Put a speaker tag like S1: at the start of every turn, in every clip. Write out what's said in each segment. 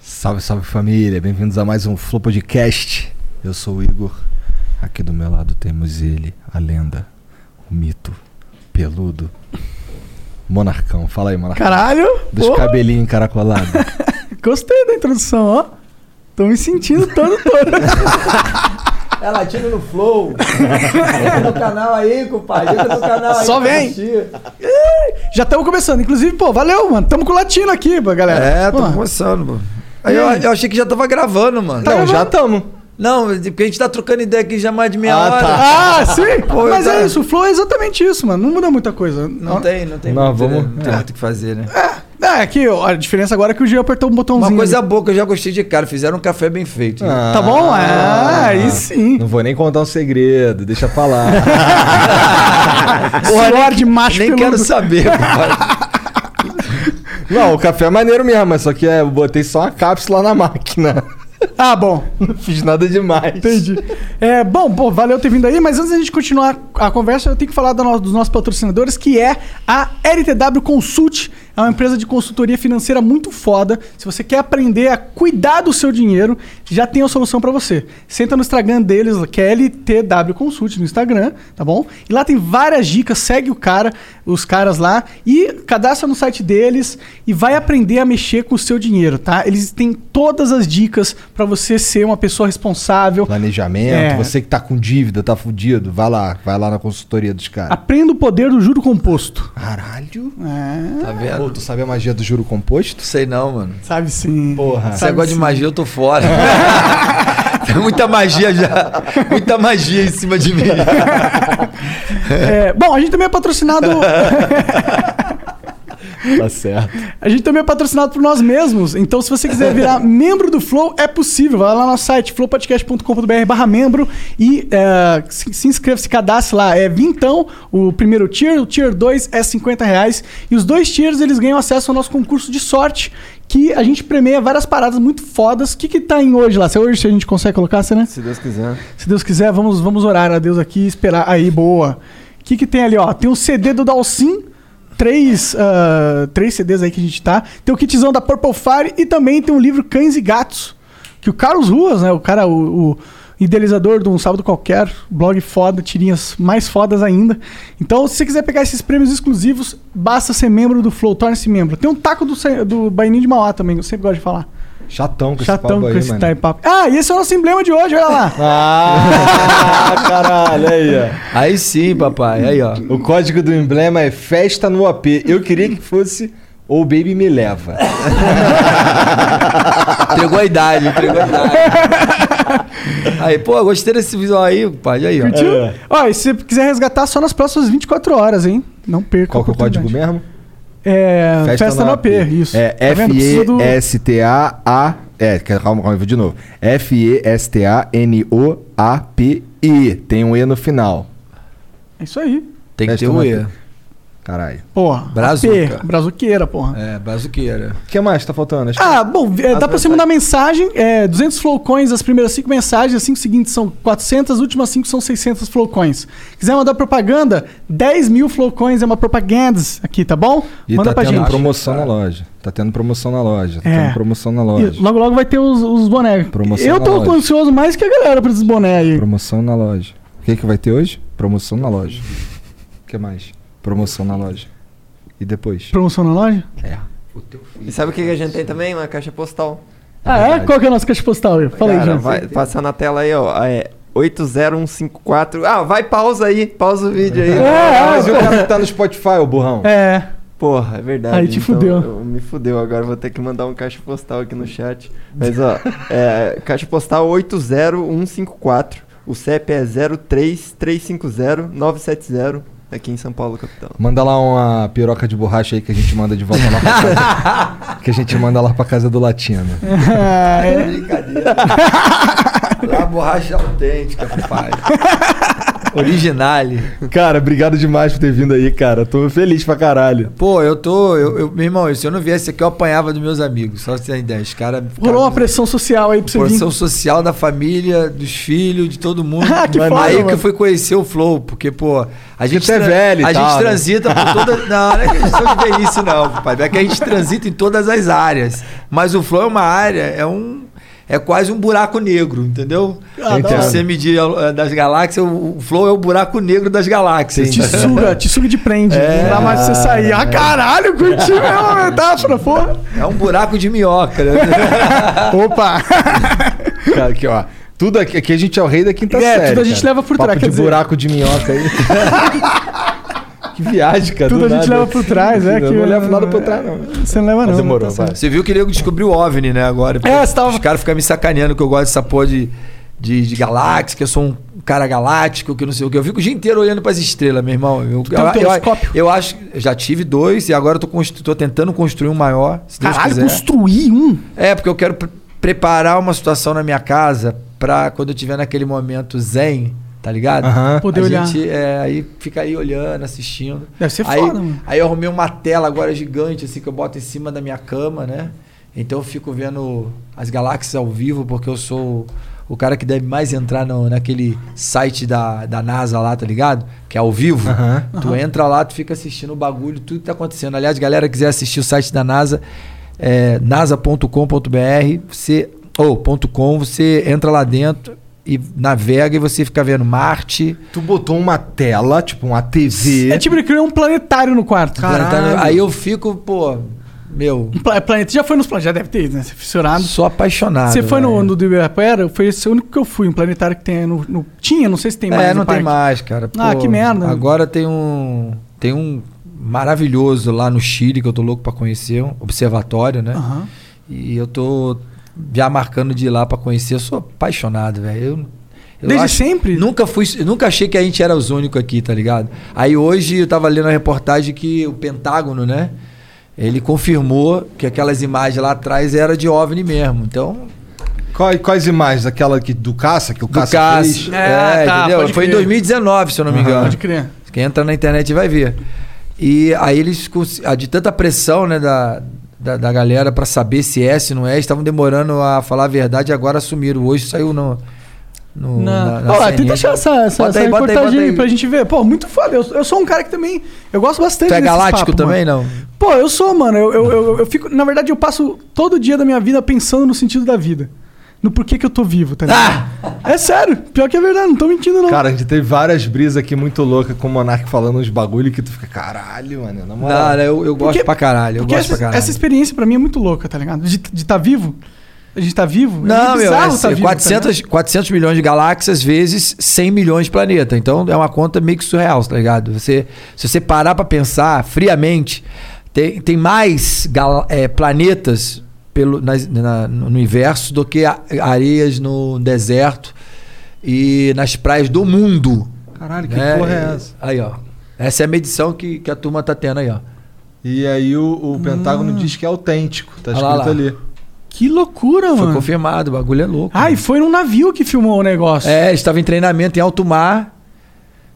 S1: Salve, salve família, bem-vindos a mais um Flow Podcast. Eu sou o Igor. Aqui do meu lado temos ele, a lenda, o mito, peludo, monarcão. Fala aí, monarcão.
S2: Caralho!
S1: Dos
S2: pô,
S1: cabelinhos encaracolados.
S2: Gostei da introdução, ó. Tô me sentindo todo todo.
S3: É latino no Flow. Entra no canal aí, compadre. Entra no canal aí.
S2: Só
S3: pra
S2: vem.
S3: assistir.
S2: Já estamos começando. Inclusive, pô, valeu, mano. Tamo com o latino aqui, pô, galera.
S3: É, tô
S2: Pô,
S3: começando, mano. Aí eu, eu achei que já tava gravando, mano.
S1: Não, já tamo.
S3: Não, porque a gente tá trocando ideia aqui já mais de meia
S1: Ah,
S3: hora.
S1: tá.
S2: Ah, sim.
S3: Pô,
S2: Mas
S3: tá.
S2: é isso, o flow é exatamente isso, mano. Não muda muita coisa.
S3: Não tem, não tem.
S1: Não,
S3: muito,
S1: vamos-
S3: né? Não tem
S1: é.
S3: muito o que fazer, né?
S2: É, aqui, ó, a diferença agora é que o Gil apertou um botãozinho.
S3: Uma coisa
S2: ali.
S3: boa que eu já gostei de cara. Fizeram um café bem feito. né?
S2: Tá bom? Ah, aí sim.
S1: Não vou nem contar um segredo, deixa pra lá.
S2: Ah, Suor de macho
S3: Nem
S2: peludo.
S3: quero saber, compadre.
S1: Não, o café é maneiro mesmo, mas só que é, eu botei só uma cápsula na máquina.
S2: Ah, bom.
S1: Não fiz nada demais.
S2: Entendi. É, bom, pô, valeu ter vindo aí, mas antes da gente continuar a conversa, eu tenho que falar da no- dos nossos patrocinadores, que é a LTW Consult. É uma empresa de consultoria financeira muito foda. Se você quer aprender a cuidar do seu dinheiro, já tem a solução pra você. Senta no Instagram deles, que é LTW Consult no Instagram, tá bom? E lá tem várias dicas, segue o cara, os caras lá e cadastra no site deles e vai aprender a mexer com o seu dinheiro, tá? Eles têm todas as dicas pra você ser uma pessoa responsável,
S1: Planejamento,
S2: É.
S1: você que tá com dívida, tá fudido, vai lá, vai lá na consultoria dos caras.
S2: Aprenda o poder do juro composto.
S1: Caralho.
S2: É.
S3: Tá
S1: Pô,
S3: vendo?
S1: tu sabe a magia do juro composto?
S3: Não sei não, mano.
S2: Sabe sim.
S1: Porra.
S3: Esse negócio de magia eu tô fora. Tem muita magia já. Muita magia em cima de mim.
S2: É, bom, a gente também é patrocinado.
S1: Tá certo.
S2: a gente também é patrocinado por nós mesmos. Então, se você quiser virar membro do Flow, é possível. Vai lá no nosso site, flowpodcast.com.br barra membro e é, se, se inscreva, se cadastre lá. É vintão o primeiro tier, o tier 2 é 50 reais. E os dois tiers, eles ganham acesso ao nosso concurso de sorte, que a gente premia várias paradas muito fodas. O que que tá em hoje lá? Se hoje a gente consegue colocar, você, né?
S3: Se Deus quiser.
S2: Se Deus quiser, vamos, vamos orar a Deus aqui e esperar. Aí, boa. O que, que tem ali, ó? Tem um CD do Dalsim. Três, ah, três CDs aí que a gente tá. Tem o kitzão da Purple Fire e também tem um livro Cães e Gatos. Que o Carlos Ruas, né? O cara, o, o idealizador de um sábado qualquer, blog foda, tirinhas mais fodas ainda. Então, se você quiser pegar esses prêmios exclusivos, basta ser membro do Flow, torne-se membro. Tem um taco do, Sa- do Baininho de Mauá também, eu sempre gosto de falar.
S1: Chatão com
S2: Chatão com
S1: esse
S2: esse
S1: papo aí, mano.
S2: type-up. Ah, e esse é o nosso emblema de hoje, olha lá.
S1: Ah, caralho, aí, ó.
S3: Aí sim, papai. Aí, ó.
S1: O código do emblema é festa no AP. Eu queria que fosse ou baby me leva.
S3: Entregou a idade, entregou a idade. Aí, pô, gostei desse visual aí, pai. Aí, ó.
S1: É,
S2: Curtiu? Ó, e se você quiser resgatar, só nas próximas 24 horas, hein? Não perca
S1: Qual que é o código
S2: mesmo?
S1: mesmo?
S2: É, festa, no AP, isso.
S1: É
S2: Tá vendo? Precisa do-
S1: F-E-S-T-A-A. É, calma, calma, eu vou de novo. F-E-S-T-A-N-O-A-P-I. Tem um E no final.
S2: É isso aí.
S3: Tem que
S1: Festa
S3: ter o
S1: no
S3: E.
S1: AP. Caralho.
S2: Porra.
S3: Brazuca.
S2: AP, brazuqueira, porra.
S3: É, bazuqueira.
S1: O que mais tá faltando? Acho que-
S2: Ah, bom, é, dá pra você mandar mensagem. É, 200 flowcoins, as primeiras 5 mensagens, as 5 seguintes são 400, as últimas 5 são 600 flowcoins. Quiser mandar propaganda, 10 mil flowcoins é uma propaganda aqui, tá bom?
S1: E
S2: Manda
S1: tá
S2: pra
S1: tendo
S2: gente.
S1: promoção na loja. Tá tendo promoção na loja. Tá
S2: É.
S1: tendo promoção na
S2: E
S1: loja.
S2: logo, logo vai ter os, os bonés.
S1: Promoção
S2: Eu
S1: na
S2: tô
S1: loja.
S2: ansioso mais que a galera pra esses bonés aí.
S1: Promoção na loja. O que, que vai ter hoje? Promoção na loja. O que mais? Promoção na loja. E depois?
S2: Promoção na loja?
S1: É.
S4: o teu filho.
S5: E sabe o que que a gente tem também? Uma caixa postal.
S2: Ah, é? Qual que é o nosso caixa postal? aí? Fala aí,
S5: Cara,
S2: Jean.
S5: vai, passa na tela aí, ó. É 80154. Ah, vai, pausa aí. Pausa o vídeo aí.
S2: É,
S1: Mas e o cara que tá no Spotify, ô burrão?
S2: É.
S5: Porra, é verdade.
S2: Aí te
S5: então
S2: fudeu.
S5: eu- me fudeu agora, vou ter que mandar um caixa postal aqui no chat. Mas ó, é, caixa postal 80154. O CEP é 03350-970, aqui em São Paulo, capital.
S4: Manda lá uma piroca de borracha aí que a gente manda de volta lá pra casa. que a gente manda lá pra casa do Latino.
S2: Ah, é.
S1: Brincadeira. Lá a borracha é autêntica, papai. Originale.
S4: Cara, obrigado demais por ter vindo aí, cara. Tô feliz pra caralho.
S1: Pô, eu tô. Eu, eu- meu irmão, se eu não viesse aqui, eu apanhava dos meus amigos. Só se tem ideia. Os caras.
S2: Rolou uma pressão social aí pra você vir.
S1: Porção social da família, dos filhos, de todo mundo.
S2: Ah, que
S1: Mano,
S2: foda,
S1: Aí que
S2: mano.
S1: eu fui conhecer o Flow, porque, pô, a gente.
S4: tu é
S1: tra-
S4: velho e
S1: A
S4: tal,
S1: gente
S4: né?
S1: transita por toda. Não, não é questão de velhice, não, pai. É que a gente transita em todas as áreas. Mas o Flow é uma área, é um. É quase um buraco negro, entendeu?
S2: Ah,
S1: Se
S2: da hora.
S1: você medir eh, das galáxias, o o Flow é o buraco negro das galáxias.
S2: Te suga, te suga de prende.
S5: É.
S2: Não dá mais pra você sair. Ah, caralho, curti mesmo a metáfora, porra.
S1: É um buraco de minhoca, né?
S2: Opa!
S4: Cara, aqui, ó. Tudo aqui, aqui a gente é o rei da quinta
S2: É,
S4: série.
S2: tudo a gente
S4: cara.
S2: leva por
S4: Papo
S2: trás,
S4: de
S2: quer dizer-
S4: buraco de minhoca aí. que viagem,
S5: É
S4: cara.
S2: Tudo
S4: do
S2: a gente
S4: nada.
S2: leva por trás, é
S4: Eu
S2: que-
S4: não levo nada por trás, não.
S2: Você não leva, não.
S4: Mas demorou,
S2: não tá
S4: vai.
S2: certo.
S1: Você viu que o nego descobriu o OVNI, né, agora.
S2: É, você tava-
S1: Os caras ficam me sacaneando que eu gosto dessa porra de, de, de galáxia, que eu sou um cara galáctico, que não sei o que. Eu fico o dia inteiro olhando pras estrelas, meu irmão. Eu,
S2: tem um
S1: eu- eu-
S2: telescópio?
S1: eu acho... Já tive dois e agora eu tô, constru- tô tentando construir um maior, se Deus
S2: Caralho,
S1: quiser.
S2: construir um.
S1: É, porque eu quero pre- preparar uma situação na minha casa pra quando eu tiver naquele momento zen, tá ligado?
S4: Aham.
S2: Poder
S1: a
S2: olhar.
S1: Gente, é, aí fica aí olhando, assistindo.
S2: Deve ser
S1: aí,
S2: foda, mano.
S1: Aí eu arrumei uma tela agora gigante, assim, que eu boto em cima da minha cama, né? Então eu fico vendo as galáxias ao vivo, porque eu sou o cara que deve mais entrar no, naquele site da, da NASA lá, tá ligado? Que é ao vivo.
S4: Aham.
S1: Tu entra lá, tu fica assistindo o bagulho, tudo que tá acontecendo. Aliás, galera, quiser assistir o site da NASA, é nasa.com.br, você ou .com, você entra lá dentro e navega e você fica vendo Marte.
S4: Tu botou uma tela, tipo uma TV.
S2: É tipo, ele criou um planetário no quarto.
S1: Planeta- Aí eu fico, pô, meu,
S2: Um pla- planeta já foi nos planetas, já deve ter, né? Você é fissurado.
S1: sou apaixonado.
S2: Você foi no,
S1: velho.
S2: no do Ibirapuera? Foi esse o único que eu fui, um planetário que tem aí no, no- Tinha, não sei se tem mais.
S1: É,
S2: no
S1: não tem
S2: parque.
S1: mais, cara. Pô,
S2: Ah, que merda.
S1: Agora tem um. Tem um maravilhoso lá no Chile que eu tô louco pra conhecer, um observatório, né?
S2: Aham.
S1: E eu tô já marcando de ir lá pra conhecer. Eu sou apaixonado, velho. Eu, eu
S2: Desde sempre?
S1: Nunca fui, nunca achei que a gente era os únicos aqui, tá ligado? Aí hoje eu tava lendo a reportagem que o Pentágono, né? Ele confirmou que aquelas imagens lá atrás era de OVNI mesmo. Então,
S4: Quais, quais imagens? Aquela que, do caça, que o
S1: do
S4: caça,
S1: Cássio.
S4: fez?
S2: É, tá, pode
S1: Foi em
S2: crer.
S1: 2019, se eu não me
S4: Aham.
S1: engano.
S2: Pode crer.
S1: Quem entra na internet vai ver. E aí eles, cons- ah, de tanta pressão né, da, da, da galera pra saber se é, se não é, estavam demorando a falar a verdade e agora assumiram. Hoje saiu no. no
S2: Na, Ó lá, tenta achar essa, essa,
S1: Bota aí,
S2: essa
S1: bota aí,
S2: reportagem
S1: bota
S2: aí,
S1: aí.
S2: pra gente ver. Pô, muito foda. Eu, eu sou um cara que também. Eu gosto bastante
S1: Tu é
S2: desses
S1: galáctico
S2: papo,
S1: também,
S2: mano.
S1: não?
S2: Pô, eu sou, mano. Eu, eu, eu, eu fico. Na verdade, eu passo todo dia da minha vida pensando no sentido da vida. No porquê que eu tô vivo, tá ligado?
S1: Ah!
S2: É sério. Pior que é verdade, não tô mentindo, não.
S4: Cara, a gente teve várias brisas aqui muito loucas com o Monark falando uns bagulho que tu fica, caralho, mano. Na moral.
S1: Não, não, eu, eu gosto
S2: Porque-
S1: pra caralho. Eu
S2: Porque
S1: gosto
S2: essa,
S1: pra caralho.
S2: essa experiência pra mim é muito louca, tá ligado? De estar tá vivo. A gente tá vivo?
S1: Não,
S2: é
S1: meu, é,
S2: bizarro tá vivo, tá
S1: 400,
S2: ligado?
S1: 400 milhões de galáxias vezes 100 milhões de planetas. Então é uma conta meio que surreal, tá ligado? Você, se você parar pra pensar friamente, tem, tem mais gal- é, planetas pelo, nas- na- no universo do que a- areias no deserto e nas praias do mundo.
S4: Caralho, que
S1: né?
S4: porra é essa?
S1: Aí, ó. Essa é a medição que, que a turma tá tendo aí, ó. Hum.
S4: E aí o, o Pentágono diz que é autêntico, tá
S1: Olha
S4: escrito
S1: lá, lá.
S4: ali.
S2: Que loucura,
S1: Foi
S2: mano.
S1: confirmado, o bagulho é louco.
S2: Ah,
S1: mano.
S2: e foi num navio que filmou o negócio.
S1: É, estava em treinamento em alto mar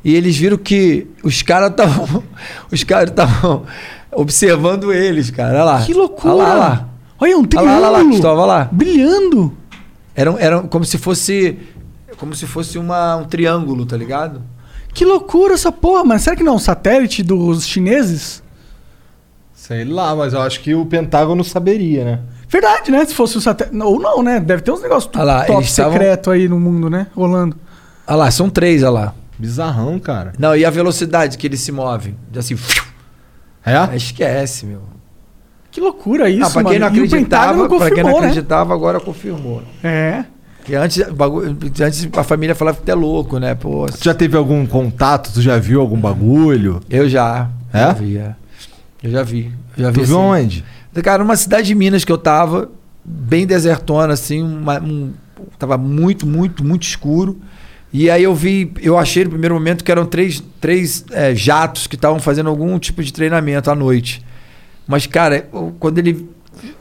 S1: e eles viram que os caras estavam os caras estavam observando eles, cara. Olha lá.
S2: Que loucura.
S1: Olha lá, olha lá.
S2: Olha, um
S1: Olha
S2: triângulo.
S1: lá, olha lá, Cristóvão, olha lá.
S2: Brilhando.
S1: Era, um, era como se fosse como se fosse uma, um triângulo, tá ligado?
S2: Que loucura essa porra, mano. Será que não é um satélite dos chineses?
S4: Sei lá, mas eu acho que o Pentágono saberia, né?
S2: Verdade, né? Se fosse um satélite. Ou não, né? Deve ter uns negócios tu-
S1: Olha lá,
S2: top
S1: eles estavam-
S2: secreto aí no mundo, né? Rolando.
S1: Olha lá, são três, olha lá.
S4: Bizarrão, cara.
S1: Não, e a velocidade que eles se movem? Assim,
S4: É?
S1: esquece, meu.
S2: Que loucura isso,
S1: ah, pra
S2: mano.
S1: quem não
S2: E o Pentágono
S1: acreditava, pra quem não
S2: confirmou, né?
S1: acreditava, agora confirmou. né?
S2: É.
S1: Porque antes, o bagulho- antes a família falava que tu é louco, né? Pô,
S4: Tu já teve algum contato? Tu já viu algum bagulho?
S1: eu já.
S4: É?
S1: Já vi, é. Eu já vi. Eu já vi,
S4: Tu viu
S1: assim.
S4: onde?
S1: Cara, uma cidade de Minas que eu tava, bem desertona, assim, uma- um- tava muito, muito, muito escuro. E aí eu vi, eu achei no primeiro momento que eram três, três é, jatos que estavam fazendo algum tipo de treinamento à noite. Mas, cara, eu- quando ele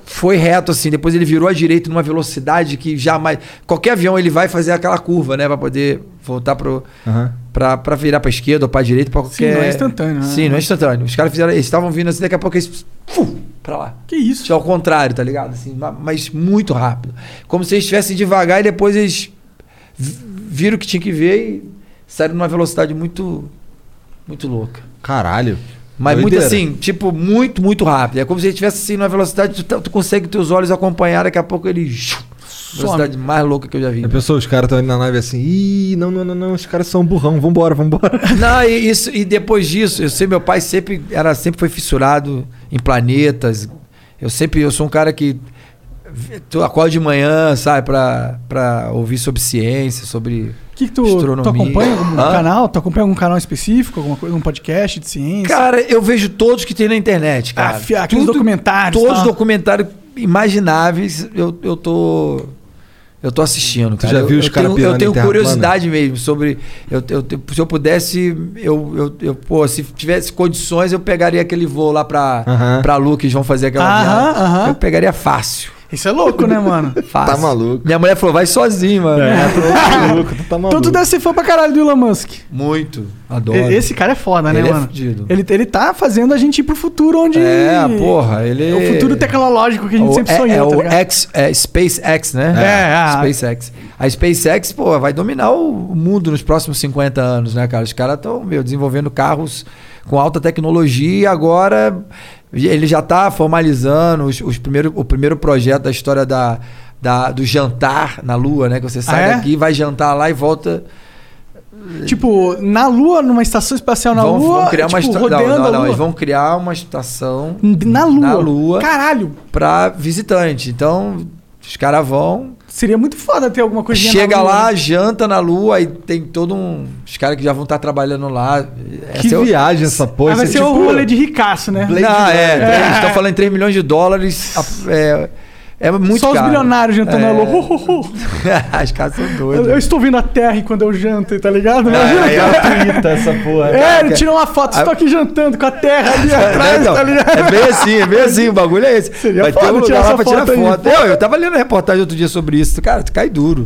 S1: foi reto, assim, depois ele virou à direita numa velocidade que jamais. Qualquer avião ele vai fazer aquela curva, né? Pra poder voltar pro.
S4: Aham.
S1: Pra, pra virar pra esquerda ou pra direita, pra qualquer.
S2: não é instantâneo, né?
S1: Sim, não é instantâneo. Os caras fizeram. Eles estavam vindo assim, daqui a pouco eles. Fu, pra lá.
S2: Que isso?
S1: Isso é ao contrário, tá ligado? Assim, ma- mas muito rápido. Como se eles estivessem devagar e depois eles vi- viram o que tinha que ver e saíram numa velocidade muito muito louca.
S4: Caralho.
S1: Mas
S4: Doideira.
S1: muito assim, tipo, muito, muito rápido. É como se ele estivesse assim numa velocidade, tu, tá- tu consegue teus olhos acompanhar, daqui a pouco ele. Velocidade mais louca que eu já vi.
S4: Já pensou, os caras estão ali na nave assim, ih, não, não, não, não, os caras são burrão, vambora, vambora.
S1: Não, e, isso, e depois disso, eu sei, meu pai sempre, era, sempre foi fissurado em planetas. Eu sempre, eu sou um cara que vi- tu acorda de manhã, sabe, pra, pra ouvir sobre ciência, sobre...
S2: O que, que tu,
S1: Astronomia.
S2: tu acompanha algum
S1: Hã?
S2: canal? Tu acompanha algum canal específico? Alguma coisa, um podcast de ciência?
S1: Cara, eu vejo todos que tem na internet, cara.
S2: Ah, fi- aqueles documentários,
S1: Todos os
S2: tá?
S1: documentários imagináveis, eu, eu tô... Eu tô assistindo, cara.
S4: já
S1: Eu-
S4: viu
S1: eu,
S4: os caras
S1: tenho-
S4: pirando
S1: Eu
S4: em
S1: tenho
S4: terra
S1: curiosidade mesmo sobre. Eu, eu- eu- se eu pudesse, eu, eu, eu, pô, se tivesse condições, eu pegaria aquele voo lá pra,
S4: Aham.
S1: pra Lu, que eles vão fazer aquela
S2: Aham,
S1: viagem.
S2: aham.
S1: Eu pegaria fácil.
S2: Isso é louco, né, mano?
S1: Fácil.
S5: Tá maluco.
S1: Minha mulher falou, vai sozinho, mano.
S2: É.
S4: tá maluco, tu tá maluco.
S2: então tu deve ser fã pra caralho do Elon Musk.
S1: Muito. Adoro.
S2: E- Esse cara é foda, né,
S1: Ele é
S2: mano?
S1: fudido.
S2: ele, ele tá fazendo a gente ir pro futuro onde.
S1: É, porra, ele-
S2: É o futuro tecnológico que a gente
S1: O-
S2: sempre
S1: é,
S2: sonhou,
S1: é
S2: tá
S1: o
S2: ligado?
S1: X, é SpaceX, né?
S2: É, é, a-
S1: SpaceX. A SpaceX, pô, vai dominar o mundo nos próximos 50 anos, né, cara? Os caras estão, meu, desenvolvendo carros com alta tecnologia e agora ele já tá formalizando os, os primeiro, o primeiro projeto da história da, da- do jantar na Lua, né? Que você sai
S2: Ah, é?
S1: daqui, vai jantar lá e volta.
S2: Tipo, na Lua, numa estação espacial na
S1: vão,
S2: Lua,
S1: vão criar uma
S2: tipo,
S1: estação.
S2: rodeando
S1: Não, não,
S2: a
S1: não.
S2: Lua.
S1: Eles vão criar uma estação
S2: Na Lua.
S1: na Lua.
S2: Caralho,
S1: pra visitante. Então, os caras vão.
S2: seria muito foda ter alguma coisinha na
S1: Chega
S2: Lua,
S1: lá,
S2: né?
S1: janta na lua, aí tem todo um. Os caras que já vão estar trabalhando lá.
S4: Que
S1: é o-
S4: viagem essa porra.
S2: Ah, vai
S4: isso
S2: ser
S4: é
S2: o
S4: tipo-
S2: rolê de ricaço, né?
S1: Não, é, três- estão falando em 3 milhões de dólares. a- É, é muito
S2: Só os
S1: caro.
S2: bilionários jantando né? na
S1: É.
S2: Lua. Ho, ho, ho.
S1: Os caras são
S2: Eu,
S1: doidos.
S2: eu estou vindo à Terra quando eu janto, tá ligado?
S1: É,
S2: Imagina.
S1: aí, ó,
S4: Eita, essa porra.
S2: É, ele tirou uma foto, estou aqui jantando com a Terra ali
S1: É,
S2: atrás,
S1: então,
S2: tá ligado?
S1: é bem assim, é bem assim, o bagulho é esse.
S2: Seria
S1: Vai ter
S2: foda
S1: um
S2: tirar
S1: lugar lá
S2: essa
S1: pra tirar
S2: foto aí.
S1: foto. Eu, eu tava lendo a reportagem outro dia sobre isso. Cara, tu cai duro.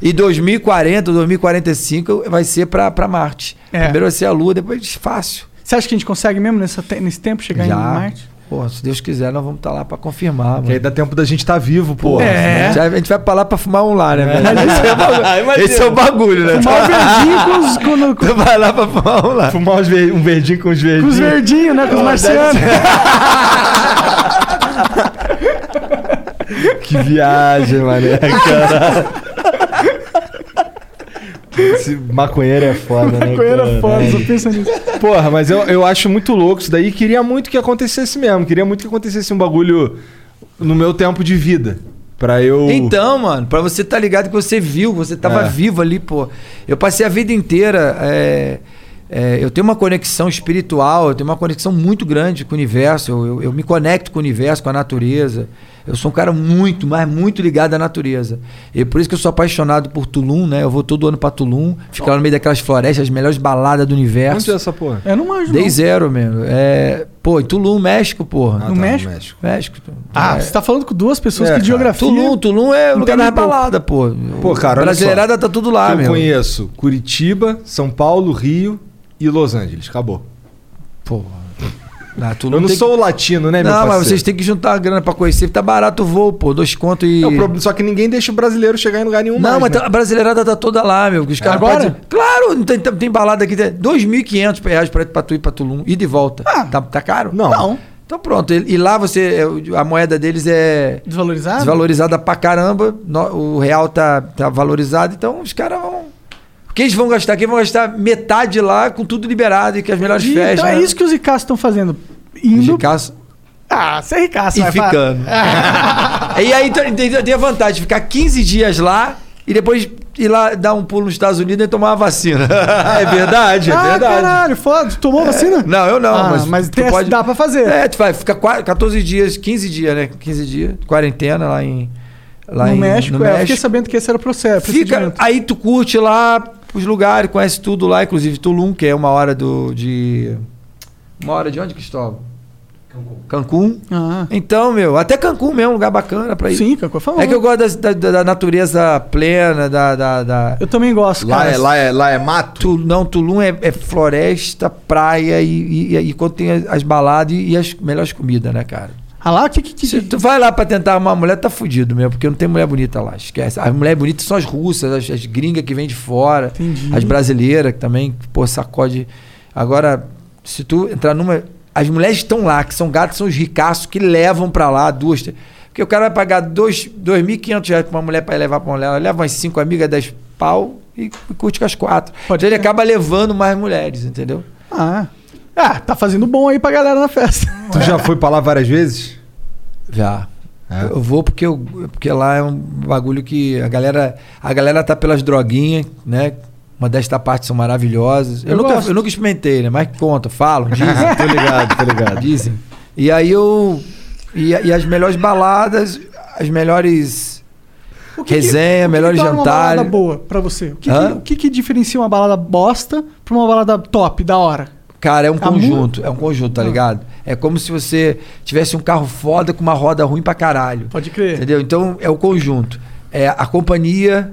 S1: E 2040, 2045 vai ser pra, pra Marte.
S2: É.
S1: Primeiro vai ser a Lua, depois fácil.
S2: Você acha que a gente consegue mesmo nessa te- nesse tempo chegar em Marte?
S1: Pô, se Deus quiser, nós vamos estar lá pra confirmar, mano.
S4: Que aí dá tempo da gente estar tá vivo, Né? porra.
S2: É.
S1: Já- a gente vai pra lá pra fumar um lá, né, velho?
S4: Ah,
S1: Esse, é o bagulho, esse é o bagulho, né?
S2: Mal verdinho com os, com, no- com
S1: Tu vai lá pra fumar um lá.
S4: Fumar uns ver- um verdinho com os verdinhos.
S2: os verdinhos, né? Com os marcianos.
S4: Que viagem, mané. Caralho. Esse maconheiro é foda, né?
S2: Coelho
S4: cara?
S2: é foda, só pensa nisso.
S4: Porra, mas eu, eu acho muito louco isso daí. Queria muito que acontecesse mesmo. Queria muito que acontecesse um bagulho no meu tempo de vida. Pra eu.
S1: Então, mano, pra você tá ligado que você viu, você tava
S4: É.
S1: vivo ali, pô. Eu passei a vida inteira. é, é, eu tenho uma conexão espiritual, eu tenho uma conexão muito grande com o universo. Eu, eu- eu me conecto com o universo, com a natureza. Eu sou um cara muito, mas muito ligado à natureza. E por isso que eu sou apaixonado por Tulum, né? Eu vou todo ano pra Tulum, ficar lá no meio daquelas florestas, as melhores baladas do
S4: Onde é
S1: universo.
S4: essa porra?
S2: Eu não manjo,
S1: Dei
S2: não.
S1: zero mesmo. É, pô, em Tulum, México,
S4: Ah, tá,
S1: porra.
S2: No México?
S1: México.
S2: Ah, você tá falando com duas pessoas
S4: É,
S2: que
S4: cara.
S2: geografia...
S1: Tulum, Tulum é o
S2: Não
S1: lugar
S2: tem
S1: da
S2: nem pouco.
S1: balada, pô.
S4: Pô, cara, olha
S1: Brasileirada tá tudo lá,
S4: eu
S1: meu.
S4: conheço Curitiba, São Paulo, Rio e Los Angeles. Acabou.
S1: Pô. Ah, Tulum
S4: Eu não
S1: tem que-
S4: sou o latino, né, meu
S1: Não, mas
S4: parceiro?
S1: vocês têm que juntar a grana pra conhecer. Tá barato o voo, pô. Dois conto e.
S4: É o problema, só que ninguém deixa o brasileiro chegar em lugar nenhum
S1: Não,
S4: mais,
S1: mas
S4: né?
S1: tá- a brasileirada tá toda lá, meu. Os caras
S2: Agora?
S1: podem- Claro, não tem, tem- tem balada aqui. tem 2.500 reais pra, pra tu ir pra Tulum. Ida E de volta. Tá, tá caro?
S4: Não.
S2: Ah. Não.
S1: Então pronto. E, e lá você. é, A moeda deles é.
S2: Desvalorizado?
S1: desvalorizada pra caramba. no- o real tá, tá valorizado, então os caras vão. Quem eles vão gastar? Quem vão gastar metade lá com tudo liberado e que as melhores
S2: E
S1: festas. né?
S2: Então é isso que os Icas estão fazendo. Indo
S1: Caso,
S2: Ah, você é ricaço,
S1: e
S2: vai, pá.
S1: ficando. e aí então, tem tem a vantagem de ficar 15 dias lá e depois ir lá dar um pulo nos Estados Unidos e tomar a vacina. é verdade, é
S2: ah,
S1: verdade. É,
S2: caralho, foda. Tomou vacina?
S1: Não, eu não,
S2: Ah,
S1: mas,
S2: mas
S1: tu
S2: tem- dá pra fazer.
S1: É, tu vai ficar qua- 14 dias, 15 dias, né? 15 dias, quarentena lá em lá
S2: no
S1: em-
S2: México,
S1: no
S2: é, eu fiquei sabendo que esse era o processo.
S1: Fica, aí tu curte lá os lugares, conhece tudo lá, inclusive Tulum, que é uma hora do de uma hora de onde, Cristóvão? Cancún.
S2: Ah,
S1: Então, meu, até Cancún mesmo, um lugar bacana pra ir.
S2: sim, Cancún é famoso.
S1: É que eu gosto da, da- da natureza plena, da. da, da-
S2: Eu também gosto,
S4: Lá
S2: cara.
S4: é, lá, é, lá é mato?
S1: Tu, não, Tulum é, é floresta, praia e, e, e quando tem as, as baladas e, e as melhores comidas, né, cara?
S2: Ah lá, o que que... que-
S1: Se tu vai lá pra tentar uma mulher, tá fudido mesmo, porque não tem mulher bonita lá, esquece. As mulheres bonitas são as russas, as, as gringas que vêm de fora,
S2: Entendi.
S1: as brasileiras que também, pô, sacode. Agora, se tu entrar numa. As mulheres que estão lá, que são gatos, são os ricaços que levam pra lá duas. três- Porque o cara vai pagar dois- 2.500 reais pra uma mulher pra levar pra uma mulher, ela leva umas cinco amigas, dez pau e, e curte com as quatro.
S2: Pode
S1: então ele
S2: crer.
S1: acaba levando mais mulheres, entendeu?
S2: Ah, ah, tá fazendo bom aí pra galera na festa.
S4: Tu já foi pra lá várias vezes?
S1: Já.
S4: É?
S1: Eu vou porque, eu, porque lá é um bagulho que a galera, a galera tá pelas droguinhas, né? Uma desta parte são maravilhosas. Eu,
S2: Eu
S1: nunca,
S2: gosto.
S1: eu nunca experimentei, né? Mas conta, falam, dizem,
S4: tô ligado, tô ligado.
S1: dizem. E aí eu. E, e as melhores baladas, as melhores
S2: O
S1: resenha,
S2: o que
S1: melhores
S2: que torna uma
S1: jantares.
S2: balada boa pra você? O que, que-
S1: Hã?
S2: o que que diferencia uma balada bosta pra uma balada top, da hora?
S1: Cara, é um
S2: A Tá mu-
S1: conjunto, é um conjunto, tá ligado? É como se você tivesse um carro foda com uma roda ruim pra caralho.
S2: Pode crer.
S1: Entendeu? Então é o conjunto. É a companhia,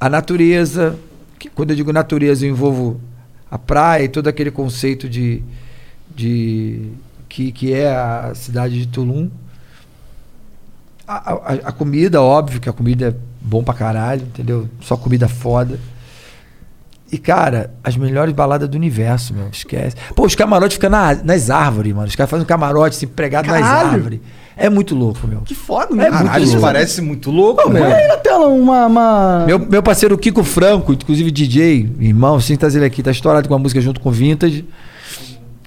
S1: a natureza. que quando eu digo natureza, eu envolvo a praia e todo aquele conceito de. de que, que é a cidade de Tulum. A, a- a comida, óbvio, que a comida é bom pra caralho, entendeu? Só comida foda. E, cara, as melhores baladas do universo, meu. Esquece. Pô, os camarotes ficam na- nas árvores, mano. Os caras fazem um camarote assim, pregado nas
S2: Caralho!
S1: árvores. É muito louco, meu.
S2: Que foda, né?
S1: É muito
S4: Caralho, isso
S1: louco. né?
S4: parece muito louco,
S2: Põe
S4: velho.
S2: aí na tela uma... uma-
S1: Meu, meu parceiro Kiko Franco, inclusive DJ, irmão, sem trazer ele aqui, tá estourado com uma música junto com o Vintage.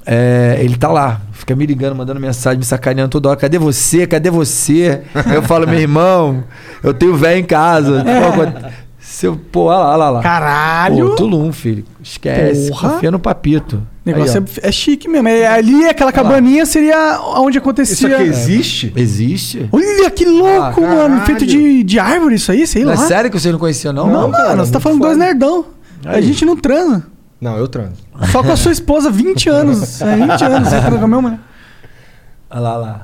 S1: É, ele tá lá, fica me ligando, mandando mensagem, me sacaneando toda hora. Cadê você? Cadê você? Aí eu falo, meu irmão, eu tenho véio em casa. Pô, Seu, pô, olha lá, olha lá, olha lá.
S2: Caralho!
S1: Pô, Tulum, filho. Esquece.
S2: Porra.
S1: Confia no papito.
S2: O negócio
S1: Aí,
S2: é, é chique mesmo. É, ali, aquela cabaninha seria onde
S4: Isso
S2: acontecia...
S4: aqui existe?
S1: ó. Existe?
S2: Olha que louco,
S1: Ah,
S2: mano.
S4: caralho.
S2: Feito de, de árvore isso aí, sei
S1: Não
S2: lá.
S1: é sério que você não conhecia, não?
S2: né? Não, mano, você tá falando dois nerdão. A
S1: Aí.
S2: gente não transa.
S4: Não, eu transo.
S2: Só com a sua esposa, 20 anos. É, 20 anos, você transa com a minha mulher.
S1: Olha lá, olha lá. né?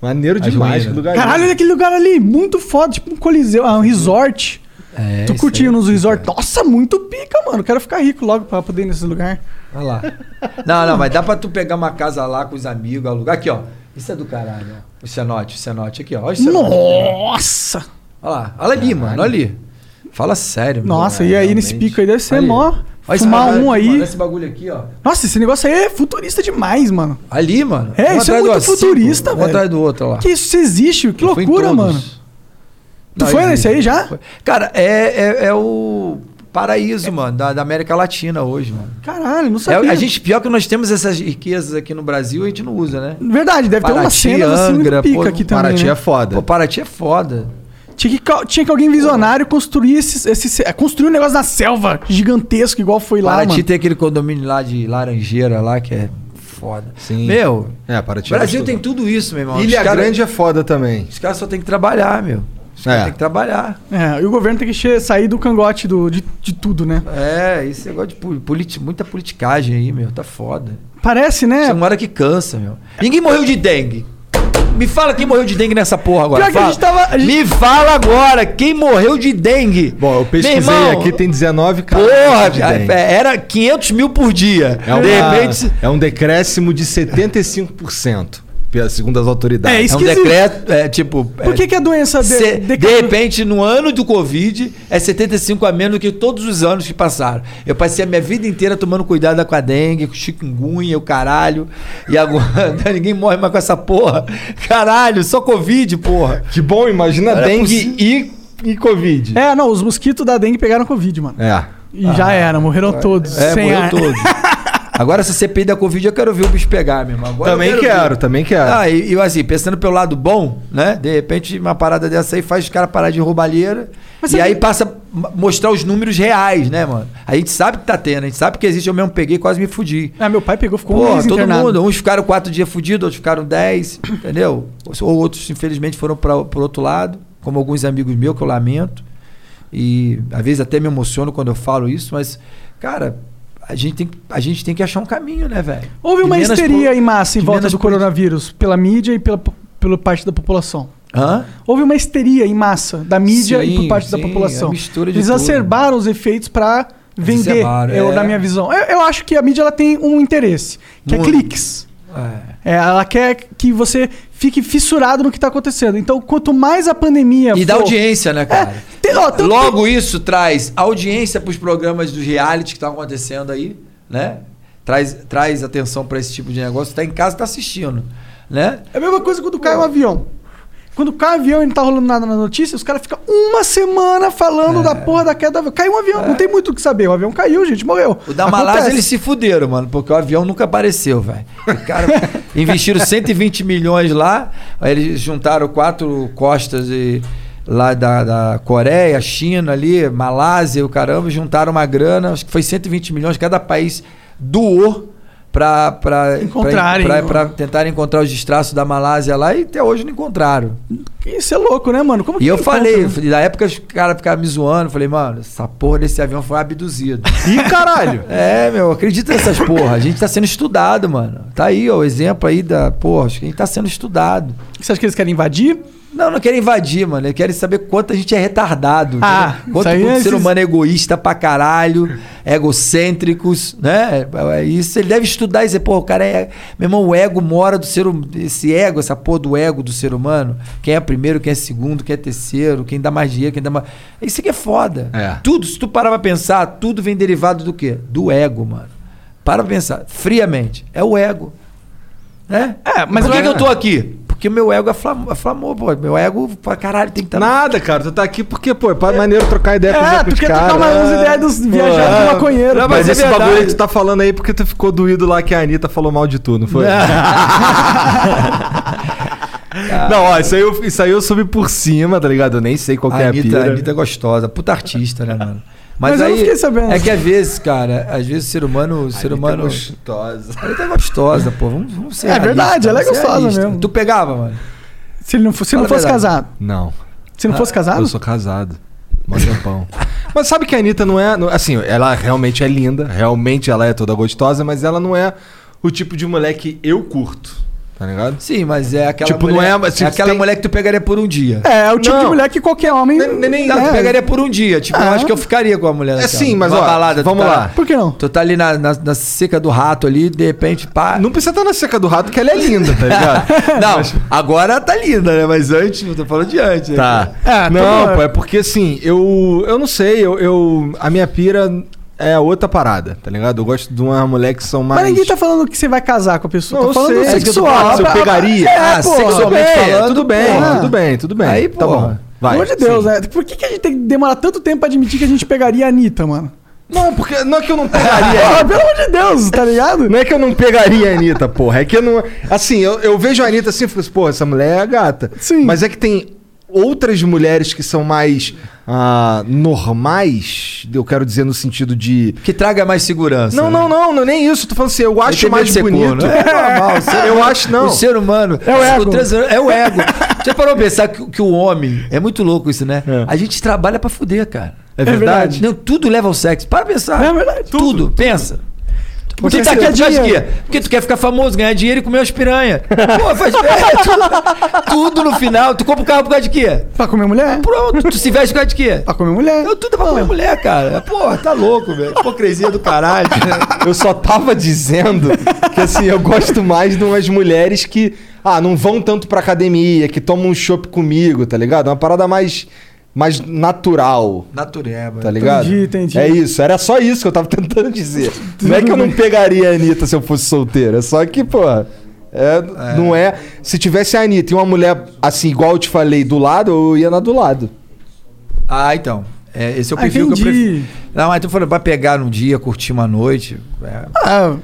S4: Maneiro demais.
S1: ruínas.
S4: que lugar
S2: Caralho, olha aquele lugar ali, muito foda, tipo um coliseu, ah, um resort.
S1: É,
S2: tu
S1: isso
S2: curtindo
S1: aí.
S2: nos resort. Nossa, muito pica, mano. Quero ficar rico logo pra poder ir nesse lugar.
S1: Olha lá. Não, não, mas dá pra tu pegar uma casa lá com os amigos, alugar. Aqui, ó. Isso é do caralho, ó. O cenote, o cenote aqui, ó. Olha o cenote.
S2: Nossa!
S1: Olha lá. Olha ali, mano. Olha ali. Fala sério, mano.
S2: Nossa, e aí nesse pico aí deve ser
S1: Olha aí.
S2: mó.
S1: Olha esse
S2: Fumar
S1: bagulho
S2: um
S1: aqui,
S2: aí.
S1: mano. Olha esse bagulho aqui, ó.
S2: Nossa, esse negócio aí é futurista demais, mano.
S1: Ali, mano.
S2: É, isso é
S1: Um atrás do
S2: muito
S1: outro,
S2: futurista,
S1: cinco, Um
S2: velho.
S1: atrás do outro, ó lá.
S2: Que isso existe? Que
S1: Eu fui em
S2: loucura,
S1: todos.
S2: mano. Tu foi nesse aí já?
S1: Foi. Cara, é, é, é o paraíso, mano, da, da América Latina hoje, mano.
S2: Caralho, não
S1: É,
S2: sabia.
S1: a gente, pior que nós temos essas riquezas aqui no Brasil, a gente não usa, né?
S2: Verdade, deve ter umas
S1: Paraty,
S2: cenas assim muito
S1: Angra,
S2: pica
S1: pô,
S2: aqui também.
S4: Paraty
S2: né?
S4: é foda.
S1: Pô, Paraty é foda.
S2: Tinha que, ca- tinha que alguém visionário construir esse, esse- é, construir um negócio na selva gigantesco, igual foi lá,
S1: Paraty
S2: mano.
S1: tem aquele condomínio lá de Laranjeira lá que é foda.
S4: Sim.
S1: Meu,
S4: É, Paraty
S1: o Brasil
S4: gostoso.
S1: tem tudo isso, meu irmão.
S4: Ilha
S1: Os cara-
S4: Grande é foda também.
S1: Os caras só tem que trabalhar, meu. Os caras
S4: É.
S1: têm que trabalhar.
S2: É, e o governo tem que che- sair do cangote do, de, de tudo, né?
S1: É, esse negócio de poli- politi- muita politicagem aí, meu, tá foda.
S2: Parece, né?
S1: Tem uma hora que cansa, meu. Ninguém morreu de dengue. Me fala quem morreu de dengue nessa porra agora.
S2: Pior que a
S1: fala.
S2: gente tava- a gente-
S1: Me fala agora quem morreu de dengue.
S4: Bom, eu pesquisei
S1: Meu irmão,
S4: aqui, tem 19 casos
S1: Porra,
S4: de
S1: cara,
S4: dengue.
S1: era 500 mil por dia.
S4: É, uma-
S1: de repente.
S4: é um decréscimo de 75%, pela- segundo as autoridades.
S2: É
S1: É um
S2: Esquisito.
S1: decreto, é tipo.
S2: Por que,
S1: é,
S2: que a doença de,
S1: cê- de,
S2: decaiu?
S1: repente, no ano do Covid, é 75 a menos do que todos os anos que passaram. Eu passei a minha vida inteira tomando cuidado com a dengue, com chikungunya, o caralho. E agora ninguém morre mais com essa porra. Caralho, só Covid, porra.
S4: Que bom, imagina
S1: Era
S4: dengue e, e Covid.
S2: É, não, os mosquitos da dengue pegaram Covid, mano.
S4: É.
S2: E já era, morreram todos.
S1: É,
S2: sem
S1: morreu
S2: ar.
S1: todo. Agora essa CPI da Covid eu quero ver o bicho pegar, meu irmão. Agora eu
S6: Também
S1: ver.
S6: quero, também quero.
S1: Ah, e, e assim, pensando pelo lado bom, né? De repente, uma parada dessa aí faz os caras parar de roubalheira.
S2: Mas é
S1: e
S2: sabe-
S1: aí passa a m- mostrar os números reais, né, mano? A gente sabe que tá tendo, a gente sabe que existe. Eu mesmo peguei e quase me fudi.
S2: Ah, meu pai pegou, ficou um
S1: Pô,
S2: mês
S1: todo
S2: internado.
S1: mundo. Uns ficaram quatro dias fudidos, outros ficaram dez, entendeu? Ou outros, infelizmente, foram para pro outro lado, como alguns amigos meus que eu lamento. E às vezes até me emociono quando eu falo isso, mas, cara, a gente tem, que- a gente tem que achar um caminho, né, velho?
S2: Houve uma
S1: De menos
S2: histeria
S1: pro-
S2: em massa em
S1: de
S2: volta
S1: menos
S2: do
S1: pro-
S2: coronavírus, pela mídia e pela, pela parte da população.
S1: Hã?
S2: Houve uma histeria em massa da mídia e por
S1: Sim,
S2: parte da
S1: sim,
S2: população.
S1: a mistura de
S2: Eles
S1: tudo.
S2: exacerbaram os efeitos para vender,
S1: Exacerbaram,
S2: eu,
S1: é.
S2: na minha visão. Eu, eu acho que a mídia ela tem um interesse, que é
S1: Muito.
S2: cliques.
S1: É.
S2: É, ela quer que você fique fissurado no que está acontecendo. Então, quanto mais a pandemia É,
S1: E dá audiência, né, cara?
S2: tem- um ó, tanto-
S1: Logo isso traz audiência para os programas dos reality que estão acontecendo aí, né? Traz, traz atenção para esse tipo de negócio. Tá em casa, tá assistindo, né?
S2: É a mesma coisa quando cai um avião. Quando cai um avião e não tá rolando nada na notícia, os caras ficam uma semana
S1: É.
S2: falando da porra da queda do avião. Caiu um avião, não tem muito o que saber. O avião caiu, gente, morreu.
S1: O da Malásia,
S2: Acontece.
S1: eles se fuderam, mano, porque o avião nunca apareceu, velho. O cara investiram 120 milhões lá, aí eles juntaram quatro costas e- lá da, da Coreia, China ali, Malásia, o caramba, juntaram uma grana, acho que foi 120 milhões, cada país doou pra, pra,
S2: Encontrarem,
S1: pra,
S2: né?
S1: pra, pra tentar encontrar os distraços da Malásia lá e até hoje não encontraram.
S2: Isso é louco, né, mano? Como
S1: E
S2: que
S1: eu
S2: encontra,
S1: falei,
S2: né?
S1: eu falei, na época os caras ficavam me zoando, eu falei, mano, essa porra desse avião foi um abduzido.
S6: Ih, caralho!
S1: É, meu, acredita nessas porra. A gente tá sendo estudado, mano. Tá aí, ó, o exemplo aí da. Porra, acho que a gente tá sendo estudado.
S2: Você acha que eles querem invadir?
S1: Não, não querem invadir, mano. Eles querem saber quanto a gente é retardado.
S2: Ah,
S1: entendeu? quanto
S2: isso aí
S1: o
S2: é
S1: ser
S2: esses-
S1: humano é egoísta pra caralho, egocêntricos, né? É Isso ele deve estudar e dizer, porra, o cara é. Meu irmão, o ego mora do ser humano. Esse ego, essa porra do ego do ser humano. Quem é primeiro, quem é segundo, quem é terceiro, quem dá mais dinheiro, quem dá mais. Isso aqui é foda.
S6: É.
S1: Tudo, se tu parar pra pensar, tudo vem derivado do quê? Do ego, mano. Para pra pensar, friamente. É o ego. Né?
S2: É, mas
S1: Por
S2: o
S1: que,
S2: ego-
S1: que eu tô aqui? Porque meu ego aflamou, aflamou pô. Meu ego, pra caralho, tem que estar.
S6: Nada, cara. Tu tá aqui porque, pô, é pra- maneiro trocar ideia com os
S2: É,
S6: outros
S2: tu quer
S6: caras.
S2: trocar mais umas ideias dos viajados
S1: é.
S2: do maconheiro.
S6: é. Não, mas,
S2: Mas
S6: esse
S2: é verdade.
S6: bagulho aí que tu tá falando aí porque tu ficou doído lá que a Anitta falou mal de tu, não
S2: É.
S6: foi? Não, ó, isso aí, eu, isso aí eu subi por cima, tá ligado? Eu nem sei qual que é
S1: a
S6: a
S1: Anitta,
S6: pira.
S1: a Anitta é gostosa, puta artista, né, mano?
S2: Mas eu não fiquei sabendo.
S1: É que às vezes, cara, às vezes o ser humano. O ser
S6: Anitta é
S1: humano.
S6: gostosa.
S1: A Anitta é gostosa, pô. Vamos, vamos ser.
S2: É verdade, ela é
S1: vamos ser
S2: gostosa mesmo.
S1: Tu pegava, mano.
S2: Se ele não, fo- se não
S1: Fala a
S2: fosse
S1: verdade. Ah,
S2: casado.
S6: Não,
S2: Se não fosse casado?
S6: eu sou casado. Mó tempão. mas sabe que a Anitta não é. não- Assim, ela realmente é linda, realmente ela é toda gostosa, mas ela não é o tipo de mulher que eu curto, tá ligado?
S1: Sim, mas é aquela.
S6: Tipo, não
S1: mulher,
S6: é- se
S1: aquela
S6: tem-
S1: mulher que tu pegaria por um dia.
S2: É, é o tipo de
S6: Não.
S2: mulher que qualquer homem.
S6: Nem- nem- nem- Ah.
S1: Não,
S2: é.
S1: tu pegaria por um dia. Tipo, eu acho que eu ficaria com a mulher.
S6: É
S1: daquela.
S6: sim, mas
S1: Uma
S6: ó,
S1: balada, tu
S6: vamos
S1: tá-
S6: lá.
S2: Por que não?
S1: Tu tá ali na, na, na seca do rato ali, de repente, pá.
S6: Não precisa estar na seca do rato, que ela é linda, tá ligado?
S1: Não, agora tá linda, né? Mas antes, eu tô falando de antes. né?
S6: Tá.
S2: É,
S6: não,
S2: todo-
S6: pô, é porque assim, eu, eu não sei, eu, eu- a minha pira é outra parada, tá ligado? Eu gosto de uma mulher que são mais.
S2: Mas ninguém tá falando que você vai casar com a pessoa.
S6: Não,
S2: tô
S6: eu
S2: falando
S6: sei, é isso que eu tô falando,
S2: sexual.
S6: se eu
S2: Ah,
S6: pegaria.
S2: É,
S1: Ah,
S2: pô.
S6: Tudo
S1: sexualmente
S6: bem,
S1: falando,
S6: tudo bem,
S2: porra.
S6: tudo bem, tudo bem.
S1: Aí,
S6: tá
S1: porra.
S6: bom. Vai.
S2: Pelo amor de Deus,
S6: sim.
S2: né? Por que, que a gente tem que demorar tanto tempo pra admitir que a gente pegaria a Anitta, mano?
S6: Não, porque não é que eu não pegaria.
S2: Porra, pelo amor de Deus, tá ligado?
S6: Não é que eu não pegaria a Anitta, porra. É que eu não. Assim, eu, eu vejo a Anitta assim e fico assim, pô, essa mulher é gata.
S2: Sim.
S6: Mas é que tem outras mulheres que são mais ah, normais, eu quero dizer no sentido de.
S1: Que traga mais segurança. né?
S6: Não, não, não, não, nem isso. Tô falando assim, eu acho mais bonito.
S1: É normal. o ser-
S6: Eu acho, não.
S1: O ser humano.
S2: É o ego.
S1: trans- é o ego. Já parou pra pensar que, que o homem. É muito louco isso, né?
S6: É.
S1: A gente trabalha pra fuder, cara.
S6: É verdade.
S1: Não, tudo leva ao sexo. Para pensar.
S2: É verdade.
S1: Tudo. Pensa.
S2: Você
S1: Você tá aqui
S2: quer
S1: por causa de quê?
S2: dinheiro.
S1: Porque tu quer ficar famoso, ganhar dinheiro e comer umas piranha. Pô, faz. é, tudo, tudo no final. Tu compra o carro por causa de quê?
S2: Pra comer
S6: Tá
S2: mulher?
S1: Pronto. Tu se veste por causa de quê?
S2: É. Pra comer mulher? Ah.
S1: Eu tudo é pra comer mulher, cara. Porra, tá louco, velho. Hipocrisia do caralho.
S6: Eu só tava dizendo que assim, eu gosto mais de umas mulheres que, ah, não vão tanto pra academia, que tomam um chopp comigo, tá ligado? Uma parada mais, mais natural.
S1: Natureba.
S6: Tá ligado?
S2: Entendi, entendi.
S6: É isso, era só isso que eu tava tentando dizer. Não é que eu não pegaria a Anitta se eu fosse solteira, só que, pô. é, Não é. Se tivesse a Anitta e uma mulher assim, igual eu te falei, do lado, eu ia na do lado.
S1: Ah, então. É, esse é o
S2: Ah,
S1: perfil que eu
S2: entendi.
S1: prefiro. Não, mas tô falando pra pegar num dia, curtir uma noite. É,
S2: Ah,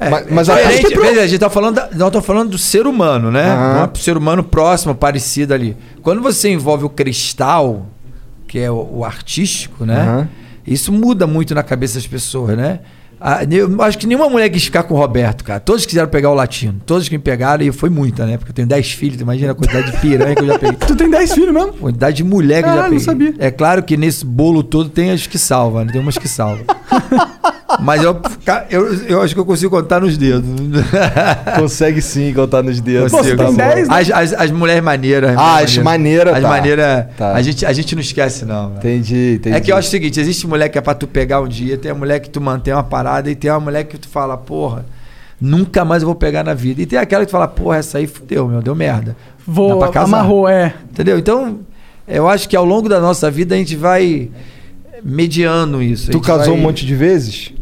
S1: é,
S6: Mas- mas
S1: é
S6: acho
S1: diferente,
S6: que pro- Ah.
S1: veja, a gente tá falando, da- nós estamos falando do ser humano, né?
S6: Aham.
S1: Um ser humano próximo, parecido ali. Quando você envolve o cristal, que é o, o artístico, né?
S6: Aham.
S1: Isso muda muito na cabeça das pessoas, né? Ah, Eu acho que nenhuma mulher quis ficar com o Roberto, cara. Todos quiseram pegar o latino. Todos que me pegaram, e foi muita, né? Porque eu tenho 10 filhos, tu imagina a quantidade de piranha que eu já peguei.
S2: tu tem 10 filhos mesmo?
S1: Quantidade de mulher que eu já
S2: Caralho,
S1: peguei.
S2: não sabia.
S1: É claro que nesse bolo todo tem as que salvam, né? tem umas que salvam. Mas eu, ca- eu, eu acho que eu consigo contar nos dedos.
S6: Consegue sim contar nos dedos.
S2: Pô, você
S6: tá
S2: tem
S6: bom.
S2: 10, né?
S1: As, as, as mulheres maneiras. as
S6: Ah,
S1: mulheres
S6: as maneiras,
S1: As
S6: tá.
S1: maneiras.
S6: Tá.
S1: A, gente, a gente não esquece, não. velho.
S6: Entendi, entendi.
S1: É que eu acho o seguinte: existe mulher que é pra tu pegar um dia, tem a mulher que tu mantém uma parada, e tem a mulher que tu fala, porra, nunca mais eu vou pegar na vida. E tem aquela que tu fala, porra, essa aí fudeu, meu, deu merda. Dá
S2: Vou,
S1: pra casar.
S2: amarrou, é.
S1: Entendeu? Então, eu acho que ao longo da nossa vida a gente vai mediando isso. A
S6: Tu
S1: gente
S6: casou
S1: vai-
S6: um monte de vezes?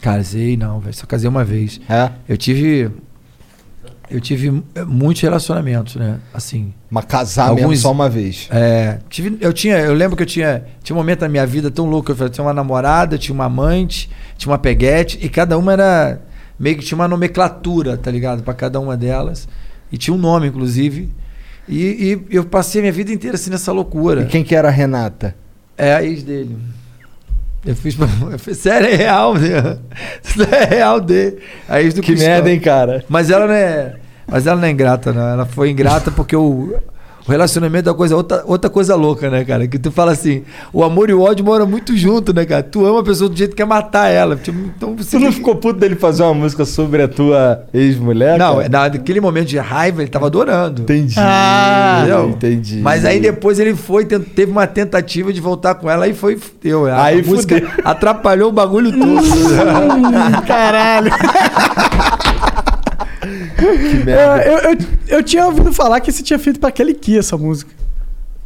S1: Casei, não, velho. Só casei uma vez.
S6: É.
S1: Eu tive. Eu tive eh, muitos relacionamentos, né? Assim.
S6: Mas casar
S1: Alguns-
S6: mesmo só uma vez.
S1: É, tive, eu tinha, eu lembro que eu tinha, tinha um momento da minha vida tão louco, eu falei, tinha uma namorada, tinha uma amante, tinha uma peguete e cada uma era meio que tinha uma nomenclatura, tá ligado? Pra cada uma delas e tinha um nome inclusive. E, e eu passei a minha vida inteira assim nessa loucura.
S6: E quem que era a Renata?
S1: É a ex dele. Eu fiz, pra- eu fiz sério, é real, né? Isso é real dele. A ex do
S6: Que
S1: Cristão.
S6: merda, hein, cara?
S1: Mas ela não é. Mas ela não é ingrata, não. Ela foi ingrata porque o, o relacionamento é uma coisa, outra, outra coisa louca, né, cara? Que tu fala assim, o amor e o ódio moram muito junto, né, cara? Tu ama a pessoa do jeito que quer matar ela. Tipo, então você
S6: Tu não ficou puto dele fazer uma música sobre a tua ex-mulher?
S1: Não,
S6: cara?
S1: é na- naquele momento de raiva, ele tava adorando.
S6: Entendi.
S2: Ah.
S1: Entendeu?
S6: entendi.
S1: Mas aí depois ele foi, tent- teve uma tentativa de voltar com ela e foi. Deu, a
S6: Aí
S1: música
S6: fudeu.
S1: atrapalhou o bagulho todo.
S2: Caralho.
S6: Que merda.
S2: É, eu, eu, eu tinha ouvido falar que você tinha feito pra Kelly Key essa música.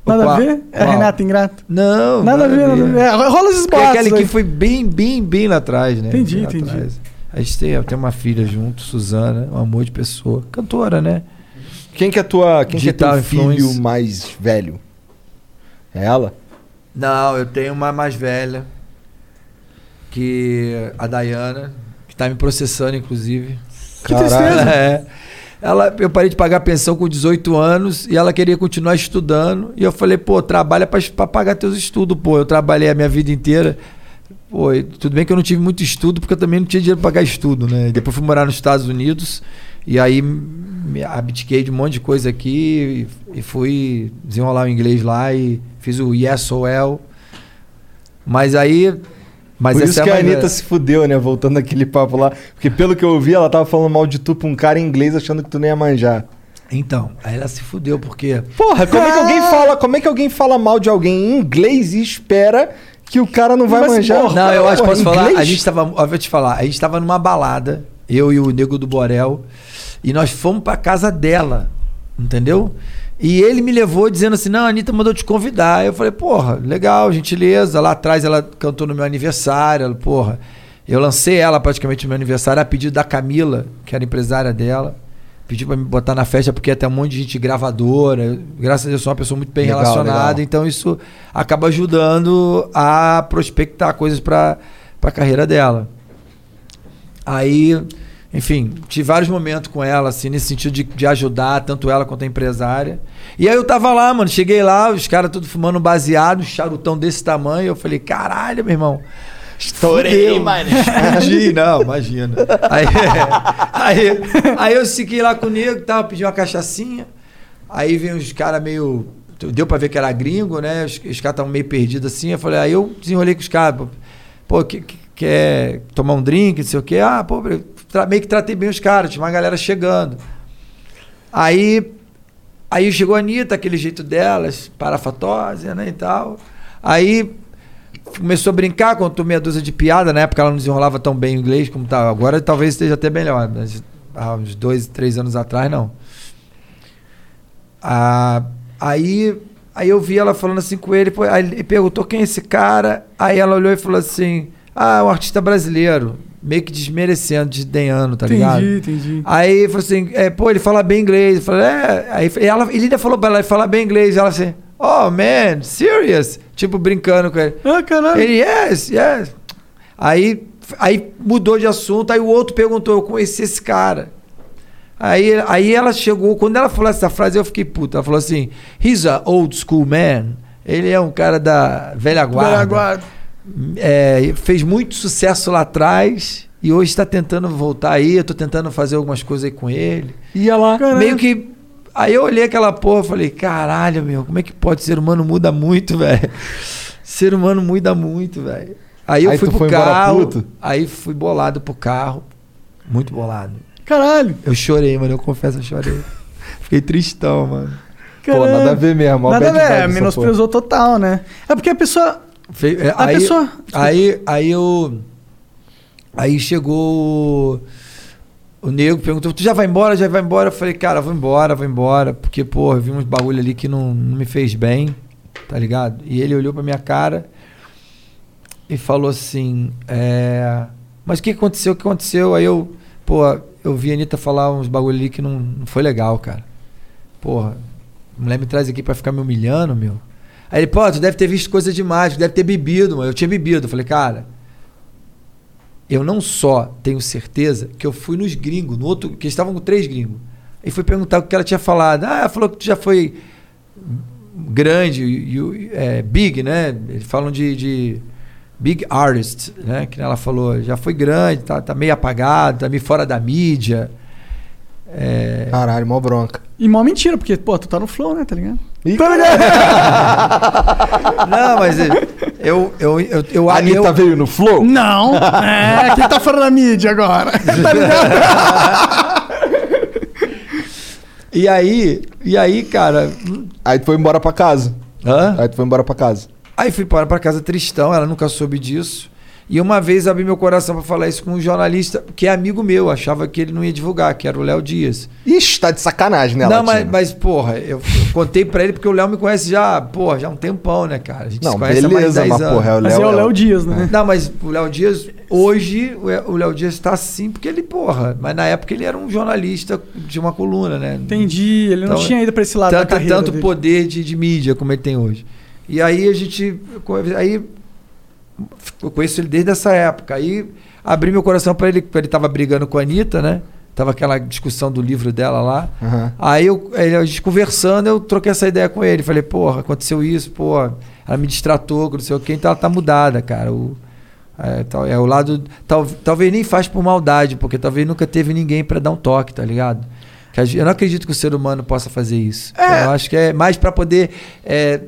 S2: Nada
S1: Qual?
S2: a ver? É
S1: Qual?
S2: Renata Ingrato.
S1: Não.
S2: Nada a ver, nada a ver. É, rola esses
S1: Porque
S2: boatos.
S1: aquele
S2: aí.
S1: que foi bem, bem, bem lá atrás, né?
S2: Entendi,
S1: Bem lá
S2: entendi.
S1: atrás. A gente tem, tem uma filha junto, Suzana, um amor de pessoa. Cantora, né?
S6: Quem que é tua, quem que é
S1: Digital
S6: teu filho
S1: influence.
S6: mais velho? É ela?
S1: Não, eu tenho uma mais velha. Que a Dayana, que tá me processando, inclusive.
S2: Que tristeza.
S1: É. Ela, eu parei de pagar pensão com 18 anos e ela queria continuar estudando. E eu falei, pô, trabalha pra pra pagar teus estudos, pô. Eu trabalhei a minha vida inteira. Pô, e tudo bem que eu não tive muito estudo, porque eu também não tinha dinheiro pra pagar estudo, né? Depois fui morar nos Estados Unidos e aí me abdiquei de um monte de coisa aqui e, e fui desenrolar o inglês lá e fiz o Yes ou El. Mas aí. Mas
S6: Por
S1: essa
S6: isso
S1: é
S6: que a
S1: mais-
S6: Anitta se fudeu, né? Voltando aquele papo lá. Porque pelo que eu ouvi, ela tava falando mal de tu pra um cara em inglês achando que tu nem ia manjar.
S1: Então, aí ela se fudeu, porque.
S6: Porra, como é que alguém
S2: Ah.
S6: fala, como é que alguém fala mal de alguém em inglês e espera que o cara não vai
S2: Mas,
S6: manjar?
S2: porra,
S1: Não, eu acho que posso
S6: Porra,
S1: falar. A
S6: inglês?
S1: gente tava. Ó, vou te falar. A gente tava numa balada, eu e o Nego do Borel, e nós fomos pra casa dela, entendeu? E ele me levou dizendo assim: não, a Anitta mandou te convidar. Eu falei: porra, legal, gentileza. Lá atrás ela cantou no meu aniversário, ela, porra. Eu lancei ela praticamente no meu aniversário a pedido da Camila, que era empresária dela. Pediu pra me botar na festa porque até um monte de gente gravadora. Eu, Graças a Deus, sou uma pessoa muito bem
S6: Legal,
S1: relacionada.
S6: legal.
S1: Então isso acaba ajudando a prospectar coisas para a carreira dela. Aí, enfim, tive vários momentos com ela, assim, nesse sentido de, de ajudar, tanto ela quanto a empresária. E aí eu tava lá, mano, cheguei lá, os caras tudo fumando um baseado, charutão desse tamanho. Eu falei, caralho, meu irmão. Estourei, mano. Explodi, não, imagina. Aí, aí, aí eu fiquei lá com o nego e tal, pedi uma cachaçinha. Aí vem os caras meio. Deu pra ver que era gringo, né? Os, os caras estavam meio perdidos assim. Eu falei, aí eu desenrolei com os caras. Pô, que, que- quer tomar um drink, não sei o quê. Ah, pô, eu tra- meio que tratei bem os caras, tinha uma galera chegando. Aí. Aí chegou a Anitta, aquele jeito delas, parafatósia, né? E tal. Aí começou a brincar, contou meia dúzia de piada. Na época ela não desenrolava tão bem o inglês como tá. Agora talvez esteja até melhor. Mas há uns dois, três anos atrás, não. Ah, aí, aí eu vi ela falando assim com ele, pô, aí ele perguntou quem é esse cara. Aí ela olhou e falou assim: Ah, é um artista brasileiro. Meio que desmerecendo, desdenhando, tá ligado?
S2: entendi, entendi.
S1: Aí falou assim, é, pô, ele fala bem inglês. Eu falei, é. Aí ela, ele ainda falou pra ela, ele fala bem inglês. Ela assim, Oh, man, serious? Tipo, brincando com ele.
S2: Ah, caralho.
S6: é
S1: Ele, yes, yes. Aí, aí mudou de assunto, aí o outro perguntou, eu conheci esse cara. Aí, aí ela chegou, quando ela falou essa frase, eu fiquei puta. Ela falou assim, he's a old school man. Ele é um cara da velha guarda.
S2: Velha guarda.
S1: É, fez muito sucesso lá atrás e hoje está tentando voltar aí. Eu tô tentando fazer algumas coisas aí com ele.
S2: Ia lá.
S1: Meio que. Aí eu olhei aquela porra e falei, caralho, meu, como é que pode? Ser humano muda muito, velho. Ser humano muda muito, velho. Aí eu
S6: Aí
S1: fui
S6: tu
S1: pro
S6: foi embora
S1: carro.
S6: puto?
S1: Aí fui bolado pro carro. Muito bolado.
S2: Caralho.
S1: Eu chorei, mano. Eu confesso, eu chorei. Fiquei tristão, mano.
S2: Caralho.
S6: Pô, nada a ver mesmo. ó,
S2: Nada a
S6: bad vibe
S2: ver,
S6: essa
S2: menosprezou total, né? É porque a pessoa.
S1: Fe- é,
S2: A
S1: aí,
S2: pessoa-
S1: Aí, aí eu. Aí chegou. o- O nego perguntou: Tu já vai embora? Já vai embora? Eu falei: Cara, vou embora, vou embora. Porque, porra, eu vi uns bagulho ali que não, não me fez bem, tá ligado? E ele olhou pra minha cara e falou assim: é, Mas o que aconteceu? O que aconteceu? Aí eu, pô, eu vi a Anitta falar uns bagulho ali que não, não foi legal, cara. Porra, a mulher me traz aqui pra ficar me humilhando, meu. Aí ele, pô, tu deve ter visto coisa demais, tu deve ter bebido, mano. Eu tinha bebido. Eu falei, cara, eu não só tenho certeza que eu fui nos gringos, no outro, que eles estavam com três gringos. E fui perguntar o que ela tinha falado. Ah, ela falou que tu já foi grande, e e- é, big, né? Eles falam de, de big artist, né? Que ela falou, já foi grande, tá, tá meio apagado, tá meio fora da mídia. É,
S6: Caralho, mó bronca.
S2: E mó mentira, porque, pô, tu tá no flow, né? Tá ligado?
S6: Ih,
S1: Não, mas eu, eu, eu, eu, eu,
S6: a Anitta
S1: eu
S6: veio no flow?
S2: Não! É, quem tá fora da mídia agora? tá ligado?
S1: E aí, e aí, cara.
S6: Aí tu foi embora pra casa.
S1: Hã?
S6: Aí tu foi embora pra casa.
S1: Aí fui para pra casa tristão, ela nunca soube disso. E uma vez abri meu coração pra falar isso com um jornalista que é amigo meu, achava que ele não ia divulgar, que era o Léo Dias.
S6: Ixi, tá de sacanagem, né,
S1: não, mas,
S6: Latina?
S1: mas, porra, eu, eu contei pra ele porque o Léo me conhece já, porra, já há um tempão, né, cara? A gente se
S6: Não,
S1: conhece
S6: beleza,
S1: há
S6: mas
S1: mais de 10 anos.
S6: porra, é o Léo.
S2: Mas é o Léo Dias, né?
S1: Não, mas o Léo Dias, hoje, o Léo- o Léo Dias tá assim porque ele, porra, mas na época ele era um jornalista de uma coluna, né?
S2: Entendi, ele não
S1: Então,
S2: tinha ido pra esse lado da
S1: tanto,
S2: carreira
S1: tanto
S2: dele.
S1: poder de, de mídia como ele tem hoje. E aí a gente. Aí eu conheço ele desde essa época. Aí abri meu coração pra ele, porque ele tava brigando com a Anitta, né? Tava aquela discussão do livro dela lá.
S6: Aham.
S1: Aí eu, aí a gente conversando, eu troquei essa ideia com ele. Falei, porra, aconteceu isso, porra. Ela me distratou, não sei o quê, então ela tá mudada, cara. O, é, tal- é o lado. tal- talvez nem faz por maldade, porque talvez nunca teve ninguém pra dar um toque, tá ligado? Que a gen- Eu não acredito que o ser humano possa fazer isso. Eu acho que é mais pra poder é,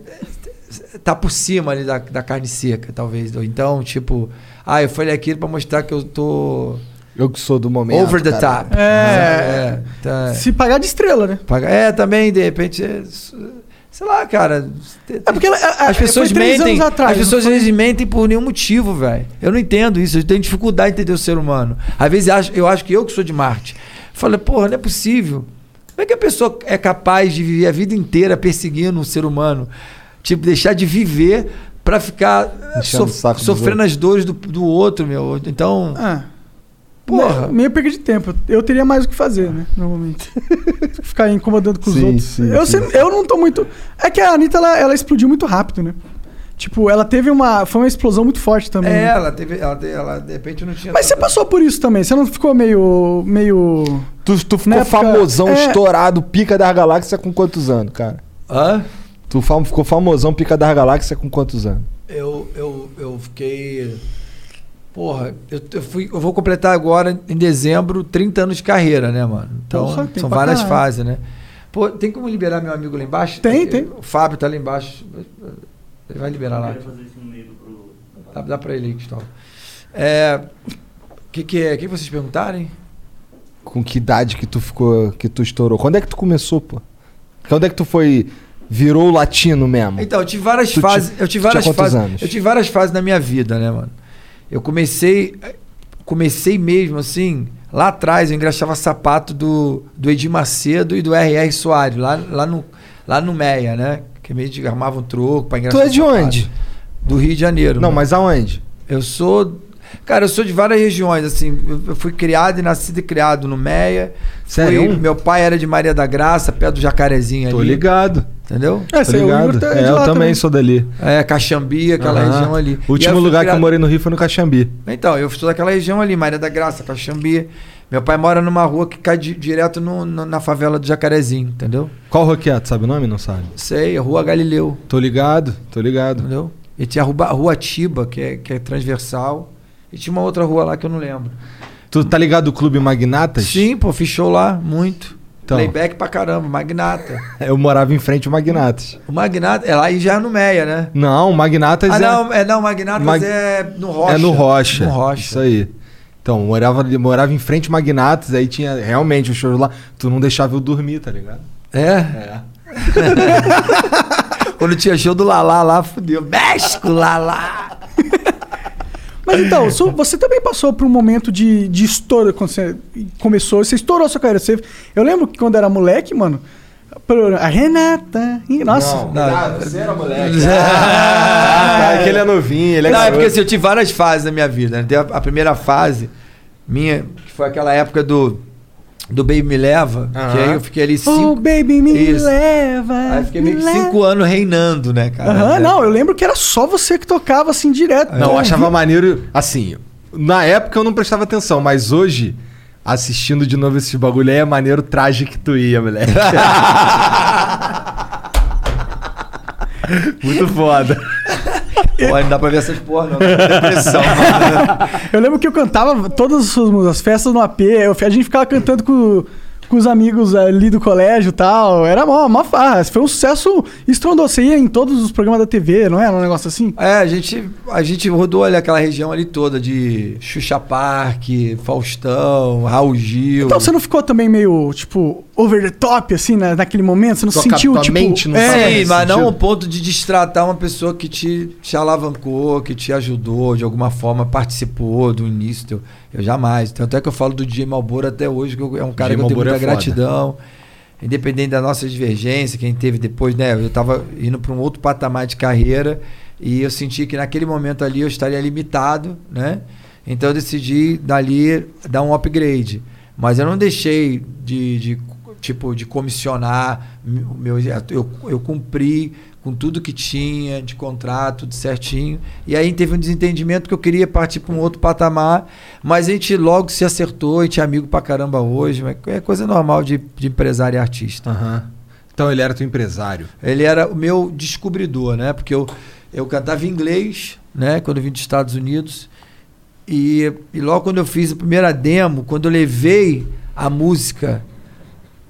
S1: tá por cima ali da, da carne seca, talvez. Ou então, tipo, ah, eu falei aquilo pra mostrar que eu tô
S6: Eu que sou do momento.
S1: over the
S6: cara.
S1: top.
S2: É.
S1: É, tá.
S2: Se pagar de estrela, né?
S1: Paga- É, também, de repente. é, Sei lá, cara.
S2: É porque ela- ela-
S1: as pessoas
S2: foi três
S1: mentem.
S2: anos atrás,
S1: as
S2: não
S1: pessoas
S2: foi?
S1: eles mentem por nenhum motivo, velho. Eu não entendo isso. Eu tenho dificuldade em entender o ser humano. Às vezes eu acho- eu acho que eu que sou de Marte. Falei, porra, não é possível. Como é que a pessoa é capaz de viver a vida inteira perseguindo um ser humano? Tipo, deixar de viver pra ficar eh,
S6: Enchendo o
S1: sof-
S6: saco dos
S1: sofrendo as dores do, do outro, meu. Então,
S2: Ah.
S1: Porra.
S2: Me- Meio perca de tempo. Eu teria mais o que fazer, né? Normalmente. Ficar incomodando com os
S6: Sim,
S2: outros.
S6: sim,
S2: eu,
S6: sim.
S2: sempre- eu não tô muito. É que a Anitta, ela, ela explodiu muito rápido, né? Tipo, ela teve uma. Foi uma explosão muito forte também.
S1: é,
S2: né?
S1: ela teve. Ela, te- ela, de repente não tinha.
S2: Mas você
S1: tanta-
S2: passou por isso também. Você não ficou meio. meio.
S6: Tu, tu
S2: Na
S6: ficou
S2: época-
S6: famosão,
S2: é.
S6: estourado, pica das galáxias com quantos anos, cara?
S1: Hã?
S6: Tu fam- ficou famosão, pica das galáxias com quantos anos?
S1: Eu, eu, eu fiquei. Porra, eu, eu fui, eu vou completar agora, em dezembro, 30 anos de carreira, né, mano? Então,
S2: Porra, tem
S1: são
S2: pra
S1: várias
S2: caralho.
S1: fases, né? Pô, tem como liberar meu amigo lá embaixo?
S2: Tem,
S1: Eu-
S2: tem.
S1: O Fábio tá lá embaixo. Ele vai liberar lá. Dá, dá pra ele aí, Cristóvão. É. O que, que é? O que vocês perguntarem?
S6: Com que idade que tu ficou, que tu estourou? Quando é que tu começou, pô? Quando é que tu foi, virou latino mesmo?
S1: Então, eu tive várias
S6: Tu ti-
S1: fases. eu tive
S6: tu tinha
S1: várias
S6: quantos
S1: fases.
S6: anos?
S1: Eu tive várias fases na minha vida, né, mano? Eu comecei. Comecei mesmo assim. Lá atrás eu engraxava sapato do, do Edir Macedo e do R.R. Soares, lá, lá, no, lá no Meia, né? Que meio de armava um troco pra engraxar
S6: Tu é de
S1: sapato.
S6: onde?
S1: Do Rio de Janeiro.
S6: Não,
S1: mano.
S6: mas aonde?
S1: Eu sou. Cara, eu sou de várias regiões, assim. Eu- Eu fui criado e nascido e criado no Meia.
S6: Sério?
S1: Fui- meu pai era de Maria da Graça, perto do Jacarezinho ali.
S6: ligado.
S1: Tá Entendeu?
S2: É, você é o
S6: Obrigado.
S2: Igor, tá- é de
S6: É, eu
S2: lá
S6: também,
S2: também.
S6: sou dali.
S1: É, Caxambi, aquela
S6: Aham.
S1: região ali.
S6: O
S1: E aí
S6: último
S1: eu fui
S6: lugar que eu
S1: criado-
S6: morei no Rio foi no Caxambi.
S1: Então, eu estou daquela região ali, Maria da Graça, Caxambi. Meu pai mora numa rua que cai di- direto no- no- na favela do Jacarezinho, entendeu?
S6: Qual rua que é? Tu sabe o nome? Não sabe?
S1: Sei, Rua Galileu.
S6: Tô ligado, tô ligado.
S1: Entendeu? E tinha a Rua, Rua Tiba, que é, que é transversal. E tinha uma outra rua lá que eu não lembro.
S6: Tu tá ligado do Clube Magnatas?
S1: Sim, pô, fiz show lá, muito.
S6: Então.
S1: Playback pra caramba, Magnata.
S6: Eu morava em frente ao Magnatas.
S1: O Magnata, é lá e já é no Meia, né?
S6: Não, o Magnatas
S1: ah,
S6: é...
S1: não, é, não, Magnata
S6: Mag-
S1: é no Rocha.
S6: É no Rocha.
S1: No Rocha.
S6: Isso aí. Então, morava, ali- morava em frente ao Magnatas, aí tinha realmente um show lá. Tu não deixava eu dormir, tá ligado?
S1: É? Quando tinha show do Lalá lá, fudeu. México, Lalá!
S2: Mas então, so- você também passou por um momento de, de estouro quando você começou, você estourou a sua carreira. Você- eu lembro que quando era moleque, mano, pro- a Renata. e- Nossa.
S6: cuidado, você era moleque. Ah, aquele é novinho, ele é
S1: não, é
S6: garoto.
S1: porque assim, eu tive várias fases na minha vida. Né? Tem a, a primeira fase minha, que foi aquela época do, do Baby Me Leva, que aí eu fiquei ali
S2: Oh,
S1: cinco...
S2: baby, me
S1: Isso.
S2: leva.
S1: Aí fiquei meio que
S2: me leva.
S1: cinco anos reinando, né, cara?
S2: Aham, não, eu lembro que era só você que tocava assim
S1: É.
S2: direto.
S6: Não, eu
S2: eu
S6: achava
S2: vi-
S6: maneiro. Assim, na época eu não prestava atenção, mas hoje, assistindo de novo esses bagulho aí, é maneiro o traje que tu ia, moleque. Muito foda.
S1: Pô, não dá pra ver essas porra, não. né? Depressão.
S2: Eu lembro que eu cantava todas as suas músicas, as festas no AP, eu- a gente ficava cantando com, com os amigos ali do colégio e tal. Era mó, mó farra. Foi um sucesso estrondoso. Você ia em todos os programas da TV, não era um negócio assim?
S1: É, a gente, a gente rodou ali aquela região ali toda de Xuxa Park, Faustão, Raul Gil.
S2: Então você não ficou também meio, tipo, over the top, assim, na, naquele momento? Você não
S6: Tua-
S2: sentiu,
S6: tua
S2: tipo...
S6: mente não
S2: é,
S6: tava
S1: Sim,
S6: nesse
S1: mas não
S6: sentido.
S1: ao ponto de destratar uma pessoa que te, te alavancou, que te ajudou, de alguma forma participou do início. teu- Eu jamais. Tanto é que eu falo do DJ Malboro até hoje, que eu- é um cara
S6: Jay
S1: que eu tenho
S6: Malboro
S1: muita
S6: é foda.
S1: gratidão. Independente da nossa divergência, quem teve depois, né? Eu tava indo para um outro patamar de carreira e eu senti que naquele momento ali eu estaria limitado, né? Então eu decidi dali dar um upgrade. Mas eu não deixei de, de, tipo, de comissionar. o Meu, eu, eu cumpri com tudo que tinha de contrato, tudo certinho. E aí teve um desentendimento que eu queria partir para um outro patamar, mas a gente logo se acertou, a gente é amigo pra caramba hoje. mas É coisa normal de, de empresário e artista.
S6: Aham. Então ele era teu empresário.
S1: Ele era o meu descobridor, né? Porque eu, eu cantava em inglês, né? Quando eu vim dos Estados Unidos. E, e logo quando eu fiz a primeira demo, quando eu levei a música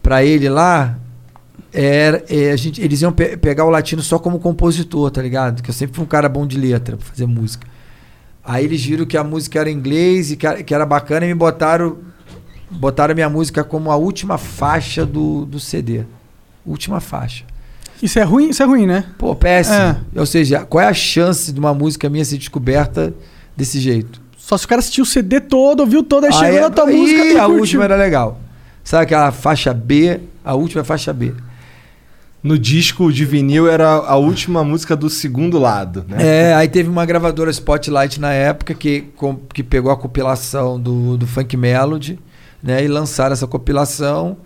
S1: pra ele lá, era, é, a gente, eles iam pe- pegar o latino só como compositor, tá ligado? Que eu sempre fui um cara bom de letra, pra fazer música. Aí eles viram que a música era em inglês e que, a- que era bacana e me botaram botaram minha música como a última faixa do, do CD. Última faixa.
S2: Isso é ruim, isso é ruim, né?
S1: Pô, péssimo.
S2: É.
S1: Ou seja, qual é a chance de uma música minha ser descoberta desse jeito?
S2: Só se o cara assistiu o CD todo, ouviu todo,
S6: Ah,
S2: aí chegou
S1: é-
S2: na Tá tua
S1: Ih,
S2: música e
S1: a
S2: curtiu.
S1: última era legal. Sabe aquela faixa B? A última é a faixa B.
S6: No disco de vinil era a última música do segundo lado, né?
S1: É, aí teve uma gravadora Spotlight na época que, com- que pegou a compilação do, do Funk Melody, né? E lançaram essa compilação.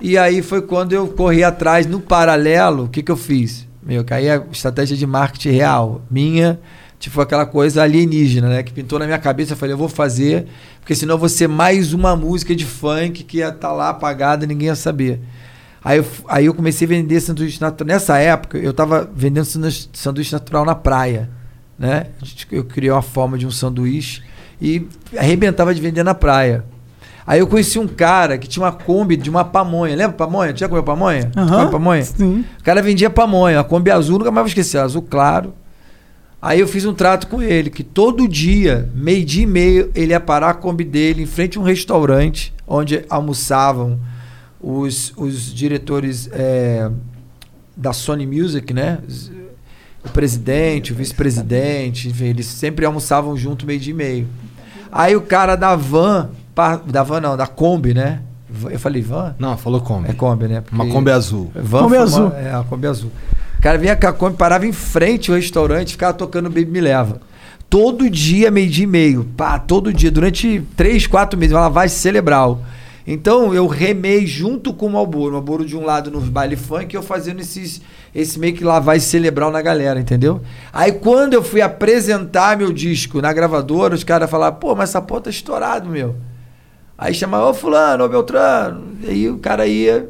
S1: E aí foi quando eu corri atrás, no paralelo, o que, que eu fiz? Meu, que aí a estratégia de marketing real, minha, tipo aquela coisa alienígena, né? Que pintou na minha cabeça, eu falei, eu vou fazer, porque senão eu vou ser mais uma música de funk que ia estar lá apagada e ninguém ia saber. Aí eu, f- aí eu comecei a vender sanduíche natural. Nessa época, eu tava vendendo sandu- sanduíche natural na praia. Né? A gente- Eu criei uma forma de um sanduíche e arrebentava de vender na praia. Aí eu conheci um cara que tinha uma Kombi de uma pamonha. Lembra pamonha? Tu já comeu pamonha? Tu
S2: Aham.
S1: come pamonha?
S2: Sim.
S1: O cara vendia pamonha, uma Kombi azul, nunca mais vou esquecer, azul claro. Aí eu fiz um trato com ele, que todo dia, meio dia e meio, ele ia parar a Kombi dele em frente a um restaurante onde almoçavam os, os diretores é, da Sony Music, né? Os- O presidente, o vice-presidente, enfim, eles sempre almoçavam junto meio dia e meio. Aí o cara da van, pa- da van não, da Kombi, né? Eu falei, van?
S6: Não, falou Kombi.
S1: É Kombi, né?
S6: Uma
S1: Porque-
S6: Kombi azul.
S1: Van
S2: Kombi
S1: foi uma-
S2: azul.
S1: é, a Kombi azul. O cara vinha com a Kombi, parava em frente ao restaurante, ficava tocando Baby Me Leva. Todo dia, meio dia e meio. Pá, todo dia, durante três, quatro meses, uma lavagem cerebral. Então eu remei junto com o Malboro. O Malboro de um lado nos baile funk e eu fazendo esses, esse meio que lavar cerebral na galera, entendeu? Aí quando eu fui apresentar meu disco na gravadora, os caras falaram, pô, mas essa porra tá estourado, meu. Aí chamava, ô fulano, ô Beltrano. Aí o cara ia.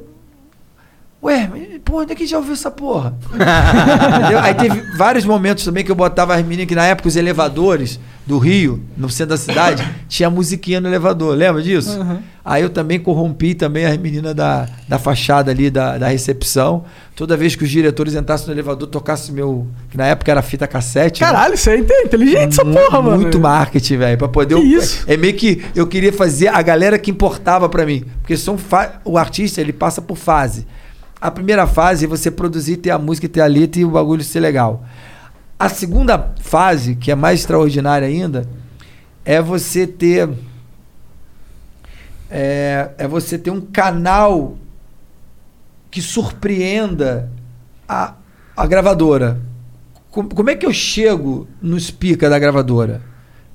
S1: Ué, mas, porra, onde é que já ouviu essa porra? Entendeu? Aí teve vários momentos também que eu botava as meninas, que na época os elevadores do Rio, no centro da cidade, tinha musiquinha no elevador, lembra disso? Aí eu também corrompi também as meninas da, da fachada ali, da, da recepção. Toda vez que os diretores entrassem no elevador, tocasse meu. Que na época era fita cassete. né?
S2: Caralho, isso é inte- inteligente, essa porra, mano.
S1: Muito marketing, velho. Pra poder.
S2: Que
S1: eu-
S2: isso?
S1: É meio que eu queria fazer a galera que importava pra mim. Porque são fa- o artista, ele passa por fase. A primeira fase é você produzir, ter a música, ter a letra e o bagulho ser legal. A segunda fase, que é mais extraordinária ainda, é você ter. É, é você ter um canal que surpreenda a, a gravadora. Com- como é que eu chego nos pica da gravadora?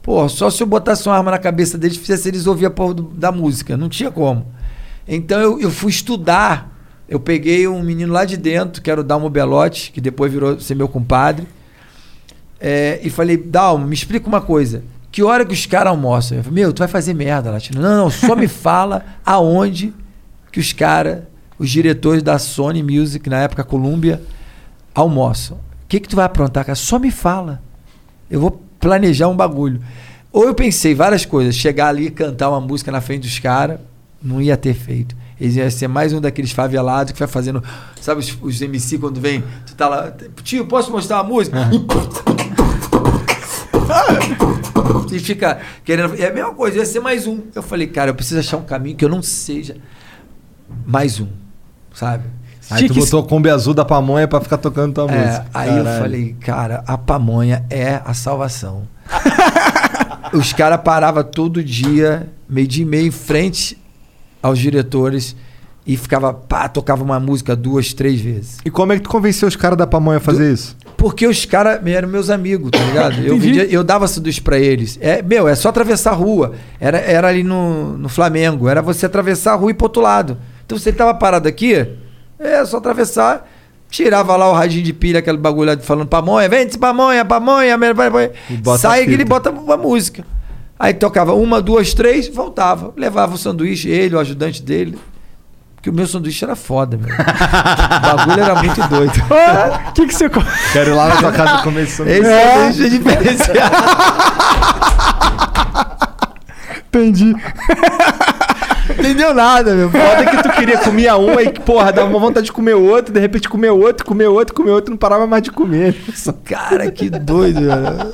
S1: Pô, só se eu botasse uma arma na cabeça deles, fizesse eles ouvir a porra do- da música. Não tinha como. Então eu, eu fui estudar. Eu peguei um menino lá de dentro, que era o Dalmo Belotti, que depois virou ser meu compadre. É, e falei, Dalmo, me explica uma coisa. Que hora que os caras almoçam? Eu falei, meu, tu vai fazer merda, Latino. Não, não, só me fala aonde que os caras, os diretores da Sony Music, na época Columbia, almoçam. O que que tu vai aprontar, cara? Só me fala. Eu vou planejar um bagulho. Ou eu pensei várias coisas. Chegar ali e cantar uma música na frente dos caras, não ia ter feito. Eles iam ser mais um daqueles favelados que vai fazendo. Sabe os, os MC quando vem? Tu tá lá. Tio, posso mostrar uma música? E fica querendo. É a mesma coisa, ia ser mais um. Eu falei, cara, eu preciso achar um caminho que eu não seja mais um, sabe?
S6: Aí tu botou a Kombi Azul da Pamonha pra ficar tocando tua
S1: É,
S6: música.
S1: aí eu
S6: Caralho.
S1: falei, cara, a pamonha é a salvação. Os caras paravam todo dia, meio dia e meio, em frente aos diretores e ficava, pá, tocava uma música duas, três vezes.
S6: E como é que tu convenceu os caras da Pamonha a fazer isso?
S1: Porque os caras eram meus amigos, tá ligado? Eu,
S6: Entendi.
S1: vendia- eu dava sanduíche pra eles. É, meu, é só atravessar a rua. Era, era ali no, no Flamengo. Era você atravessar a rua e ir pro outro lado. Então você tava parado aqui, é só atravessar. Tirava lá o radinho de pilha, aquele bagulho lá falando pamonha, vende pamonha, pamonha, pamonha, pamonha.
S6: bota a
S1: Sai que
S6: fita.
S1: ele bota uma música. Aí tocava uma, duas, três, voltava. Levava o sanduíche, ele, o ajudante dele. Porque o meu sanduíche era foda, meu. o bagulho era muito doido.
S2: O Ah, que, que você. co-
S6: Quero ir lá na tua casa comer esse sanduíche.
S1: Esse
S2: É.
S1: sanduíche é diferenciado.
S2: Entendi.
S1: Entendeu nada, meu.
S6: Foda que tu queria comer a um, aí, porra, dava uma vontade de comer outro, de repente comer outro, comer outro, comer outro, não parava mais de comer.
S1: Cara, que doido, velho.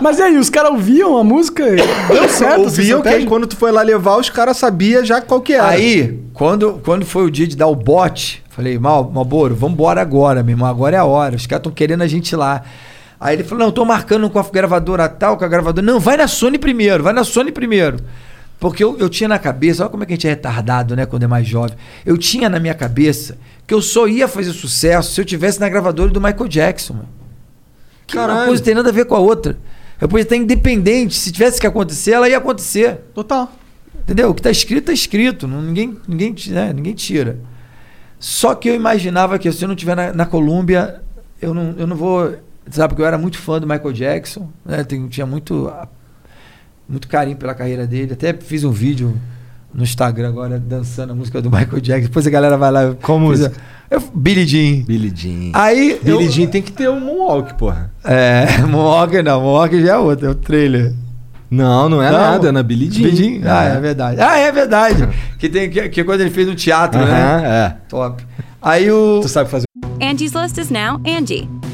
S2: Mas e aí, os caras ouviam a música? Deu certo? essa
S6: Ouviam que aí
S2: estratégia?
S6: quando tu foi lá levar, os caras sabiam já qual que era.
S1: Aí, quando, quando foi o dia de dar o bote, falei, Mal, Malboro, vambora agora, meu irmão, agora é a hora. Os caras estão querendo a gente lá. Aí ele falou, não, tô marcando com a gravadora tal, com a gravadora. Não, vai na Sony primeiro, vai na Sony primeiro. Porque eu, eu tinha na cabeça, olha como é que a gente é retardado, né, quando é mais jovem. Eu tinha na minha cabeça que eu só ia fazer sucesso se eu tivesse na gravadora do Michael Jackson, mano. Que uma
S6: Caralho.
S1: coisa tem nada a ver com a outra. Eu podia estar independente. Se tivesse que acontecer, ela ia acontecer.
S2: Total.
S1: Entendeu? O que tá escrito, tá escrito. Não- Ninguém, ninguém, ti- né? ninguém tira. Só que eu imaginava que se eu não tiver na, na Colômbia, eu não, eu não vou. Sabe, porque eu era muito fã do Michael Jackson, né? Tem- tinha muito, a- muito carinho pela carreira dele. Até fiz um vídeo no Instagram agora dançando a música do Michael Jackson. Depois a galera vai lá.
S6: Qual
S1: fiz a-
S6: música?
S1: Eu, Billie Jean.
S6: Billy Jean.
S1: Aí. eu-
S6: Billy Jean tem que ter um moonwalk, porra.
S1: É, Moonwalker não. Moonwalker já é outro, é o trailer.
S6: Não, não é
S1: Não.
S6: nada, é na Billy Jean.
S1: Billie Jean? Ah, é verdade. Ah, é verdade. Que, tem, que, que quando ele fez no teatro, né?
S6: Aham, é.
S1: Top. Aí o.
S6: Tu sabe fazer
S7: Angie's List is now Angie,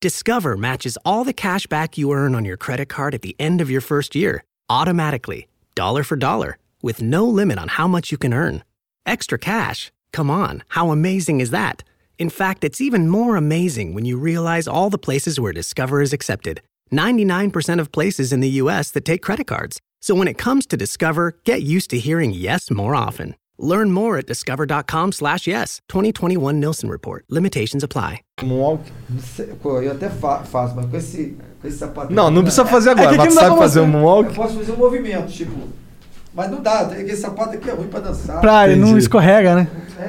S8: Discover matches all the cash back you earn on your credit card at the end of your first year automatically, dollar for dollar, with no limit on how much you can earn. Extra cash? Come on, how amazing is that? In fact, it's even more amazing when you realize all the places where Discover is accepted 99% of places in the US that take credit cards. So when it comes to Discover, get used to hearing yes more often. Learn more at discover.com slash yes. 2021 Nielsen Report. Limitations apply.
S1: Pô, eu até fa- faço, mas com esse, com esse sapato. é-
S6: Não, não precisa fazer agora,
S1: que
S6: mas
S1: aqui
S6: tu
S1: não dá
S6: sabe
S1: pra
S6: fazer um moonwalk?
S1: Eu posso fazer um movimento, tipo. Mas não dá, tem- esse sapato aqui é ruim pra dançar.
S2: Pra Ah, ele não
S1: Entendi.
S2: escorrega, né? Ah,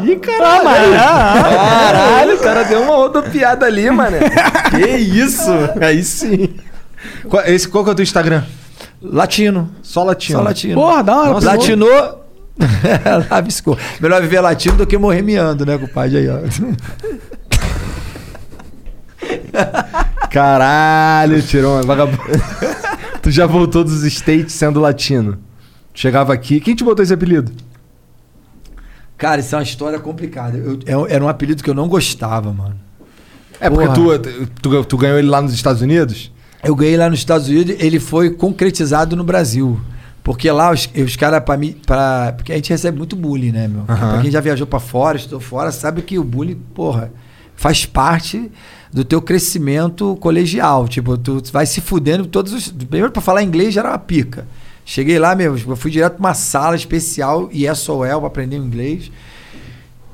S2: é-
S6: Ih, caralho! Caralho, o cara deu uma rodopiada ali, mano. Que isso? Aí sim. Qual, esse, qual que é o teu Instagram?
S1: Latino.
S6: Só latino.
S1: Só latino.
S6: Porra, da hora, pô.
S1: Latinou. Lá piscou. Melhor viver latino do que morrer miando, né, compadre? Aí, ó.
S6: Caralho, tirou uma vagabundo. tu já voltou dos States sendo latino. Chegava aqui. Quem te botou esse apelido?
S1: Cara, isso é uma história complicada. Eu- eu- era um apelido que eu não gostava, mano.
S6: É porque
S1: Porra.
S6: tu, tu, tu ganhou ele lá nos Estados Unidos?
S1: Eu ganhei lá nos Estados Unidos, ele foi concretizado no Brasil. Porque lá os, os caras, pra mim. Pra, porque a gente recebe muito bullying, né, meu? Pra quem já viajou pra fora, estou fora, sabe que o bullying, porra, faz parte do teu crescimento colegial. Tipo, tu vai se fudendo todos os. Primeiro, pra falar inglês já era uma pica. Cheguei lá, meu, eu fui direto pra uma sala especial, ESOL, pra aprender o inglês.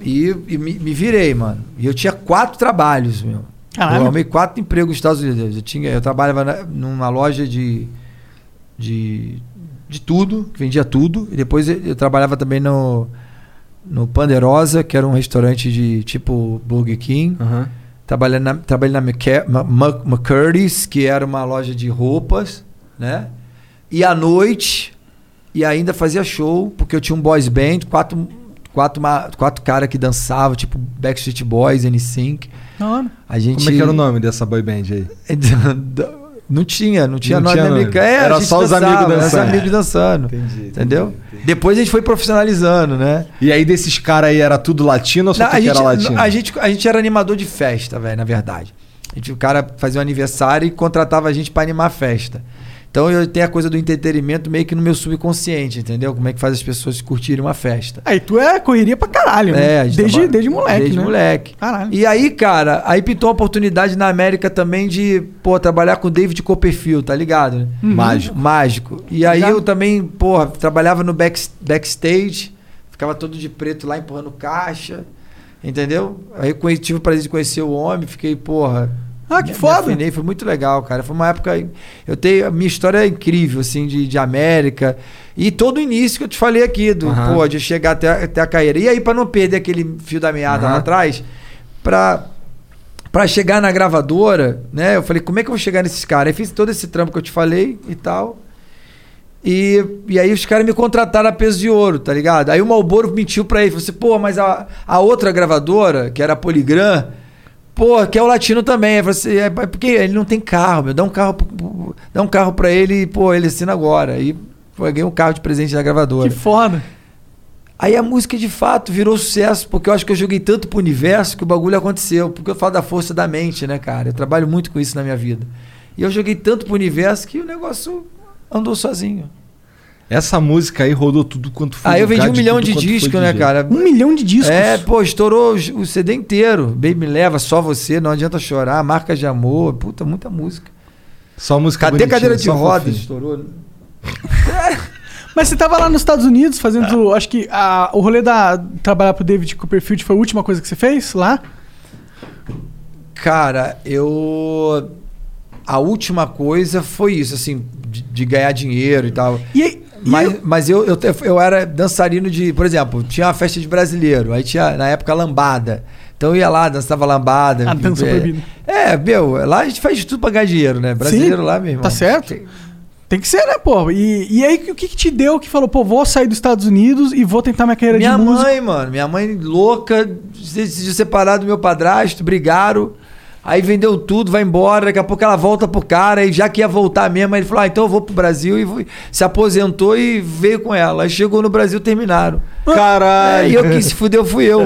S1: E, e me, me virei, mano. E eu tinha quatro trabalhos, meu.
S2: Caralho.
S1: Eu arrumei quatro empregos nos Estados Unidos. Eu, tinha, eu trabalhava na- numa loja de, de, de tudo, que vendia tudo. E depois eu, eu trabalhava também no, no Panderosa, que era um restaurante de tipo Burger King. Trabalhei na, trabalhei na McCa- Ma- Ma- McCurdy's, que era uma loja de roupas, né? E à noite, e ainda fazia show, porque eu tinha um boys band, quatro, quatro, ma- quatro caras que dançavam, tipo Backstreet Boys, NSYNC.
S2: Da hora.
S1: A gente...
S6: Como é que era o nome dessa boy band aí?
S1: Não tinha, não tinha
S6: Não
S1: nome
S6: tinha
S1: na minha
S6: nome.
S1: ca- É, a
S6: Era
S1: gente
S6: só os
S1: dançava,
S6: amigos
S1: era só
S6: dançando.
S1: amigos dançando. entendeu? Depois a gente foi profissionalizando, né?
S6: E aí desses caras aí era tudo latino ou só
S1: Não,
S6: tu
S1: a,
S6: que
S1: gente,
S6: era latino?
S1: a, gente, a gente era animador de festa, velho, na verdade. A gente, o cara fazia um aniversário e contratava a gente pra animar a festa. Então eu tenho a coisa do entretenimento meio que no meu subconsciente, entendeu? Como é que faz as pessoas curtirem uma festa.
S2: Aí tu é correria pra caralho,
S1: É,
S2: né?
S1: a gente
S2: Desde,
S1: trabalha-
S2: desde moleque,
S1: Desde
S2: né?
S1: moleque. E aí, cara, aí pintou uma oportunidade na América também de, pô, trabalhar com David Copperfield, tá ligado? né?
S6: Uhum. Mágico.
S1: Mágico. E
S2: Tá
S1: aí eu também, porra, trabalhava no back- backstage, ficava todo de preto lá empurrando caixa, entendeu? Aí eu conhe- tive o prazer de conhecer o homem, fiquei, porra. Ah, que foda! Afinei, foi muito legal, cara. Foi uma época. Eu tenho. A minha história é incrível, assim, de, de América. E todo o início que eu te falei aqui, do,
S6: Aham.
S1: pô, de chegar até, a- até a carreira. E aí, pra não perder aquele fio da meada lá atrás, pra, pra chegar na gravadora, né? Eu falei, como é que eu vou chegar nesses caras? Aí fiz todo esse trampo que eu te falei e tal. E, e aí os caras me contrataram a peso de ouro, tá ligado? Aí o Malboro mentiu pra ele, falou assim, pô, mas a, a outra gravadora, que era a Poligram, pô, que é o latino também. Aí eu falei assim, é, mas porque ele não tem carro, meu, dá um carro, pro- pro- dá um carro pra ele e, pô, ele assina agora. Aí pô, eu ganhei um carro de presente da gravadora.
S2: Que foda.
S1: Aí a música de fato virou sucesso, porque eu acho que eu joguei tanto pro universo que o bagulho aconteceu. Porque eu falo da força da mente, né, cara? Eu trabalho muito com isso na minha vida. E eu joguei tanto pro universo que o negócio andou sozinho.
S6: Essa música aí rodou tudo quanto foi.
S1: Aí eu
S6: lugar,
S1: vendi um milhão
S6: tudo
S1: de
S6: quanto
S1: discos,
S6: foi
S1: né,
S6: DJ.
S1: cara?
S2: Um milhão de discos.
S1: É, pô, estourou os- o CD inteiro. Baby Me Leva, Só Você, Não Adianta Chorar, Marca de Amor, puta, muita música.
S6: Só música
S1: Cadê
S6: bonitinha,
S1: cadeira de
S6: só
S1: rodas?
S6: fofinho.
S1: Estourou.
S2: Mas você tava lá nos Estados Unidos fazendo. Acho que a- o rolê da. Trabalhar pro David Copperfield foi a última coisa que você fez lá?
S1: Cara, eu. A última coisa foi isso, assim, de, de ganhar dinheiro e tal. mas mas eu, eu, te- eu era dançarino de. Por exemplo, tinha uma festa de brasileiro, aí tinha, na época, lambada. Então eu ia lá, dançava lambada.
S2: A dança
S1: é,
S2: proibida.
S1: É, meu, lá a gente faz de tudo pra ganhar dinheiro, né? Brasileiro
S2: Sim,
S1: lá, meu irmão.
S2: Tá certo? Tem que ser, né, pô? E, e aí, o que, que te deu que falou, pô, vou sair dos Estados Unidos e vou tentar minha carreira
S1: Minha
S2: de música?
S1: mãe, mano, minha mãe louca, decidiu separar do meu padrasto, brigaram. Aí vendeu tudo, vai embora, daqui a pouco ela volta pro cara, e já que ia voltar mesmo, aí ele falou: ah, então eu vou pro Brasil e fui- se aposentou e veio com ela. Aí chegou no Brasil, terminaram.
S2: Ah,
S6: Caralho.
S1: É, E eu quem se fudeu fui eu.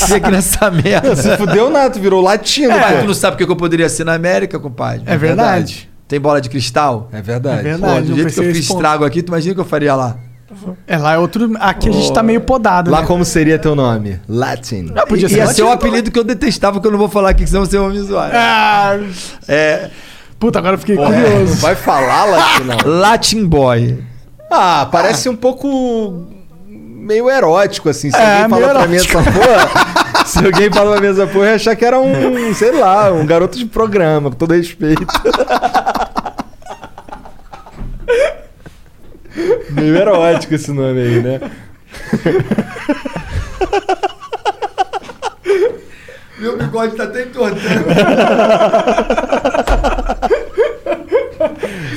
S1: Fiquei aqui nessa merda. É,
S6: Se fudeu nada, tu virou latino,
S1: Mas
S6: pô.
S1: tu não sabe o que que eu poderia ser na América, compadre.
S6: É verdade.
S1: Tem bola de cristal? É
S6: verdade.
S2: É verdade,
S1: Pô,
S2: eu
S1: do jeito que
S2: pensei
S1: eu
S2: esse
S1: fiz
S2: ponto.
S1: estrago aqui, tu imagina o que eu faria lá.
S2: É, lá é outro. Aqui a gente tá meio podado.
S6: Lá
S2: né?
S6: como seria teu nome? Latin.
S1: Não, podia ser. Ia ser o é apelido que eu detestava, que eu não vou falar aqui, que senão você vai me zoar.
S2: Ah,
S1: É.
S2: Puta, agora eu fiquei
S6: curioso. Vai falar Latin, não.
S1: Latin Boy.
S6: Ah, parece um pouco meio erótico, assim. Se
S1: É,
S6: alguém
S1: meio
S6: falar pra mim
S1: erótico.
S6: essa porra. se alguém falar pra mim essa porra, eu ia achar que era um, sei lá, um garoto de programa, com todo respeito. meio erótico esse nome aí, né?
S1: Meu bigode tá até entortando.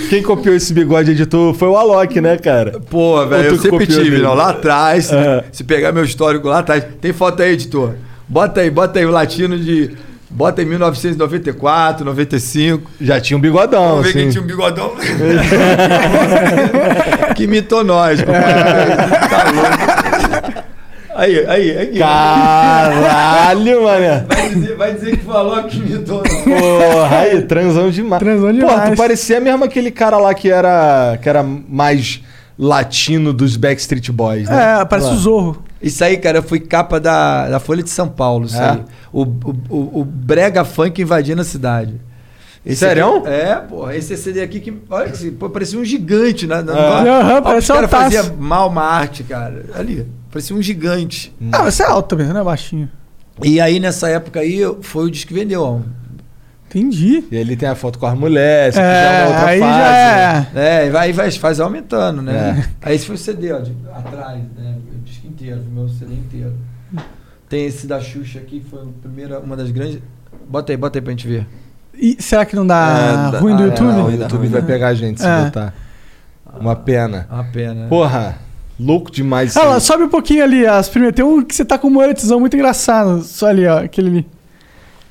S6: Quem copiou esse bigode editor foi o Alok, né, cara?
S1: Pô, velho, eu sempre tive, não. Lá atrás, se-
S6: É.
S1: se pegar meu histórico lá atrás. Tem foto aí, editor? Bota aí, bota aí o latino de. Bota em 1994, 95.
S6: Já tinha um bigodão.
S1: Vamos ver
S6: assim.
S1: quem tinha um bigodão. que mitou nós, pô. Aí, aí, aí.
S6: Caralho, mané.
S1: Vai dizer, vai dizer que falou que mitou nós.
S6: Porra, aí, transão demais. Transão demais. Porra, tu parecia mesmo aquele cara lá que era, que era mais latino dos Backstreet Boys,
S2: É,
S6: né? Lá.
S1: Zorro. Isso aí, cara, foi capa da, da Folha de São Paulo, isso
S6: É?
S1: aí. O, o, o, o brega funk invadindo a cidade. Esse
S6: Sério?
S1: aqui- é, pô. Esse CD aqui que. Olha que pô, parecia um gigante, né?
S6: É. Aham, parece
S1: Os
S6: um
S1: caras
S6: taço.
S1: faziam mal uma arte, cara. Ali. Parecia um gigante.
S6: Hum.
S2: Ah, mas você é alto também, não é baixinho.
S1: E aí, nessa época aí, foi o disco que vendeu, ó. um
S2: Entendi.
S6: E ele tem a foto com as mulheres,
S1: É,
S6: já é uma outra
S1: aí
S6: fase.
S1: já
S6: né?
S1: É, e vai, vai, faz aumentando,
S6: É.
S1: né? Aí esse foi o CD, ó, de- atrás, né? O disco inteiro, o meu CD inteiro. Tem esse da Xuxa aqui, que foi a primeira, uma das grandes. Bota aí, bota aí pra gente ver.
S2: E será que não dá
S6: É,
S2: ruim do
S6: ah, é,
S2: YouTube?
S6: não, o YouTube vai pegar a gente se
S2: É.
S6: botar. Uma pena.
S1: Uma pena.
S6: Porra, louco demais isso
S2: Ah lá,
S6: aí.
S2: sobe um pouquinho ali, as primeiras. Tem um que você tá com um moretizão muito engraçado. Só ali, ó, aquele ali.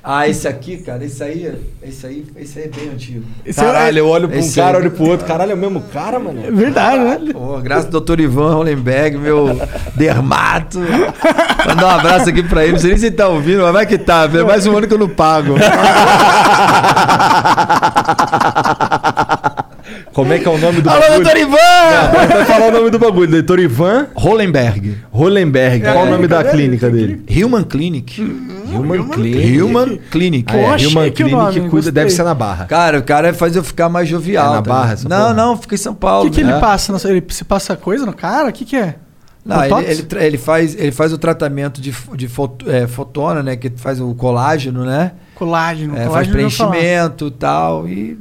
S1: Ah, esse aqui, cara, esse aí, esse aí, esse aí é bem antigo.
S6: Caralho, eu olho pra um
S1: Esse
S6: cara,
S1: aí-
S6: olho pro outro. Caralho, é o mesmo cara, mano? É
S2: verdade, né?
S1: Pô, graças ao Dr. Ivan Hollenberg, meu dermato. Mandar um abraço aqui pra ele. Não sei nem se ele tá ouvindo, mas vai que tá. É mais um ano que eu não pago.
S6: Como é que é o nome do
S1: Alô,
S6: bagulho?
S1: doutor Ivan!
S6: Não, vai falar o nome do bagulho. Doutor Ivan
S1: Hollenberg.
S6: Hollenberg.
S1: É,
S6: Qual o nome
S1: é,
S6: da
S1: cadê?
S6: clínica dele?
S1: Human Clinic.
S6: Human, Clinic.
S1: Human Clinic.
S6: Ah, é, Pô, Human chique o Clinic nome, cuida- gostei. deve ser na Barra.
S1: Cara, o cara faz eu ficar mais jovial.
S6: É na
S1: tá
S6: Barra
S1: ligado?
S6: essa
S1: Não, não, fica em São
S2: O
S1: Paulo.
S2: que, que ele
S1: né?
S2: passa? na sua- Ele se passa coisa no cara? O que, que é?
S1: Não, ele,
S2: Botox?
S1: ele tra- ele faz, ele faz o tratamento de, fo- de foto- é, fotona, né? Que faz o colágeno, né?
S2: Colágeno,
S1: É, faz
S2: colágeno eu já ouvi falar.
S1: preenchimento e tal. E,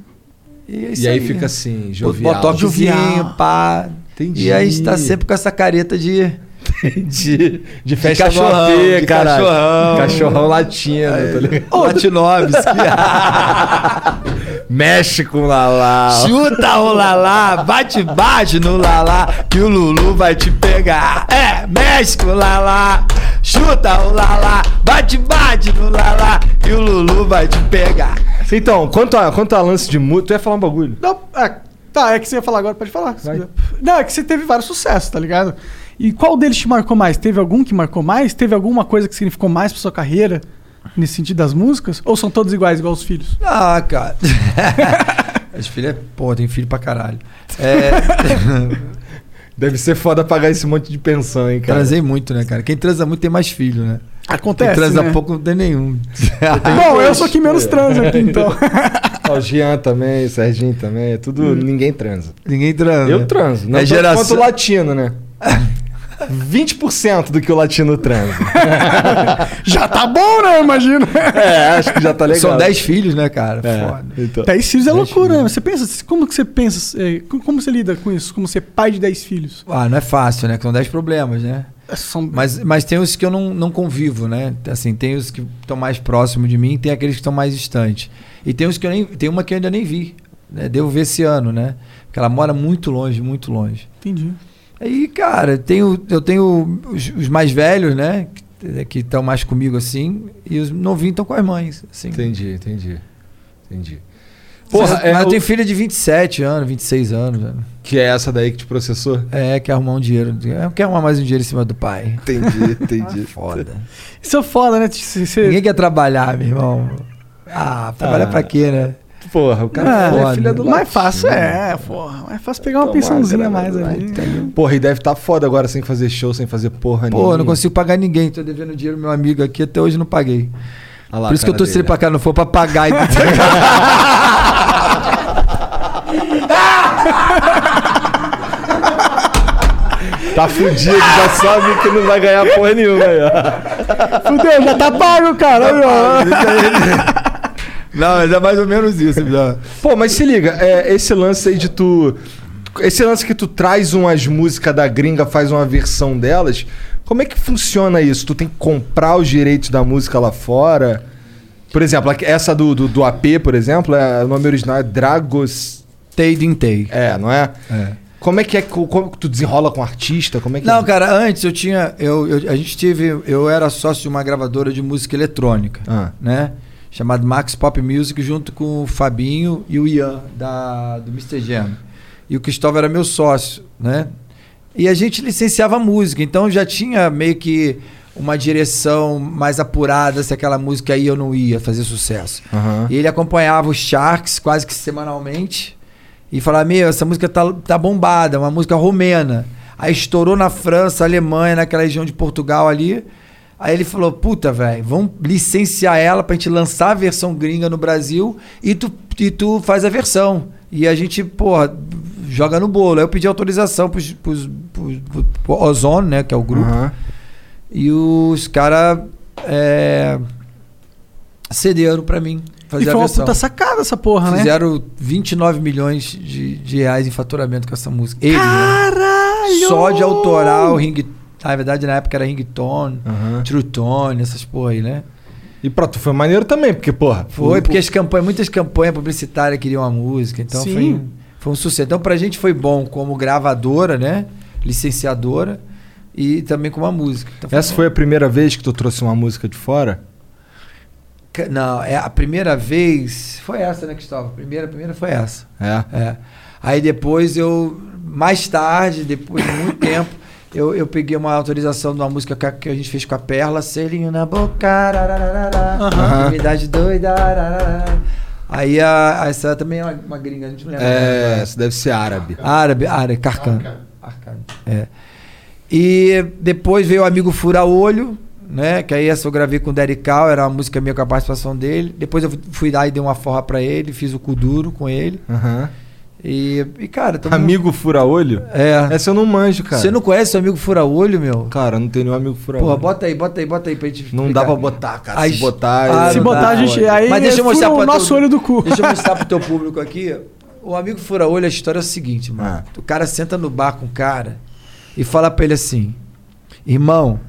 S1: e, é isso
S6: E aí fica assim, jovial.
S1: Botoxinho,
S6: Jovial.
S1: pá.
S6: Entendi.
S1: E aí está sempre com essa careta de...
S6: De, de festa no
S1: cachorrão,
S6: AP,
S1: de
S6: caralho.
S1: cachorrão.
S6: Cachorrão latino, tá ligado? Mexe com o Lalá.
S1: Chuta o lalá, bate, bate no lalá, que o Lulu vai te pegar. É, mexe com o lalá, chuta o lalá, bate, bate no lalá, que o Lulu vai te pegar.
S6: Então, quanto a, quanto a lance de música, tu ia falar um bagulho.
S2: Não, é, tá, é que você ia falar agora, pode falar. se quiser. Não, é que você teve vários sucessos, tá ligado? E qual deles te marcou mais? Teve algum que marcou mais? Teve alguma coisa que significou mais pra sua carreira? Nesse sentido das músicas? Ou são todos iguais, igual os filhos?
S1: Ah, cara. As filhas, pô, tem filho pra caralho. É.
S6: Deve ser foda pagar esse monte de pensão, hein, cara.
S1: Transei muito, né, cara? Quem transa muito tem mais filho, né?
S2: Acontece,
S1: Quem transa
S2: né?
S1: pouco não tem nenhum. Ah,
S2: Bom, eu sou que menos transa
S1: É.
S2: aqui, então.
S6: Ó, o Jean também, o Serginho também. É tudo. Ninguém transa.
S1: Hum. Ninguém transa.
S6: Eu transo. Não
S1: é
S6: tanto
S1: geração.
S6: quanto o latino, né? 20% do que o latino transa.
S2: já tá bom, né? Eu imagino.
S6: É, acho que já tá legal.
S1: São 10 filhos, né, cara?
S6: É,
S1: Foda.
S6: então.
S2: 10 filhos é loucura, né? Você pensa, como que você pensa, é, co- como você lida com isso? Como ser pai de 10 filhos? É,
S1: Ah, não é fácil, né? Que São 10 problemas, né? Mas, mas tem os que eu não, não convivo, né? Assim, tem os que estão mais próximos de mim, tem aqueles que estão mais distantes. E tem os que eu nem. Tem uma que eu ainda nem vi. Né? Devo ver esse ano, né? Porque ela mora muito longe, muito longe.
S2: Entendi.
S1: Aí, cara, eu tenho, eu tenho os, os mais velhos, né? que- Que estão mais comigo assim, e os novinhos estão com as mães. Assim.
S6: Entendi, entendi. Entendi.
S1: Porra,
S6: Porra, é,
S1: mas eu
S6: o-
S1: tenho filha de 27 anos, 26 anos. né?
S6: Que é essa daí que te processou?
S1: É, quer arrumar um dinheiro. é, Quer arrumar mais um dinheiro em cima do pai.
S6: Entendi, entendi.
S1: Foda.
S2: Isso é foda, né? Você- você-
S1: Ninguém quer trabalhar, meu irmão. Ah, trabalhar
S6: Ah.
S1: pra quê, né?
S6: Porra, o cara é, foda.
S2: Ah, filha do Mais fácil é, porra. Mais fácil pegar uma
S6: Tomar
S2: pensãozinha
S6: grana
S2: a mais
S6: do
S2: ali.
S6: Porra, e deve estar tá foda agora sem fazer show, sem fazer porra nenhuma.
S1: Pô, eu não consigo pagar ninguém. Tô devendo dinheiro meu amigo aqui, até hoje não paguei.
S6: Olha lá
S1: Por
S6: a
S1: isso que eu
S6: cara
S1: tô torcendo
S6: dele,
S1: pra cá, não for pra pagar. e-
S6: Tá fudido, já sabe que não vai ganhar porra nenhuma. aí, ó.
S2: Fudeu, já tá pago, cara. aí, ó.
S6: Não, mas é mais ou menos isso. né? Pô, mas se liga, é, esse lance aí de tu. Esse lance que tu traz umas músicas da gringa, faz uma versão delas, como é que funciona isso? Tu tem que comprar os direitos da música lá fora? Por exemplo, aqui- essa do, do, do AP, por exemplo, é, o nome original é Dragos.
S1: Teidintei.
S6: É, não é?
S1: É.
S6: Como é que é? co- Como que tu desenrola com o artista? Como é que
S1: Não, cara, antes eu tinha. Eu, eu- a gente teve. Eu era sócio de uma gravadora de música eletrônica,
S6: Ah.
S1: né? Chamado Max Pop Music, junto com o Fabinho e o Ian, da, do Mr. Jam. E o Cristóvão era meu sócio, né? E a gente licenciava música, então já tinha meio que uma direção mais apurada se aquela música ia ou não ia fazer sucesso.
S6: Aham.
S1: E ele acompanhava os Sharks quase que semanalmente e falava: Meu, essa música tá, tá bombada, uma música romena. Aí estourou na França, Alemanha, naquela região de Portugal ali. Aí ele falou: Puta, velho, vamos licenciar ela pra gente lançar a versão gringa no Brasil e tu, e tu faz a versão. E a gente, porra, joga no bolo. Aí eu pedi autorização pros, pros, pros, pro- pro Ozone, né, que é o grupo. E os caras é, cederam pra mim
S2: E
S1: fazer
S2: foi
S1: a
S2: uma
S1: versão.
S2: puta sacada essa porra, né?
S1: Fizeram 29 milhões de, de reais em faturamento com essa música. Ele, né?
S2: Caralho!
S1: Só de autoral, ring. Na verdade, na época era ringtone, true tone, essas porra aí, né?
S6: E pra tu foi maneiro também, porque, porra.
S1: Foi,
S6: o-
S1: porque as campanhas, muitas campanhas publicitárias queriam a música, então
S6: Sim.
S1: foi, foi um sucesso. Então, pra gente foi bom como gravadora, né? Licenciadora e também como a música. Então,
S6: Essa
S1: bom.
S6: foi a primeira vez que tu trouxe uma música de fora?
S1: Ca- Não, é a primeira vez. Foi essa, né, Cristóvão? A primeira, a primeira foi essa.
S6: É.
S1: É. Aí depois eu, mais tarde, depois de muito tempo, eu, eu peguei uma autorização de uma música que a, que a gente fez com a Perla, Selinho na Boca, rarararara,
S6: Aham.
S1: Atividade Doida. rararara. Aí a, a- essa também é uma, uma gringa, a gente não lembra.
S6: É, essa deve ser árabe.
S1: Árabe, árabe, Carcan. É. E depois veio o Amigo Fura Olho, né? Que aí essa eu gravei com o Derek Cal, era uma música minha com a participação dele. Depois eu fui- fui lá e dei uma forra pra ele, fiz o cu duro com ele.
S6: Aham.
S1: E, e, cara, tamo-
S6: Amigo fura-olho?
S1: É.
S6: Essa eu não manjo, cara.
S1: Você não conhece o amigo fura-olho, meu?
S6: Cara, não tem nenhum amigo fura-olho.
S1: Porra, bota aí, bota aí, bota aí pra gente.
S6: Não dá pra botar, cara.
S1: As-
S6: Se botar.
S1: Ah,
S6: eu-
S1: não dá, olha. Mas deixa eu mostrar pro teu-
S2: do cu.
S1: Deixa eu mostrar pro teu público aqui. O amigo fura-olho, a história é o seguinte,
S6: Ah.
S1: mano. O cara senta no bar com o cara e fala pra ele assim: Irmão,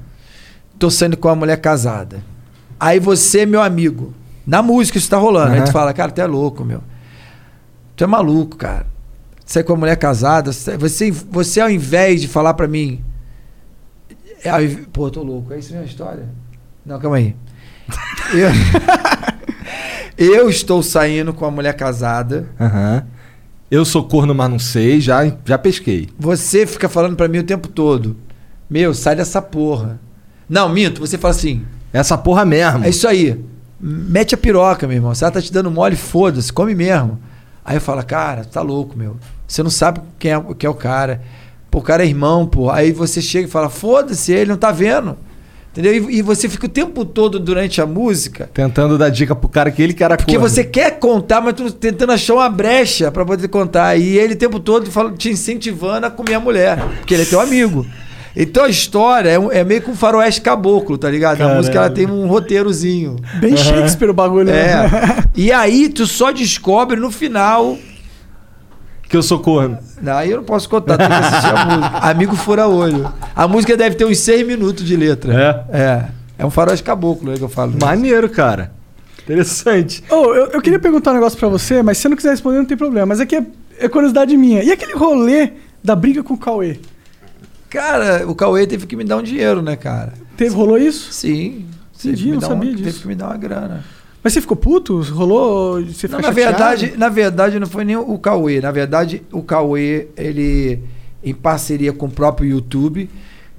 S1: tô saindo com uma mulher casada. Aí você, meu amigo, na música isso tá rolando. Aí
S8: Aham.
S1: tu fala, cara, tu é louco, meu. Tu é maluco, cara. Você é com a mulher casada, você- você, você ao invés de falar pra mim. é, ao inv- Pô, eu tô louco, é isso mesmo a história? Não, calma aí. Eu, eu estou saindo com a mulher casada.
S6: Aham. Eu sou corno, mas não sei. Já, já pesquei.
S1: Você fica falando pra mim o tempo todo. Meu, sai dessa porra. Não, minto, você fala assim.
S6: Essa porra mesmo.
S1: É isso aí. Mete a piroca, meu irmão. Se ela tá te dando mole, foda-se, come mesmo. Aí eu falo, cara, tá louco, meu. Você não sabe quem é, quem é o cara. Pô, o cara é irmão, pô. Aí você chega e fala, foda-se, ele não tá vendo. Entendeu? E, e você fica o tempo todo durante a música
S6: Tentando dar dica pro cara que ele que era
S1: porque
S6: corno.
S1: você quer contar, mas tu tá tentando achar uma brecha pra poder contar. E ele o tempo todo fala, te incentivando a comer a mulher, porque ele é teu amigo. Então a história é, um- é meio que um faroeste caboclo, tá ligado? A
S2: Caralho.
S1: música ela tem um roteirozinho.
S2: Bem
S1: Aham.
S2: Shakespeare o bagulho,
S1: É.
S2: né?
S1: E aí tu só descobre no final. né?
S6: Que eu sou corno.
S1: Aí eu não posso contar, tem que assistir a música. Amigo Fura Olho. A música deve ter uns seis minutos de letra. É? É. É um faroeste caboclo aí que eu falo.
S6: Maneiro, cara. Interessante.
S2: Ô, eu, eu queria perguntar um negócio pra você, mas se você não quiser responder, não tem problema. Mas aqui é, é curiosidade minha. E aquele rolê da briga com o Cauê?
S1: Cara, o Cauê teve que me dar um dinheiro, né, cara?
S2: Teve, rolou isso?
S1: Sim. Teve que
S2: Entendi,
S1: me
S2: não
S1: dar
S2: sabia
S1: um-
S2: disso.
S1: Teve que me dar uma grana.
S2: Mas você ficou puto? Rolou? Você
S1: Não,
S2: ficou
S1: na
S2: chateado?
S1: verdade, na verdade não foi nem o Cauê. Na verdade, o Cauê, ele em parceria com o próprio YouTube,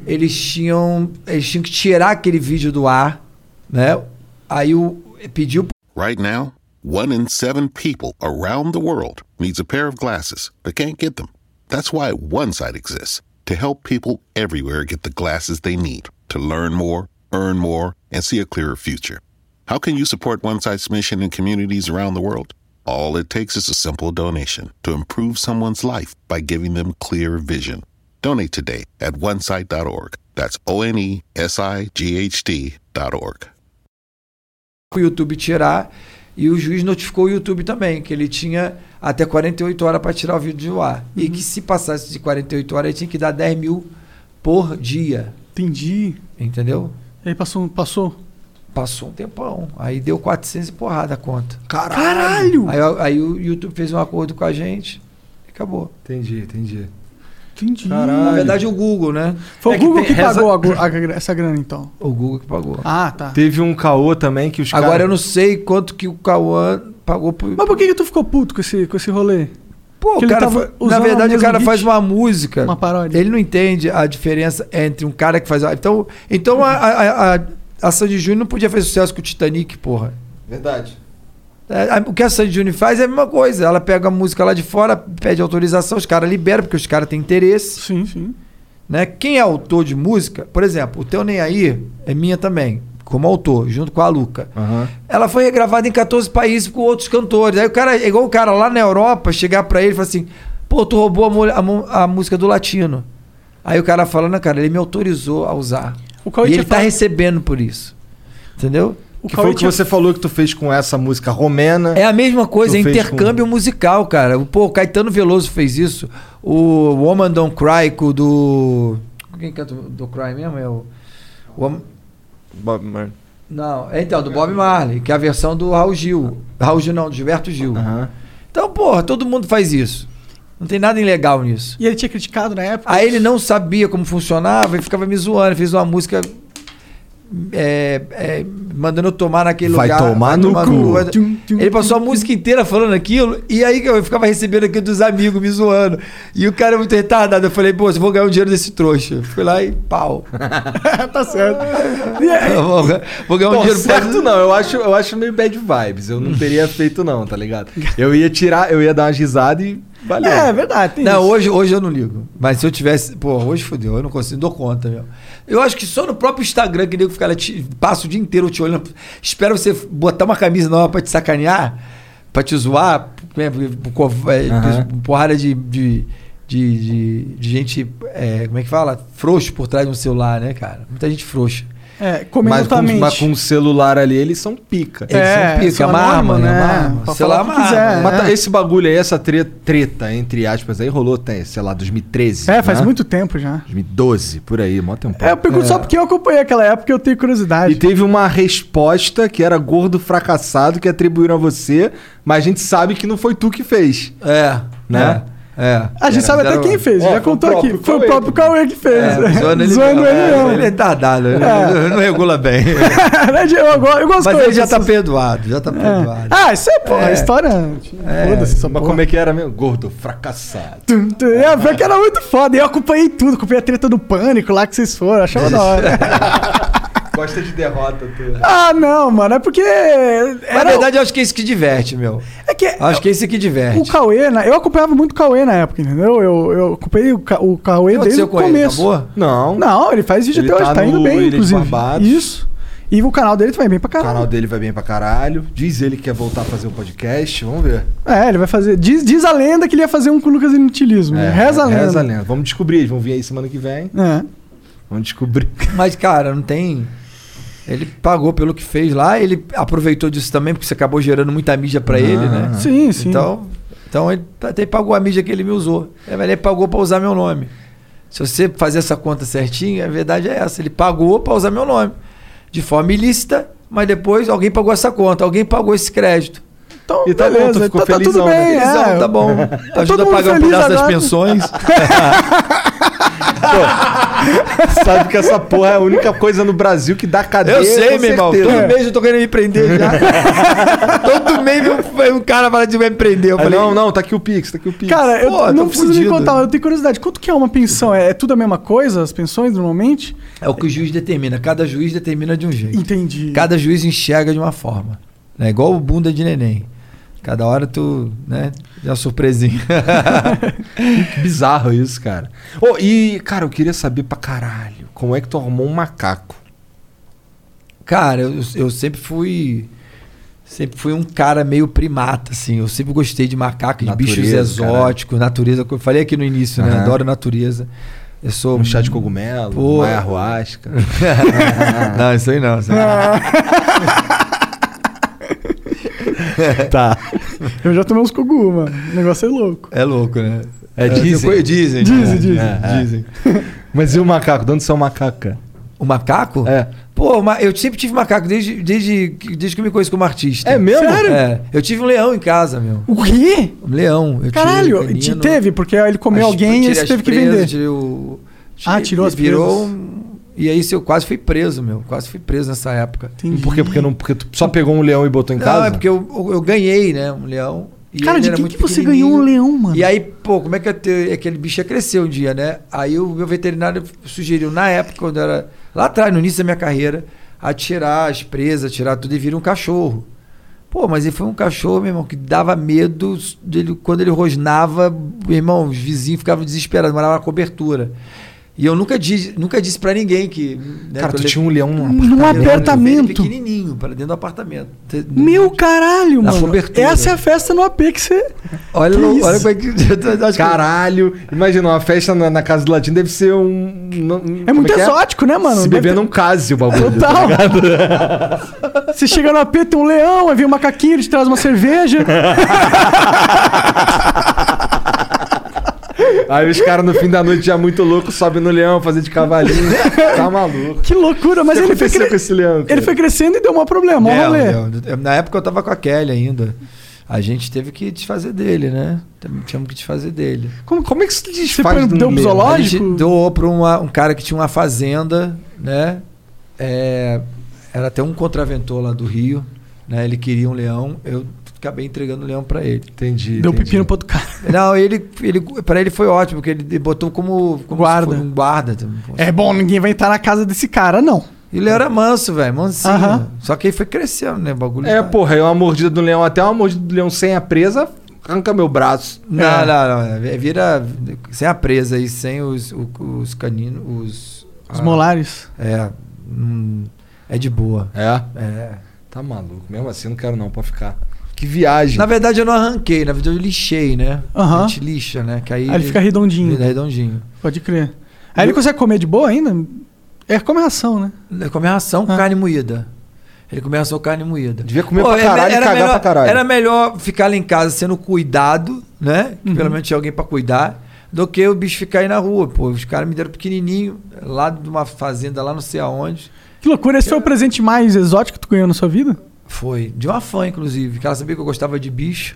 S1: eles tinham, eles tinham que tirar aquele vídeo do ar, né? Aí o pediu
S9: Right now,
S10: One in seven people around the world needs a pair of glasses but can't get them. That's why One Sight exists to help people everywhere get the glasses they need to learn more, earn more, and see a clearer future. How can you support One Sight's mission in communities around the world? All it takes is a simple donation to improve someone's life by giving them clear vision. Donate today at onesight.org. That's O N E S I G H T dot org.
S1: o YouTube tirar e o juiz notificou o YouTube também, que ele tinha até 48 horas para tirar o vídeo do ar.
S2: Uhum.
S1: E que se passasse de 48 horas, ele tinha que dar 10 mil por dia.
S2: Entendi.
S1: Entendeu?
S2: E aí passou, passou?
S1: Passou um tempão. Aí deu 400 e porrada a conta. Caralho!
S2: Caralho!
S1: Aí, aí o YouTube fez um acordo com a gente e acabou.
S6: Entendi, entendi.
S2: Entendi.
S1: Na verdade, o Google, né?
S2: Foi
S1: É
S2: o Google que,
S1: tem- reza-
S2: pagou a gu- a gra- essa grana, então.
S1: O Google que pagou.
S2: Ah, tá.
S6: Teve um caô também que os
S1: Agora
S6: cara-
S1: eu não sei quanto que o Cauã pagou por.
S2: Mas por que, que tu ficou puto com esse, com esse rolê?
S1: Pô,
S2: Que
S1: o
S2: ele
S1: cara
S2: tava
S1: fa- na
S2: usando a
S1: verdade, o
S2: mesma
S1: cara
S2: beat?
S1: faz uma música.
S2: Uma paródia.
S1: Ele não entende a diferença entre um cara que faz. a- Então, então a, a, a, a Sandy Júnior não podia fazer sucesso com o Titanic, porra.
S6: Verdade.
S1: É, a- o que a Sandy Júnior faz é a mesma coisa. Ela pega a música lá de fora, pede autorização, os caras liberam, porque os caras têm interesse.
S2: Sim, sim.
S1: Né? Quem é autor de música, por exemplo, o Teu Nem Aí é minha também, como autor, junto com a Luca. Ela foi regravada em 14 países com outros cantores. Aí o cara, é igual o cara lá na Europa, chegar pra ele e falar assim: pô, tu roubou a mu- a, mu- a música do latino. Aí o cara fala: não, cara, ele me autorizou a usar.
S2: Cauê
S1: e
S2: tinha
S1: ele tá
S2: falado-
S1: recebendo por isso. Entendeu?
S6: O que foi o que você falou que tu fez com essa música romena.
S1: É a mesma coisa, é
S6: Tu fez
S1: intercâmbio musical, cara. Pô, o Caetano Veloso fez isso. O Woman Don't Cry com o do. Quem canta o do Cry mesmo? É o. Woman-
S5: Bob Marley.
S1: Não, é então, do Bob Marley, que é a versão do Raul Gil. Raul Gil não, do Gilberto Gil. Então, porra, todo mundo faz isso. Não tem nada ilegal nisso.
S2: E ele tinha criticado na época?
S1: Aí ele não sabia como funcionava e ficava me zoando, fez uma música. é, é, mandando eu tomar naquele
S6: Vai
S1: lugar.
S6: tomar no cu.
S1: vai- Ele passou a música inteira falando aquilo, e aí que eu ficava recebendo aquilo dos amigos me zoando. E o cara é muito retardado. Eu falei, pô, eu vou ganhar um dinheiro desse trouxa. Fui lá e pau.
S2: tá certo. E aí-
S1: vou, vou ganhar um
S6: Bom,
S1: dinheiro pra-
S6: certo não, eu acho, eu acho meio bad vibes. Eu não teria feito não, tá ligado? Eu ia tirar, eu ia dar uma risada e valeu.
S1: É,
S2: verdade.
S1: não, hoje, hoje eu não ligo. Mas se eu tivesse. Pô, hoje fodeu, eu não consigo, dou conta, meu. Eu acho que só no próprio Instagram que nego fica lá, te, passa o dia inteiro te olhando. Espero você botar uma camisa nova pra te sacanear, pra te zoar, né, co- é,
S6: Aham.
S1: porrada de. de de, de- de gente, é, como é que fala? Frouxo por trás de um celular, né, cara? Muita gente frouxa.
S2: É, comendo
S6: mas,
S2: tua
S6: com,
S2: mente.
S6: mas com o celular ali, eles são pica.
S1: um Eles são É, pica, são é uma arma, anônimo, né? né? Uma arma. Pra Sei falar lá, o que uma arma, quiser, né?
S6: Mas tá-
S1: é.
S6: esse bagulho aí, essa treta, treta, entre aspas, aí rolou até, sei lá, 2013.
S2: É, faz
S6: né?
S2: muito tempo já.
S6: 2012, por aí, mó tempão.
S2: É, eu pergunto só porque eu acompanhei aquela época e eu tenho curiosidade.
S6: E teve uma resposta que era gordo fracassado que atribuíram a você, mas a gente sabe que não foi tu que fez.
S1: É.
S6: Né?
S1: É.
S2: A gente sabe até quem fez, já contou aqui. Foi o próprio Cauê que fez.
S1: É, zoando ele mesmo. É, ele é retardado,
S6: né?
S1: ele
S2: É.
S1: não- não regula bem.
S2: Né, eu, go- eu gosto
S1: Mas
S2: que eu-
S1: ele já tá perdoado, já tá perdoado.
S2: Ah, isso é, pô,
S1: É.
S2: a história.
S1: É,
S2: Foda-se essa
S6: mas
S2: porra.
S6: como é que era mesmo? Gordo fracassado.
S2: Tum, tum. É, foi que era muito foda. E eu acompanhei tudo, acompanhei a treta do pânico lá que vocês foram, achava da hora.
S6: Gosta de derrota, tu.
S2: Ah, não, mano, é porque.
S1: Na
S2: Era
S1: verdade, eu acho que é isso que diverte, meu.
S2: É que.
S1: Acho que é isso que diverte.
S2: o Cauê, né? Eu acompanhava muito o Cauê na época, entendeu? Eu, eu acompanhei o, Ca... o Cauê
S1: O que
S2: desde
S1: aconteceu
S2: o
S1: com ele?
S2: começo.
S1: Acabou?
S6: tá Não.
S2: Não, ele faz vídeo
S6: Ele
S2: até hoje,
S6: tá
S2: tá indo
S6: no
S2: bem,
S6: Ilha de
S2: inclusive.
S6: Barbados.
S2: Isso. E o canal dele também, é bem pra
S6: O
S2: caralho.
S6: canal dele vai bem pra caralho. Diz ele que quer voltar a fazer o podcast. Vamos ver.
S2: É, ele vai fazer. Diz, diz a lenda que ele ia fazer um com o Lucas Inutilismo. né? reza a lenda.
S6: É, Reza a lenda. Vamos descobrir. Eles vão vir aí semana que vem.
S2: É.
S6: Vamos descobrir.
S1: Mas, cara, não tem. Ele pagou pelo que fez lá, ele aproveitou disso também, porque isso acabou gerando muita mídia
S6: Ah.
S1: pra
S6: É
S1: ele, né?
S2: É. Ah, Sim, sim.
S1: Então, então ele até pagou a mídia que ele me usou. É, mas Ele pagou pra usar meu nome. Se você fazer essa conta certinha, a verdade é essa. Ele pagou pra usar meu nome. De forma ilícita, mas depois alguém pagou essa conta, alguém pagou esse crédito.
S2: Então,
S6: E tá bom,
S1: beleza,
S6: tu ficou
S1: tá, tá tudo
S6: felizão,
S1: bem,
S6: né?
S1: é.
S6: Felizão,
S1: tá bom.
S6: Tá
S1: Ajuda a
S6: todo mundo
S1: pagar um
S6: feliz
S1: pedaço das
S6: agora.
S1: pensões.
S6: Sabe que essa porra é a única coisa no Brasil que dá cadeia.
S1: Eu sei,
S6: com
S1: meu irmão.
S6: certeza.
S1: Todo mês eu tô querendo me prender já. Todo mês um, um cara fala de me prender. Eu
S6: Ah,
S1: falei,
S6: não, não, tá aqui o Pix, tá aqui o Pix.
S2: Cara, eu
S1: Pô,
S2: não
S1: tô
S2: preciso
S1: fudido.
S2: me contar, mas eu tenho curiosidade. Quanto que é uma pensão? É, é tudo a mesma coisa, as pensões, normalmente?
S1: É o que o juiz determina. Cada juiz determina de um jeito.
S2: Entendi.
S4: né?
S1: Cada juiz enxerga de uma forma. É igual o bunda de neném. Cada hora tu, né, dá uma surpresinha.
S4: Que bizarro isso, cara. Ô, e, cara, eu queria saber pra caralho, como é que tu arrumou um macaco?
S1: Cara, eu, eu sempre fui. Sempre fui um cara meio primata, assim. Eu sempre gostei de macaco, de
S4: Natureza,
S1: bichos exóticos, natureza. Eu falei aqui no início, né?
S4: Aham.
S1: Adoro natureza. Eu sou. Um
S4: chá de cogumelo,
S1: Pô.
S4: uma ayahuasca.
S1: não, isso aí não. Isso aí não.
S4: tá.
S2: Eu já tomei uns cogu, mano. O negócio é louco.
S1: É louco, né?
S4: É, dizem.
S1: depois Dizem.
S2: Dizem,
S1: É,
S2: dizem.
S1: é, é. dizem.
S6: Mas e o macaco? De onde saiu o macaco, cara?
S1: O macaco? É. Pô, ma- eu sempre tive macaco desde, desde, que- desde que eu me conheço como artista. É
S6: mesmo?
S2: Sério?
S1: É. Eu tive um leão em casa, meu.
S2: O quê?
S1: Um leão. Eu
S2: Caralho,
S1: tive um
S2: te
S1: canino.
S2: teve, porque ele comeu
S1: As-
S2: alguém e
S1: tirei
S2: esse
S1: as
S2: teve que
S1: presas,
S2: vender.
S1: tirei o-
S2: Ah,
S1: tirei-
S2: tirou as
S1: virou
S2: presas.
S1: um- e aí eu quase fui preso, meu. Quase fui preso nessa época.
S6: E Por quê? Porque, não, porque tu só pegou um leão e botou em
S1: Não,
S6: casa?
S1: é porque eu, eu- eu ganhei, né? Um leão. E
S2: Cara,
S1: ele
S2: de
S1: era
S2: quem
S1: muito
S2: que você
S1: pequenininho.
S2: ganhou um leão, mano?
S1: E aí, pô, como é que eu te- aquele bicho ia crescer um dia, né? Aí o meu veterinário sugeriu, na época, quando era lá atrás, no início da minha carreira, a tirar as presas, tirar tudo e vira um cachorro. Pô, mas ele foi um cachorro, meu irmão, que dava medo dele, quando ele rosnava, meu irmão, os vizinhos ficavam desesperados, morava na cobertura. E eu nunca disse, nunca disse para ninguém que. né,
S6: Cara,
S1: que eu
S6: tu
S1: le-
S6: tinha um leão no
S2: Num
S1: Ele era
S2: apartamento.
S1: Pequenininho, para dentro do apartamento.
S2: Meu caralho,
S1: Na
S2: mano.
S1: cobertura.
S2: Essa é a festa no AP que você.
S1: Olha,
S2: Que
S1: olha
S2: isso?
S1: como é que.
S6: Caralho, imagina, uma festa na, na casa do Latino deve ser um.
S2: É muito exótico, né, mano?
S6: Se
S2: Deve
S6: beber
S2: ter-
S6: não case o bagulho.
S2: Total.
S6: tá ligado?
S2: Você chega no AP, tem um leão, aí vem um macaquinho, ele te traz uma cerveja.
S6: Aí os caras no fim da noite já muito louco, sobe no leão, fazer de cavalinho. tá maluco.
S2: que loucura, Ah, mas
S6: O que
S2: ele foi,
S6: aconteceu
S2: cre-
S6: com esse leão?
S2: ele foi crescendo e deu um problema, mó
S1: Não,
S2: rolê.
S1: não. Eu- Na época eu tava com a Kelly ainda. A gente teve que desfazer dele, né? Tem- Tivemos que desfazer dele.
S6: Como, como é que se
S2: Você
S6: desfaz
S2: foi-
S6: de um
S2: deu pro
S6: leão?
S2: zoológico?
S1: A gente doou pra uma- um cara que tinha uma fazenda, né? É, era até um contraventor lá do Rio, né? Ele queria um leão, eu acabei entregando o leão pra ele.
S6: Entendi.
S2: Deu
S6: entendi.
S2: pepino pro outro cara.
S1: Não, ele, ele para ele foi ótimo, porque ele botou como, como
S2: Guarda.
S1: se fosse um guarda.
S2: É bom, ninguém vai entrar na casa desse cara, não.
S1: Ele era manso, velho, mansinho.
S2: Aham.
S1: Só que aí foi crescendo, né? O bagulho
S6: É,
S1: tá-
S6: porra, é uma mordida do leão, até uma mordida do leão sem a presa, arranca meu braço.
S1: Não,
S6: É.
S1: não, não. é- Vira sem a presa e sem os, o- os caninos. Os,
S2: Os
S1: ah,
S2: molares.
S1: É. hum, é de boa.
S6: É?
S1: É.
S6: Tá maluco. Mesmo assim, não quero não, pode ficar. Que viagem.
S1: Na verdade, eu não arranquei, na verdade, eu lixei, né?
S2: Aham.
S1: A gente lixa, né? Que aí,
S2: Aí ele fica redondinho.
S1: Ele é redondinho.
S2: Pode crer. Aí ele consegue comer de boa ainda? É como ração, né?
S1: Ele come ração com
S2: Ah.
S1: carne moída. Ele come ração com carne moída.
S6: Devia comer
S1: Pô,
S6: pra
S1: era-
S6: caralho e
S1: era
S6: cagar
S1: melhor,
S6: pra caralho.
S1: Era melhor ficar lá em casa sendo cuidado, né? Que
S2: Uhum.
S1: Pelo menos tinha alguém pra cuidar, do que o bicho ficar aí na rua. Pô, os caras me deram pequenininho, lá de uma fazenda, lá não sei aonde.
S2: Que loucura, esse foi o presente mais exótico que tu ganhou na sua vida?
S1: Foi. De uma fã, inclusive, que ela sabia que eu gostava de bicho.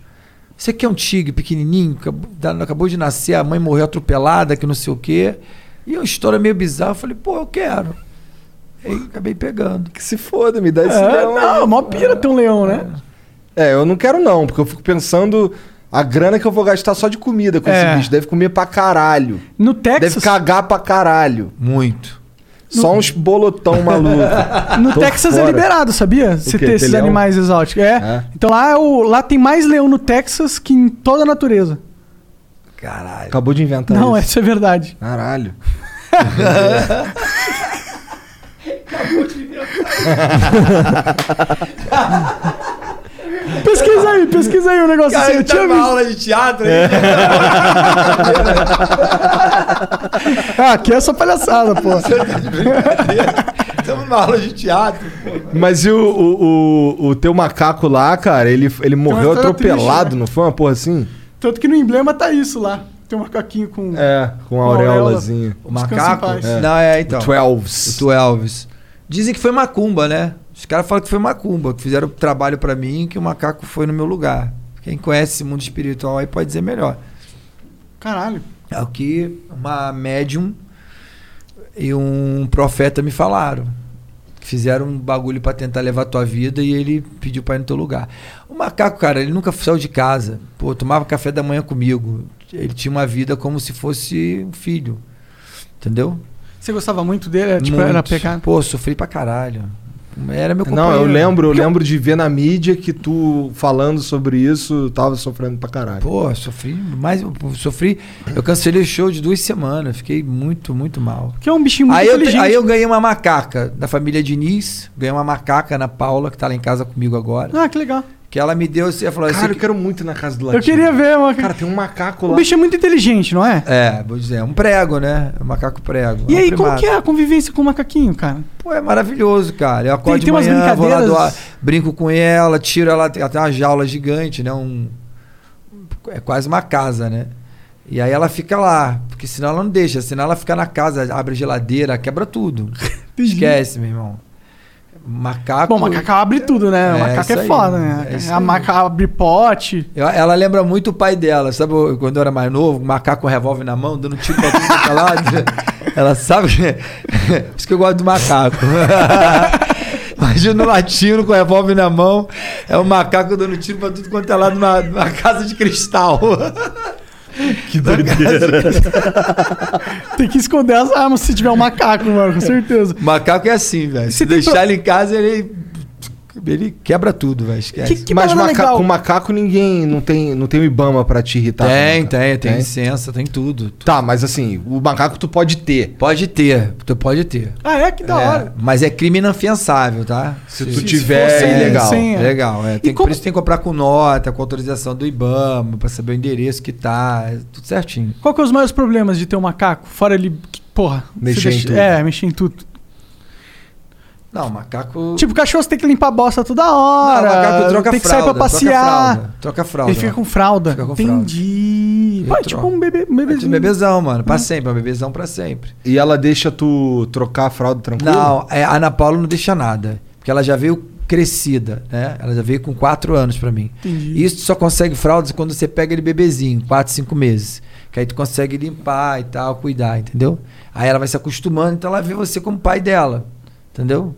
S1: Você quer um tigre pequenininho, acabou- da- acabou de nascer, a mãe morreu atropelada, que não sei o quê. E é uma história meio bizarra. Eu falei, pô, eu quero. Aí acabei pegando.
S6: Que se foda, me dá esse
S2: É,
S6: leão. aí.
S2: não, mó pira ter um leão, né?
S6: É, eu não quero não, porque eu fico pensando a grana que eu vou gastar só de comida com
S2: É.
S6: esse bicho. Deve comer pra caralho.
S2: No Texas,
S6: Deve cagar pra caralho.
S1: Muito.
S6: Só uns bolotão maluco.
S2: no
S6: Tô
S2: Texas é
S6: fora.
S2: liberado, sabia? Você
S6: quê?
S2: ter
S6: Ter
S2: esses
S6: leão?
S2: animais exóticos. É.
S6: É.
S2: Então lá, é o- lá tem mais leão no Texas que em toda a natureza.
S1: Caralho.
S6: Acabou de
S1: Tá
S6: inventar
S2: não,
S6: isso.
S2: essa é verdade.
S6: Caralho.
S2: Pesquisa aí, pesquisa aí o negócio. assim,
S1: tá
S2: eu tinha visto.
S1: de teatro
S6: É.
S1: aí.
S2: Ah, aqui é só palhaçada, pô.
S1: Estamos tá numa aula de teatro.
S6: Mas e o, o, o, o teu macaco lá, cara, ele, ele morreu
S2: história
S6: atropelado,
S2: triste, né?
S6: não foi uma porra assim?
S2: Tanto que no emblema tá isso lá. Tem um macaquinho com.
S6: É, com a
S2: Com a auréola.
S6: auréolazinha.
S1: O
S2: Descansa em
S1: macaco?
S2: paz.
S1: É. Não, é, então. O
S6: Twelves.
S1: Tu Elvis. Dizem que foi macumba, né? Os caras falam que foi macumba, que fizeram trabalho pra mim que o macaco foi no meu lugar. Quem conhece esse mundo espiritual aí pode dizer melhor.
S2: Caralho.
S1: É o que uma médium e um profeta me falaram. Fizeram um bagulho pra tentar levar tua vida e ele pediu pra ir no teu lugar. O macaco, cara, ele nunca saiu de casa. Pô, tomava café da manhã comigo. Ele tinha uma vida como se fosse um filho. Entendeu?
S2: Você gostava muito dele? É, Tipo, era
S1: Muito.
S2: pegar.
S1: Pô, sofri pra caralho. Era meu
S6: Não,
S1: companheiro.
S6: eu lembro, eu lembro de ver na mídia que tu falando sobre isso, eu tava sofrendo pra caralho.
S1: Pô, sofri, mas eu sofri. Eu cancelei o show de duas semanas, fiquei muito, muito mal.
S2: Que é um bichinho muito
S1: aí eu,
S2: inteligente.
S1: aí eu ganhei uma macaca da família Diniz, ganhei uma macaca na Paula, que tá lá em casa comigo agora.
S2: Ah, que legal.
S1: Que ela me deu, você falou
S6: Cara, eu quero muito ir na casa do
S2: Eu queria ver uma.
S6: Cara, tem um macaco
S2: O
S6: lá.
S2: bicho é muito inteligente, não é?
S1: É, vou dizer, é um prego, né? É um macaco prego.
S2: E
S1: um
S2: aí, como
S1: primato.
S2: que é a convivência com o macaquinho, cara?
S1: Pô, é maravilhoso, cara. Eu acordo
S2: Tem- tem
S1: de
S2: umas
S1: manhã, vou lá
S2: brincadeiras?
S1: doar, brinco com ela, tiro ela, ela tem uma jaula gigante, né? Um, é quase uma casa, né? E aí ela fica lá, porque senão ela não deixa, senão ela fica na casa, abre a geladeira, quebra tudo. Esquece, meu irmão. Macaco.
S2: Bom, macaco abre tudo, né?
S1: É,
S2: macaco
S1: isso
S2: é
S1: aí,
S2: foda, né?
S1: é isso
S2: a
S1: aí.
S2: macaca abre pote.
S1: Eu- Ela lembra muito o pai dela, sabe? o- Quando eu era mais novo, o macaco com revólver na mão, dando tiro pra tudo quanto é lado. Ela sabe. que- Por isso que eu gosto do macaco. Imagina o latino com revólver na mão, é o macaco dando tiro pra tudo quanto é lado numa, numa casa de cristal.
S2: Que Tem que esconder as armas se tiver um macaco, mano, com certeza.
S1: Macaco é assim, velho. Se
S2: tem
S1: deixar
S2: pro-
S1: ele em casa, ele. Ele quebra tudo, velho. Esquece.
S2: tá
S6: Mas maca- com macaco ninguém não tem, não tem o Ibama pra te irritar.
S1: Tem,
S6: né, cara?
S1: tem, tem licença, tem tudo.
S6: Tá, mas assim, o macaco tu pode ter.
S1: Pode ter, tu pode ter.
S2: Ah, é? Que da
S1: É,
S2: hora.
S1: Mas é crime inafiançável, tá? Se,
S6: tu tiver,
S1: for sem-
S6: é ilegal.
S1: sem- é. Legal, é. Tem, que-
S2: como-
S1: Por isso tem que comprar com nota, com autorização do IBAMA, pra saber o endereço que tá, é tudo certinho.
S2: Qual que é os maiores problemas de ter um macaco? Fora ele. que- Porra.
S1: Mexer
S2: você
S1: em tudo.
S2: É, mexer em tudo.
S1: Não, macaco...
S2: Tipo, cachorro você tem que limpar a bosta toda hora.
S1: Não, macaco troca
S2: tem que sair pra
S1: fralda, troca
S2: passear.
S1: fralda, troca fralda.
S2: Ele fica com fralda.
S1: Fica com
S2: Entendi.
S1: Ele
S2: Pô, é
S1: troca.
S2: tipo um bebê, um bebezinho. Hum.
S1: Um bebezão, mano. Pra sempre, um bebezão pra sempre.
S6: E ela deixa tu trocar a fralda tranquilo?
S1: Não, é, a Ana Paula não deixa nada. Porque ela já veio crescida, né? Ela já veio com 4 anos pra mim.
S2: Entendi.
S1: Isso tu só consegue fraldas quando você pega ele bebezinho, 4, 5 meses. Que aí tu consegue limpar e tal, cuidar, entendeu? Aí ela vai se acostumando, então ela vê você como pai dela, entendeu?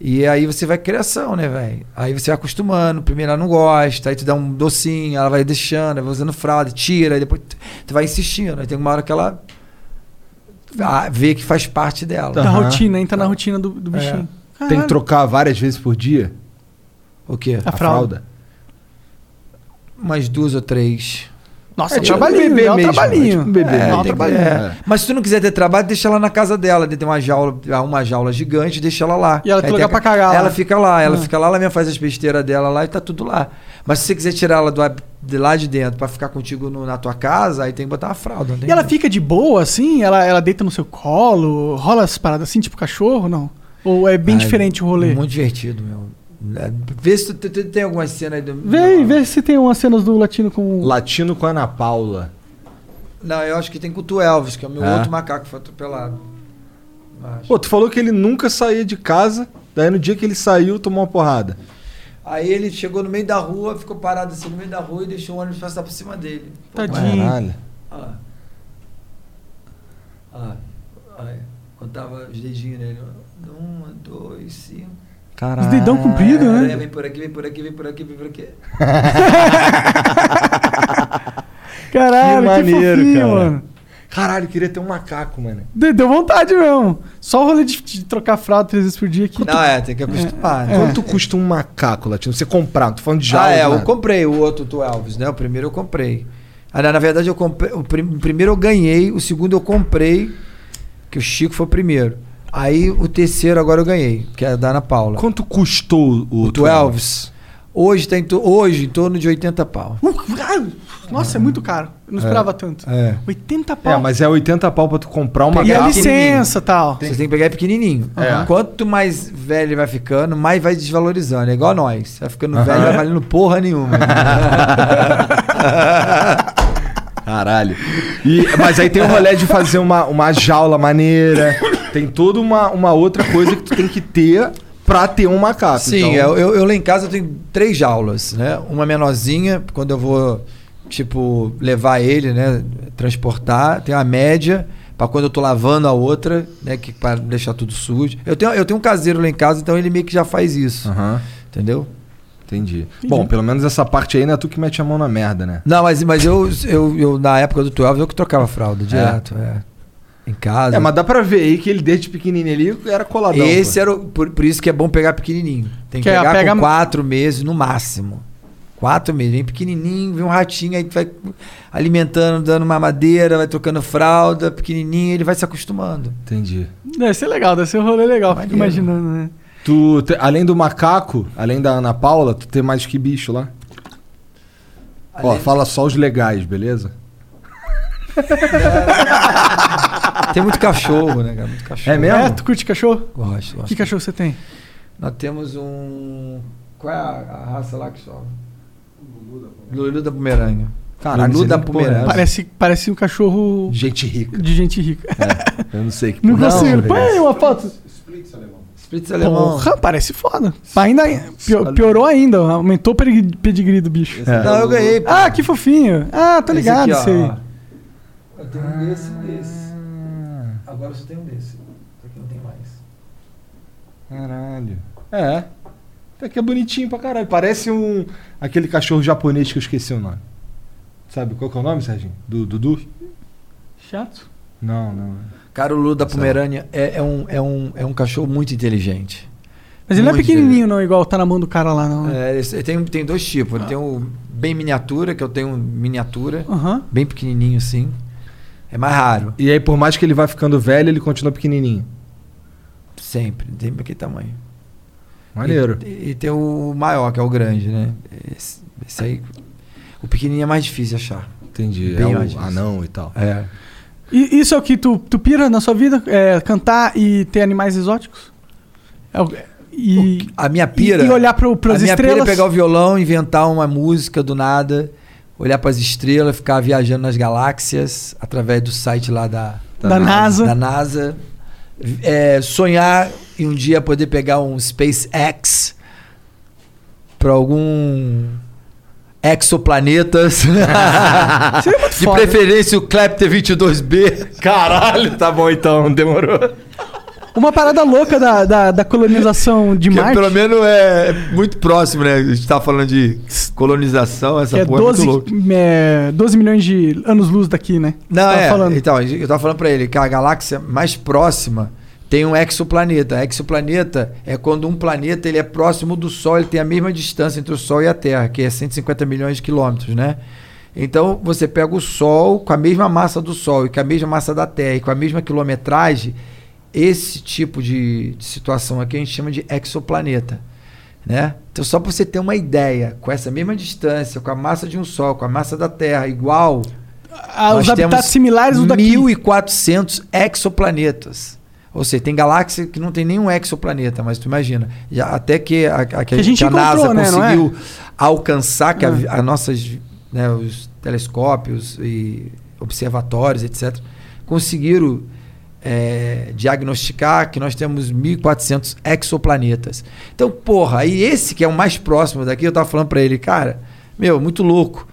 S1: E aí você vai criação, né, velho? Aí você vai acostumando, primeiro ela não gosta, aí tu dá um docinho, ela vai deixando, aí vai usando fralda, tira, aí depois tu, tu vai insistindo. Aí tem uma hora que ela ah, vê que faz parte dela.
S2: Da rotina, entra na rotina do,
S1: É.
S2: do bichinho.
S6: Tá. Tem que
S2: Caralho.
S6: trocar várias vezes por dia?
S1: O quê?
S2: A fralda.
S1: Umas duas ou três.
S2: Nossa,
S1: tipo
S2: é um trabalhinho, dá um trabalhinho. É, dá um
S1: tem que-
S2: trabalhinho.
S1: é. Mas se tu não quiser ter trabalho, deixa ela na casa dela. Tem uma jaula, uma jaula gigante, deixa ela lá.
S2: E ela tem
S1: Aí
S2: lugar
S1: tem a-
S2: pra cagar lá.
S1: Ela fica lá, ela
S2: Ah.
S1: fica lá, ela mesmo faz as besteiras dela lá e tá tudo lá. Mas se você quiser tirar ela do, hab- de lá de dentro pra ficar contigo no- na tua casa, aí tem que botar uma fralda. não tem
S2: E ela
S1: jeito.
S2: fica de boa, assim? Ela, ela deita no seu colo? Rola as paradas assim, tipo cachorro, não? Ou é bem
S1: Ah,
S2: diferente o rolê?
S1: Muito divertido, meu. É, Vê se tu, tu- tu tem algumas cenas aí do.
S2: Vê, vê se tem umas cenas do latino com...
S6: Latino com a Ana Paula.
S1: Não, eu acho que tem com o Tu Elvis, que é o meu
S6: É.
S1: outro macaco que foi atropelado. Mas-
S6: Pô, tu falou que ele nunca saía de casa, daí no dia que ele saiu, tomou uma porrada.
S1: Aí ele chegou no meio da rua, ficou parado assim no meio da rua e deixou o ônibus passar por cima dele. Pô, Ah.
S2: Tadinho.
S6: Caralho.
S1: Olha lá. Olha lá. Olha Ah. aí. Contava os dedinhos nele. Um, dois, cinco.
S6: Caralho.
S2: Os dedão comprido,
S1: É,
S2: né?
S1: vem por aqui, vem por aqui, vem por aqui, vem por aqui.
S2: Caralho, que,
S6: maneiro,
S2: fofinho,
S6: cara.
S2: mano.
S6: Caralho, eu queria ter um macaco, mano.
S2: De- Deu vontade mesmo. Só o rolê de, de trocar fralda três vezes por dia aqui. é.
S1: Não, é, tem que acostumar. né?
S6: Quanto custa um macaco, Latino? Você comprar, não tô falando de jaula.
S1: Ah, é,
S6: de
S1: eu
S6: nada.
S1: comprei o outro do Elvis, né? O primeiro eu comprei. Ah, na na verdade, eu comprei. O prim- primeiro eu ganhei, o segundo eu comprei, que o Chico foi o primeiro. Aí o terceiro agora eu ganhei, que é da Ana Paula.
S6: Quanto custou o,
S1: O 12. Hoje tá em, to- hoje, em torno de 80 pau.
S2: Uh, caralho. nossa, é muito caro. Eu não esperava tanto.
S1: É.
S2: 80
S6: É,
S2: pau.
S6: mas é 80 pau pra tu comprar um
S2: E a
S6: macaco.
S2: licença tá? e tal.
S1: Você tem que pegar pequenininho.
S6: É.
S1: Quanto mais velho ele vai ficando, mais vai desvalorizando. É igual nós. Vai ficando velho, vai valendo porra nenhuma.
S6: Caralho. E- mas aí tem o rolê de fazer uma, uma jaula maneira. Tem toda uma, uma outra coisa que tu tem que ter pra ter um macaco.
S1: Sim,
S2: é
S1: é,
S6: então,
S1: eu, eu, eu lá em casa eu tenho três jaulas, né? Uma menorzinha, quando eu vou, tipo, levar ele, né? Transportar. Tem uma média, pra quando eu tô lavando a outra, né? Que, pra deixar tudo sujo. Eu tenho, eu tenho um caseiro lá em casa, então ele meio que já faz isso.
S6: Aham.
S1: Entendeu?
S6: Entendi. Bom, pelo menos essa parte aí não é tu que mete a mão na merda, né?
S1: Não, mas, mas eu, eu, eu, na época do 12, eu que trocava fralda direto. É. Em casa.
S6: É, mas dá pra ver aí que ele desde pequenininho ali era coladão.
S1: Esse
S6: pô.
S1: era o, por, por isso que é bom pegar pequenininho. Tem que,
S6: Que é,
S1: pegar
S6: pega-
S1: com quatro meses no máximo. Quatro meses. Vem pequenininho, vem um ratinho, aí tu vai alimentando, dando mamadeira, vai trocando fralda, pequenininho, ele vai se acostumando.
S4: Entendi.
S2: Deve ser legal, deve ser um rolê legal, fico imaginando, né?
S6: Tu, te- além do macaco, além da Ana Paula, tu tem mais que bicho lá? Ó, fala só os legais, beleza?
S1: Tem muito cachorro, né, cara? Muito cachorro.
S6: É mesmo?
S2: É, tu curte cachorro?
S1: Gosto, gosto.
S2: Que cachorro você tem?
S1: Nós temos um. Qual é a, a raça lá que sobe? Lulu da Pomerânia.
S6: Caralho,
S1: Lulu
S6: não sei
S1: da
S6: nem que porra é
S1: Pomerânia.
S2: Parece, parece um cachorro.
S6: Gente rica.
S2: De gente rica.
S6: Eu É. não sei que
S2: Não
S6: porra é
S2: consigo.
S6: essa.
S2: Põe aí uma foto.
S1: Spitz alemão.
S2: Porra, parece foda. Mas ainda pio- piorou ainda, aumentou o pedi- pedigree do bicho.
S1: Esse É. Não, eu ganhei, pô.
S2: Ah, que fofinho. Ah,
S1: Esse
S2: tá ligado,
S1: aqui, ó.
S2: isso aí.
S1: Eu tenho um desse e desse.
S6: Ah.
S1: Agora eu só tenho um desse. Isso aqui não tem mais.
S6: Caralho. É. Até que é bonitinho pra caralho. Parece um. aquele cachorro japonês que eu esqueci o nome. Sabe qual que é o nome, Serginho? Do Dudu?
S2: Chato.
S6: Não, não.
S1: Cara, o Lulu da Pomerânia é, é um, é, um, é um cachorro muito inteligente.
S2: Mas ele não é
S1: Muito
S2: pequenininho, não, igual tá na mão do cara lá,
S6: Hum.
S2: não.
S1: É, esse- tem, tem dois tipos. Ele Tem o bem miniatura, que eu tenho miniatura.
S2: Aham.
S1: Bem pequenininho assim. É mais raro.
S6: E aí, por mais que ele vá ficando velho, ele continua pequenininho.
S1: Sempre. Tem aquele tamanho.
S6: Maneiro.
S1: E, e tem o maior, que é o grande, né? Esse, esse aí. O pequenininho é mais difícil de achar.
S6: Entendi.
S1: Bem
S6: é
S1: mais
S6: o
S1: difícil.
S6: anão e tal.
S1: É.
S2: E isso é o que tu, tu pira na sua vida? É, cantar e ter animais exóticos? É o- e,
S1: A minha pira.
S2: E, e olhar pro, pras
S1: a minha pira
S2: estrelas?
S1: é pegar o violão, inventar uma música do nada, olhar pras estrelas, ficar viajando nas galáxias através do site lá da,
S2: Da Da NASA. NASA.
S1: Da NASA. É, sonhar e um dia poder pegar um SpaceX pra algum exoplanetas.
S2: é
S1: De
S6: foda.
S1: preferência o Clapter 22B.
S6: Caralho, tá bom então, demorou.
S2: Uma parada louca da, da, da colonização de
S1: Que
S2: Marte.
S1: pelo menos é muito próximo, né? A gente tá falando de colonização, essa
S2: que é
S1: porra é muito
S2: 12,
S1: louca.
S2: é, 12 milhões de anos-luz daqui, né?
S1: Não,
S2: Tava
S1: é.
S2: falando.
S1: Então, eu tava falando pra ele que a galáxia mais próxima tem um exoplaneta. Exoplaneta é quando um planeta ele é próximo do Sol, ele tem a mesma distância entre o Sol e a Terra, que é 150 milhões de quilômetros, né? Então, você pega o Sol com a mesma massa do Sol e com a mesma massa da Terra e com a mesma quilometragem, esse tipo de, de situação aqui a gente chama de exoplaneta né? Então, só para você ter uma ideia, com essa mesma distância, com a massa de um Sol, com a massa da Terra igual. então,
S2: Ah, os habitats similares ao daqui.
S1: 1.400 exoplanetas. Ou seja, tem galáxia que não tem nenhum exoplaneta, mas tu imagina. Já, até que a, a- que a-
S2: a gente
S1: que a NASA
S2: encontrou, né, não é?
S1: conseguiu alcançar que a, a nossas, né, os telescópios e observatórios, etc., conseguiram é, diagnosticar que nós temos 1.400 exoplanetas. Então, porra, aí esse que é o mais próximo daqui, eu tava falando pra ele, cara, meu, muito louco.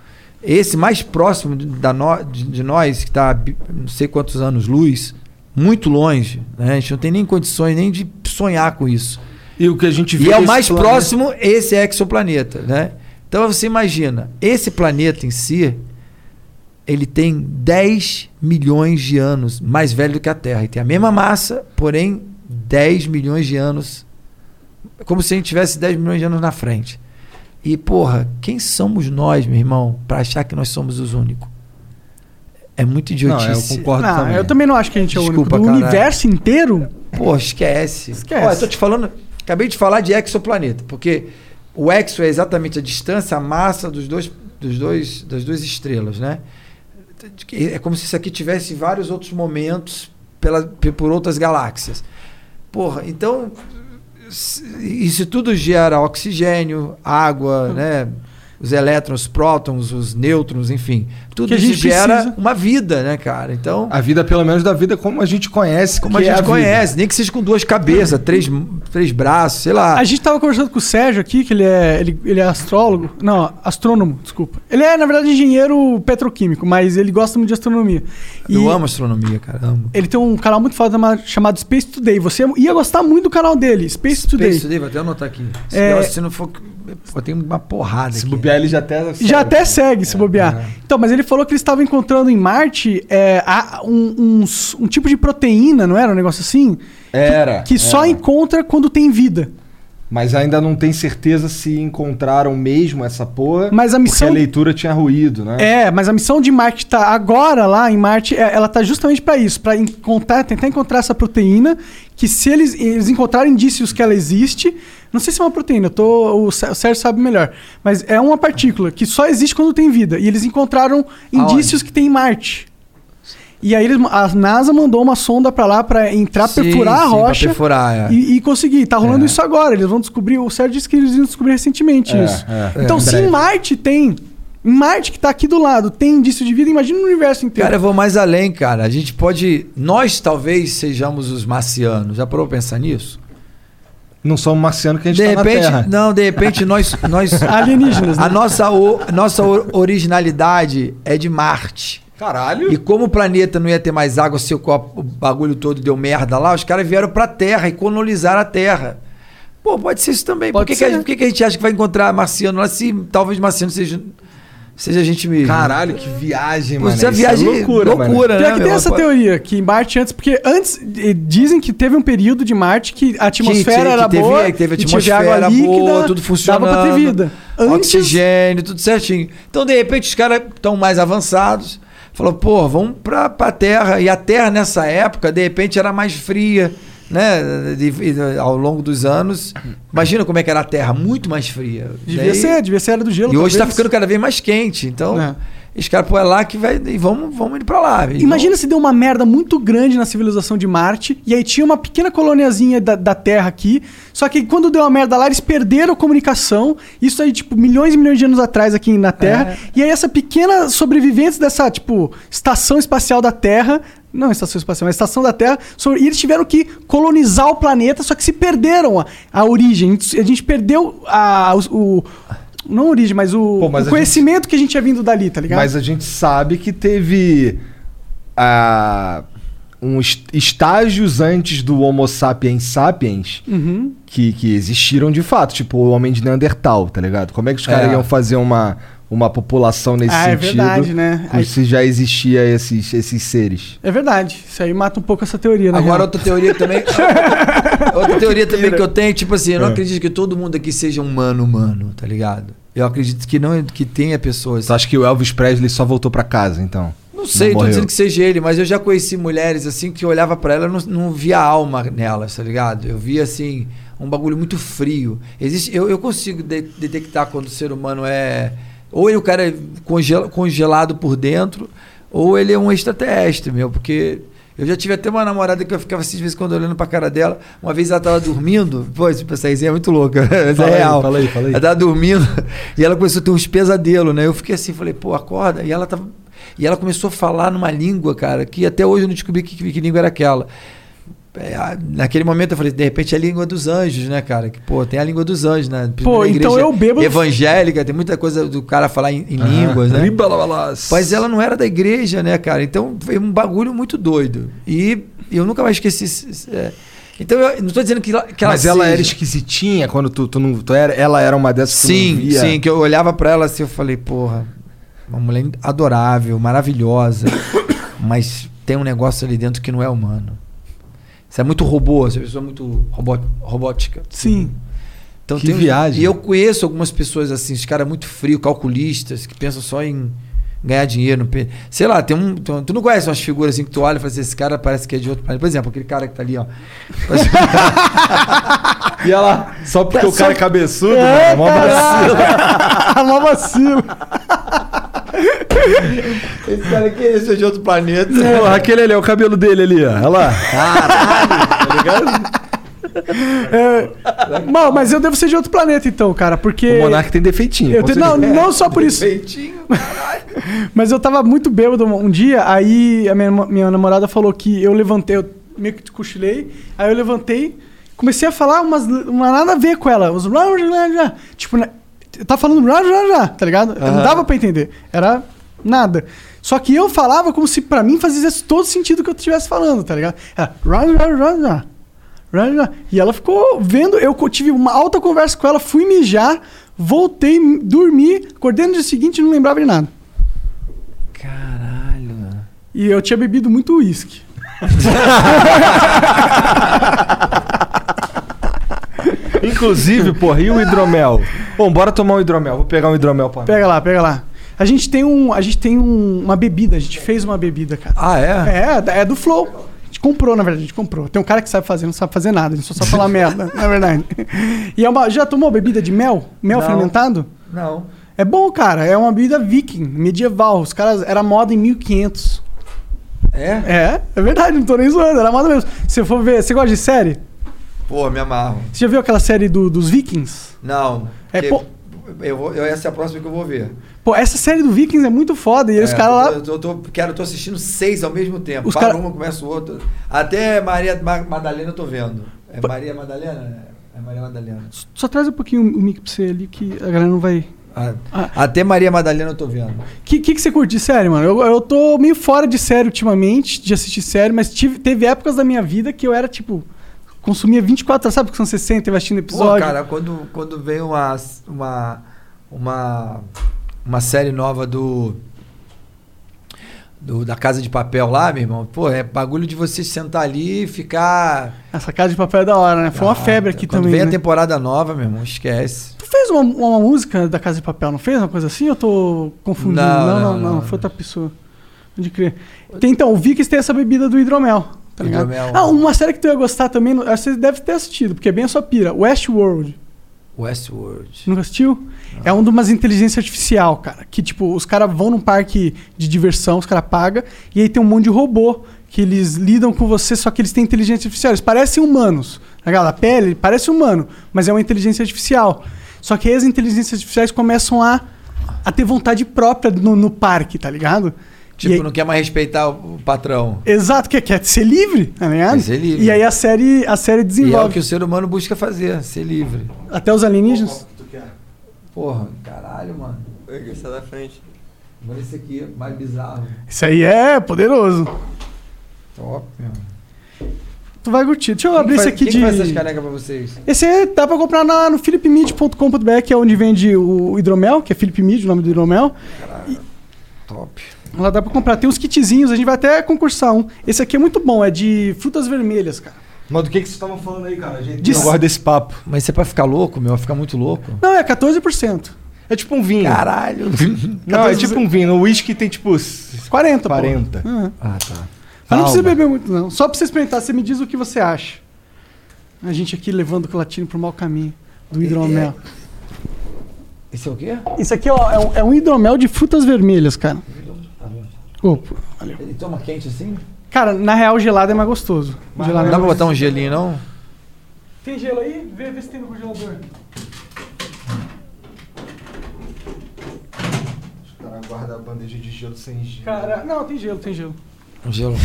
S1: Esse mais próximo de- da no- de, de nós, que tá bi- não sei quantos anos luz, muito longe, né? a gente não tem nem condições nem de sonhar com isso.
S6: E o que a gente
S1: E
S6: vê
S1: é o
S6: desse
S1: mais
S6: planeta-
S1: próximo, esse é exoplaneta, né? Então você imagina, esse planeta em si, ele tem 10 milhões de anos mais velho do que a Terra. E tem a mesma massa, porém 10 milhões de anos. É Como se a gente tivesse 10 milhões de anos na frente. E, porra, quem somos nós, meu irmão, pra achar que nós somos os únicos? É muito idiotice.
S6: Ah,
S2: Não, Ah, Eu também não acho que a gente é o único.
S1: Desculpa,
S2: Do
S1: caralho.
S2: universo inteiro?
S1: Pô, esquece.
S2: Esquece.
S1: Ó, eu tô te falando. Acabei de falar de exoplaneta, porque o exo é exatamente a distância, a massa dos dois, dos dois, das duas estrelas, né? É como se isso aqui tivesse vários outros momentos pela, por outras galáxias. Porra, então isso tudo gera oxigênio, água,
S6: Hum.
S1: né? Os elétrons, os prótons, os nêutrons, enfim. Tudo
S6: Que a
S1: isso
S6: gente
S1: gera
S6: precisa.
S1: uma vida, né, cara? Então,
S6: A vida, pelo menos da vida como a gente conhece.
S1: como a
S6: que é
S1: gente
S6: vida.
S1: conhece, nem que seja com duas cabeças, três, três braços, sei lá.
S2: A gente tava conversando com o Sérgio aqui, que ele é, ele, ele é astrólogo. Não, astrônomo, desculpa. Ele é, na verdade, engenheiro petroquímico, mas ele gosta muito de astronomia.
S1: Eu amo astronomia, cara. Amo.
S2: Ele tem um canal muito foda ma- chamado Space Today. Você ia gostar muito do canal dele, Space, Today.
S1: Space Today, vou até anotar aqui. Se,
S2: É-
S1: não- se não for Pô, tem uma porrada.
S6: Se bobear, ele já até.
S2: Já até segue, se bobear. Então, mas ele falou que ele estava encontrando em Marte é, a- um, uns- um tipo de proteína, não era? Um negócio assim?
S6: Era,
S2: Que, que só
S6: era.
S2: encontra quando tem vida.
S6: Mas ainda não tem certeza se encontraram mesmo essa porra.
S2: Mas a missão-
S6: Porque a leitura tinha ruído, né?
S2: É, mas a missão de Marte tá agora lá em Marte, é, ela tá justamente para isso, para encontrar, tentar encontrar essa proteína que se eles, eles encontrarem indícios que ela existe, não sei se é uma proteína, eu tô, o Sé- o Sérgio sabe melhor, mas é uma partícula que só existe quando tem vida e eles encontraram
S1: Aonde?
S2: indícios que tem em Marte. E aí eles, a NASA mandou uma sonda para lá para entrar
S1: Sim,
S2: perfurar a
S1: sim, pra
S2: rocha
S1: perfurar, é.
S2: e, e conseguir. Tá rolando isso agora, eles vão descobrir, o Sérgio disse que eles iam descobrir recentemente
S6: É,
S2: isso.
S6: é.
S2: Então
S6: É,
S2: se
S6: breve.
S2: em Marte tem. Em Marte, que tá aqui do lado, tem indício de vida, imagina no universo inteiro.
S1: Cara, eu vou mais além, cara. A gente pode. Nós talvez sejamos os marcianos. Já parou pra pensar nisso?
S6: Não somos marcianos que a gente
S1: de
S6: tá
S1: repente,
S6: na Terra.
S1: Não, de repente nós. nós
S2: Alienígenas, né?
S1: A nossa, o- nossa o- originalidade é de Marte.
S6: Caralho.
S1: E como o planeta não ia ter mais água se o, copo- o bagulho todo deu merda lá, os caras vieram pra Terra e colonizaram a Terra. Pô, pode ser isso também. por
S6: Pode
S1: que, que a,
S6: ser.
S1: por que, que a gente acha que vai encontrar marciano lá se talvez marciano seja, seja a gente mesmo?
S6: Caralho, que viagem,
S1: Pô,
S6: mano.
S1: isso é
S6: Isso
S1: viagem- loucura,
S6: mano.
S1: né?
S2: Pior que tem
S1: meu?
S2: essa
S1: Pô-
S2: teoria, que em Marte antes, porque antes eh, dizem que teve um período de Marte que a atmosfera
S1: que
S2: era
S1: teve- é,
S2: boa,
S1: que teve
S2: e
S1: atmosfera boa, tudo funcionando.
S2: dava pra ter vida.
S1: Oxigênio, tudo certinho. Então, de repente, os caras estão mais avançados. Falou, pô, vamos pra, pra Terra. E a Terra, nessa época, de repente, era mais fria, né? De- de- ao longo dos anos. Imagina como é que era a Terra, muito mais fria.
S2: Devia
S1: Daí-
S2: ser, devia ser era do gelo.
S1: E hoje tá
S2: talvez.
S1: ficando cada vez mais quente. Então,
S2: É.
S1: os caras, pô, é lá que vai... E vamos, vamos indo pra lá. E
S2: Imagina se deu uma merda muito grande na civilização de Marte, e aí tinha uma pequena coloniazinha da, da Terra aqui, só que quando deu uma merda lá, eles perderam a comunicação, isso aí, tipo, milhões e milhões de anos atrás aqui na Terra,
S6: É.
S2: e aí essa pequena sobrevivente dessa, tipo, estação espacial da Terra, não estação espacial, mas estação da Terra, sobre- e eles tiveram que colonizar o planeta, só que se perderam a, a origem, a gente- a gente perdeu a, o... o- não a origem, mas o,
S6: Pô, mas a
S2: o conhecimento que a gente tinha vindo dali, tá ligado?
S6: Mas a gente sabe que teve ah, uns estágios antes do Homo sapiens sapiens
S2: Uhum.
S6: que, que existiram de fato, tipo o homem de Neandertal, tá ligado? Como é que os caras
S2: É.
S6: iam fazer uma, uma população nesse
S2: Ah, é
S6: sentido?
S2: verdade, né?
S6: com-
S2: Aí-
S6: Se já existia esses, esses seres.
S2: É verdade. Isso aí mata um pouco essa teoria, né?
S1: Agora outra teoria também. outra teoria também que eu tenho, tipo assim, eu não
S2: É.
S1: acredito que todo mundo aqui seja humano humano, tá ligado? Eu acredito que não que tenha pessoas.
S6: Tu acha que o Elvis Presley só voltou pra casa, então?
S1: Não sei, tô
S6: morreu.
S1: dizendo que seja ele, mas eu já conheci mulheres assim que eu olhava pra ela e não, não via alma nelas, tá ligado? Eu via assim um bagulho muito frio. Existe, eu, eu consigo de- detectar quando o ser humano é ou ele o cara é congela- congelado por dentro, ou ele é um extraterrestre, meu, porque eu já tive até uma namorada que eu ficava assim, de vez em quando olhando pra cara dela. Uma vez ela tava dormindo. Pô, essa essa resenha é muito louca, mas
S6: Fala
S1: é
S6: aí,
S1: real.
S6: fala aí, fala aí.
S1: Ela tava dormindo e ela começou a ter uns pesadelos, né? Eu fiquei assim, falei, pô, acorda. E ela tava. E ela começou a falar numa língua, cara, que até hoje eu não descobri que, que- que língua era aquela. É, a- naquele momento eu falei, de repente é a língua dos anjos, né, cara? Que, pô, tem a língua dos anjos, né?
S2: Pô,
S1: Na
S2: então eu bebo-
S1: Evangélica, tem muita coisa do cara falar em, em
S6: Aham.
S1: línguas, né?
S6: Ribalabalás.
S1: Mas ela não era da igreja, né, cara? Então foi um bagulho muito doido. E eu nunca mais esqueci. esse- esse- é. Então eu não tô dizendo que, ela- que ela
S6: Mas ela
S1: seja.
S6: era esquisitinha quando tu, tu não. Tu era, ela era uma dessas que tu não
S1: Sim,
S6: via?
S1: sim, que eu olhava pra ela assim, eu falei, porra, uma mulher adorável, maravilhosa, mas tem um negócio ali dentro que não é humano. Você é muito robô, essa pessoa é muito robó- robótica.
S2: Sim.
S1: Então
S6: Que
S1: tem uns-
S6: viagem.
S1: E eu conheço algumas pessoas assim, os caras muito frios, calculistas, que pensam só em ganhar dinheiro. pe- Sei lá, tem um. Tu tu não conhece umas figuras assim que tu olha e fala assim, esse cara parece que é de outro planeta. Por exemplo, aquele cara que tá ali, ó.
S6: E ela, só porque
S1: Tá
S6: o cara
S1: só-
S6: é cabeçudo,
S1: É,
S6: mano, mó vacilo.
S2: Mó vacilo.
S1: Esse cara aqui é de outro planeta.
S6: Porra, aquele ali, é o cabelo dele ali, ó. Olha lá.
S2: É, Mal, mas eu devo ser de outro planeta então, cara, porque...
S6: É, O Monark tem defeitinho.
S2: Eu
S6: com
S2: te- não,
S6: certeza. É,
S2: não só por isso. Mas eu tava muito bêbado um dia, aí a minha, minha namorada falou que eu levantei, eu meio que cochilei, aí eu levantei, comecei a falar umas uma nada a ver com ela. Uns blá, blá, blá, blá. tipo, né, eu tava falando blá, blá, blá, tá ligado? Não
S6: Aham.
S2: dava pra entender. Era nada. Só que eu falava como se pra mim fazia todo sentido que eu estivesse falando, tá ligado? Era blá, blá, blá, blá. Rá, rá. E ela ficou vendo, eu co- tive uma alta conversa com ela, fui mijar, voltei, dormi, acordei no dia seguinte e não lembrava de nada.
S1: Caralho, mano.
S2: E eu tinha bebido muito uísque.
S6: Inclusive, porra, e o hidromel? Bom, bora tomar um hidromel. Vou pegar um hidromel pra mim.
S2: Pega lá, pega lá. A gente tem, um, a gente tem um- uma bebida, a gente fez uma bebida, cara.
S1: Ah,
S2: é? É, é do Flow. A gente comprou, na verdade, a gente comprou. Tem um cara que sabe fazer, não sabe fazer nada, ele só sabe falar merda, na verdade. E é uma, já tomou bebida de mel? Mel
S1: Não.
S2: fermentado?
S1: Não.
S2: É bom, cara. É uma bebida viking, medieval. Os caras era moda em 1500.
S1: É?
S2: É, é verdade, não tô nem zoando, era moda mesmo. Se eu for ver, você gosta de série?
S1: Pô, me amarro.
S2: Você já viu aquela série do- dos vikings?
S1: Não.
S2: É,
S1: porque
S2: pô-
S1: eu vou, eu- essa é a próxima que eu vou ver.
S2: Pô, essa série do Vikings é muito foda. E os
S1: É,
S2: caras lá.
S1: Eu, tô, eu tô- quero, eu tô assistindo seis ao mesmo tempo.
S2: Os
S1: Para
S2: cara-
S1: uma, começa o outro. Até Maria Ma- Madalena eu tô vendo. É Maria Madalena? É Maria Madalena.
S2: Só traz um pouquinho o mic pra você ali que a galera não vai.
S1: Até Maria Madalena eu tô vendo.
S2: O que, que, que você curte de série, mano? Eu, eu tô meio fora de série ultimamente, de assistir série, mas tive, teve épocas da minha vida que eu era tipo. Consumia 24 horas, sabe? Que são 60 e vai assistindo
S1: Pô,
S2: episódio.
S1: cara, quando, quando vem uma, uma, uma, uma série nova do, do- da Casa de Papel lá, meu irmão, pô, é bagulho de você sentar ali e ficar. Ah,
S2: Essa casa de papel é da hora, né? Foi uma febre aqui
S1: Quando
S2: também.
S1: vem a
S2: né?
S1: temporada nova, meu irmão, esquece.
S2: Tu fez uma, uma música da Casa de Papel, não fez? Uma coisa assim? Eu tô confundindo.
S1: Não,
S2: Não, não,
S1: não,
S2: não.
S1: não.
S2: Foi outra pessoa. Pode crer. Tem, então, o Vikings tem essa bebida do hidromel. Tá ligado?
S1: Hidromel.
S2: Ah, uma série que tu ia gostar também, não- acho que você deve ter assistido, porque é bem a sua pira. Westworld.
S1: Westworld.
S2: Nunca assistiu? É um de umas inteligência artificial, cara. Que, tipo, os caras vão num parque de diversão, os caras pagam, e aí tem um monte de robô que eles lidam com você, só que eles têm inteligência artificial. Eles parecem humanos. tá ligado? A pele parece humano, mas é uma inteligência artificial. Só que aí as inteligências artificiais começam a, a ter vontade própria no, no parque, tá ligado?
S1: Tipo,
S2: E aí-
S1: não quer mais respeitar o o patrão.
S2: Exato, que quer ser livre, tá ligado?
S1: Quer É ser livre.
S2: E aí a série, a série
S1: E é o
S2: desenvolve.
S1: que o ser humano busca fazer, ser livre.
S2: Até os alienígenas.
S1: Porra, caralho, mano. Esse é da frente. Agora esse aqui, é mais bizarro.
S2: Isso aí é poderoso.
S1: Top, meu.
S2: Tu vai curtir. Deixa eu
S1: Quem
S2: abrir isso
S1: faz-
S2: aqui
S1: quem
S2: de.
S1: faz essas canecas pra vocês?
S2: Esse aí dá pra comprar na, no philipmid.com.br, que é onde vende o hidromel, que é Philip Mead, o nome do hidromel.
S1: Top.
S2: Lá dá pra comprar. Tem uns kitzinhos, a gente vai até concursar um. Esse aqui é muito bom, é de frutas vermelhas, cara.
S6: Mas do que, que vocês estavam falando aí, cara? A gente
S2: Diz-
S6: não gosta desse papo.
S1: Mas isso é pra ficar louco, meu? Vai ficar muito louco.
S2: Não, é 14%.
S6: É tipo um vinho.
S1: Caralho.
S6: Não, é tipo um vinho. O uísque tem tipo.
S2: 40, pô.
S6: 40.
S2: Uhum.
S1: Ah, tá.
S2: Mas não
S6: Calma.
S2: precisa beber muito, não. Só pra você experimentar, você me diz o que você acha. A gente aqui levando o clatino pro mau caminho do hidromel.
S1: Esse é o quê?
S2: Isso aqui ó, é, um, é um hidromel de frutas vermelhas, cara. Opa.
S1: Ele toma quente assim?
S2: Cara, na real, gelado é mais gostoso. Gelado
S1: não
S2: é
S1: dá pra
S2: mais
S1: botar um gelinho, não?
S6: um
S2: Tem gelo aí? Vê, vê se tem no congelador.
S6: Os caras guardam a bandeja de gelo sem gelo.
S2: Cara, não, tem gelo, tem gelo.
S1: Um gelo.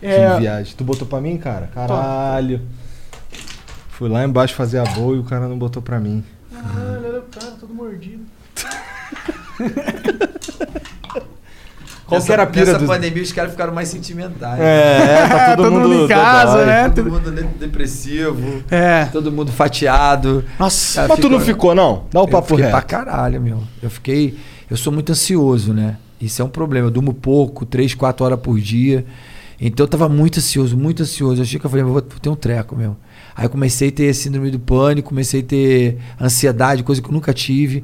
S6: Que
S2: É,
S6: viagem. Tu botou pra mim, cara? Caralho. Fui lá embaixo fazer a boa e o cara não botou pra mim.
S2: Caralho, olha o cara, todo mordido.
S6: Qual
S1: Nessa-
S6: que era a pira
S1: Nessa
S6: dos-
S1: pandemia os caras ficaram mais sentimentais.
S6: É, tá todo mundo-
S2: em casa,
S6: dói.
S2: né?
S1: Todo mundo de- depressivo.
S2: É.
S1: Todo mundo fatiado.
S2: Nossa,
S1: Cara,
S6: Mas tu não ficou, não? Dá o
S1: eu
S6: papo
S1: fiquei
S6: reto.
S1: pra caralho, meu. Eu fiquei. Eu sou muito ansioso, né? Isso é um problema. Eu durmo pouco, três, quatro horas por dia. Então eu tava muito ansioso, muito ansioso. Eu achei que eu falei, "Eu vou ter um treco, meu. Aí eu comecei a ter síndrome do pânico, comecei a ter ansiedade, coisa que eu nunca tive.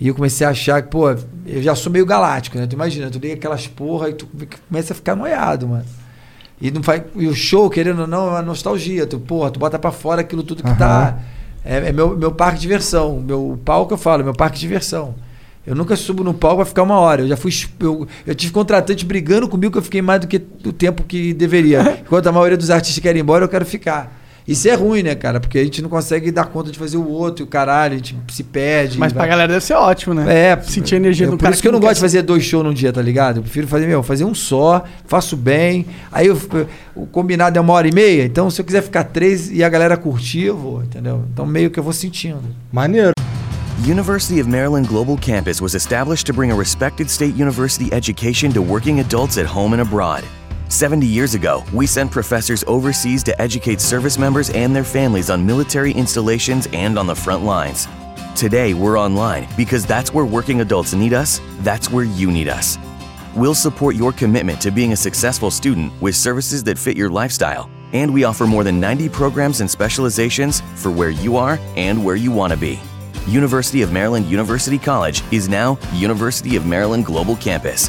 S1: E eu comecei a achar que, pô, eu já sou meio galáctico, né? Tu imagina, tu liga aquelas porra e tu começa a ficar noiado, mano. E, não faz, e o show, querendo ou não, é uma nostalgia. Tu, porra, tu bota pra fora aquilo tudo que tá. É, é meu, meu parque de diversão. Meu palco, eu falo, é meu parque de diversão. Eu nunca subo no palco pra ficar uma hora. Eu já fui. exp- Eu, eu tive contratante brigando comigo que eu fiquei mais do que o tempo que deveria. Enquanto a maioria dos artistas quer ir embora, eu quero ficar. Isso é ruim, né, cara? Porque a gente não consegue dar conta de fazer o outro, e o caralho, a gente se perde.
S2: Mas pra
S1: vai-
S2: galera deve ser ótimo, né?
S1: é,
S2: Sentir a energia
S1: eu-
S2: do
S1: por
S2: cara.
S1: isso que eu não
S2: quer
S1: gosto de fazer dois shows num dia, tá ligado? Eu prefiro fazer, meu, fazer um só, faço bem. Aí eu- o combinado é uma hora e meia, então se eu quiser ficar três e a galera curtir, eu vou, entendeu? Então meio que eu vou sentindo.
S6: Maneiro.
S11: University of Maryland Global Campus was established to bring a respected state university education to working adults at home and abroad. 70 years ago, we sent professors overseas to educate service members and their families on military installations and on the front lines. Today, we're online because that's where working adults need us, that's where you need us. We'll support your commitment to being a successful student with services that fit your lifestyle, and we offer more than 90 programs and specializations for where you are and where you want to be. University of Maryland University College is now University of Maryland Global Campus.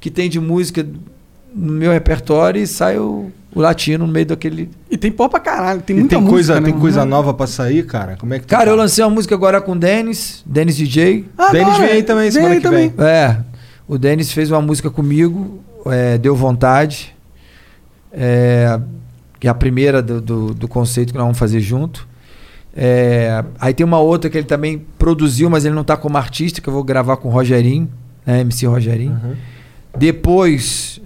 S1: que tem de música no meu repertório e sai o, o latino no meio daquele.
S2: E tem pó pra caralho, tem
S6: E
S2: muita
S6: tem
S2: música.
S6: coisa,
S2: né?
S6: tem coisa nova pra sair, cara? Como é que tu
S1: é? Cara, eu lancei uma música agora com o Denis, Denis DJ.
S2: Ah,
S6: Denis vem aí também semana que vem.
S1: É. O Denis fez uma música comigo, é, deu vontade. É, que é a primeira do, do, do conceito que nós vamos fazer junto. É, aí tem uma outra que ele também produziu, mas ele não tá como artista, que eu vou gravar com o Rogerinho, né, MC Rogerinho.
S6: Uhum.
S1: Depois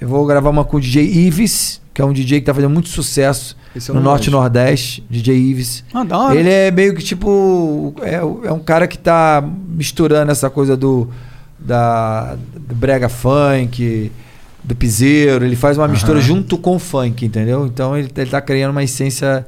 S1: eu vou gravar uma com o DJ Ives, que é um DJ que tá fazendo muito sucesso
S6: Esse eu
S1: no
S6: não
S1: Norte e
S6: manjo.
S1: Nordeste, DJ Ives.
S2: Ah, da hora.
S1: Ele é meio que tipo. É, o- é um cara que tá misturando essa coisa do. Da, do brega funk, do piseiro. Ele faz uma mistura
S6: Aham.
S1: junto com o funk, entendeu? Então ele, ele tá criando uma essência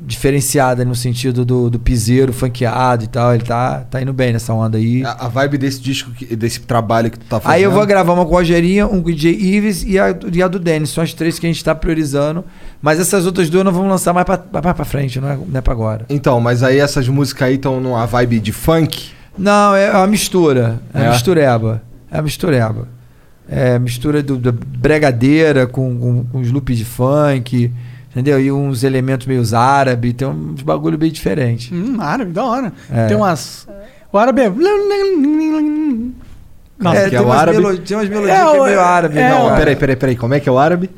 S1: diferenciada no sentido do, do piseiro funkeado e tal. Ele tá, tá indo bem nessa onda aí.
S6: A vibe desse disco, que- desse trabalho que tu tá fazendo.
S1: Aí eu vou gravar uma com o Rogerinha, um com o DJ Ives e a, e a do Denis. São as três que a gente tá priorizando. Mas essas outras duas nós vamos lançar mais pra, mais pra frente, não é, não é pra agora.
S6: Então, mas aí essas músicas aí estão numa vibe de funk?
S1: Não, é uma mistura. É,
S6: É?
S1: uma mistureba. É uma mistureba. É mistura do, da bregadeira com, com, com os loops de funk, entendeu? E uns elementos meio árabe, tem uns bagulho bem diferente.
S2: Hum, árabe, da hora.
S1: É.
S2: Tem umas. O árabe é. Nossa,
S1: é,
S6: que
S1: tem,
S6: é o
S1: umas
S6: árabe?
S1: melo- tem umas melodias
S2: É,
S1: que
S2: o-
S1: é meio árabe.
S2: é,
S1: não,
S2: o-
S1: é.
S6: Peraí, peraí, peraí. Como é que é o árabe?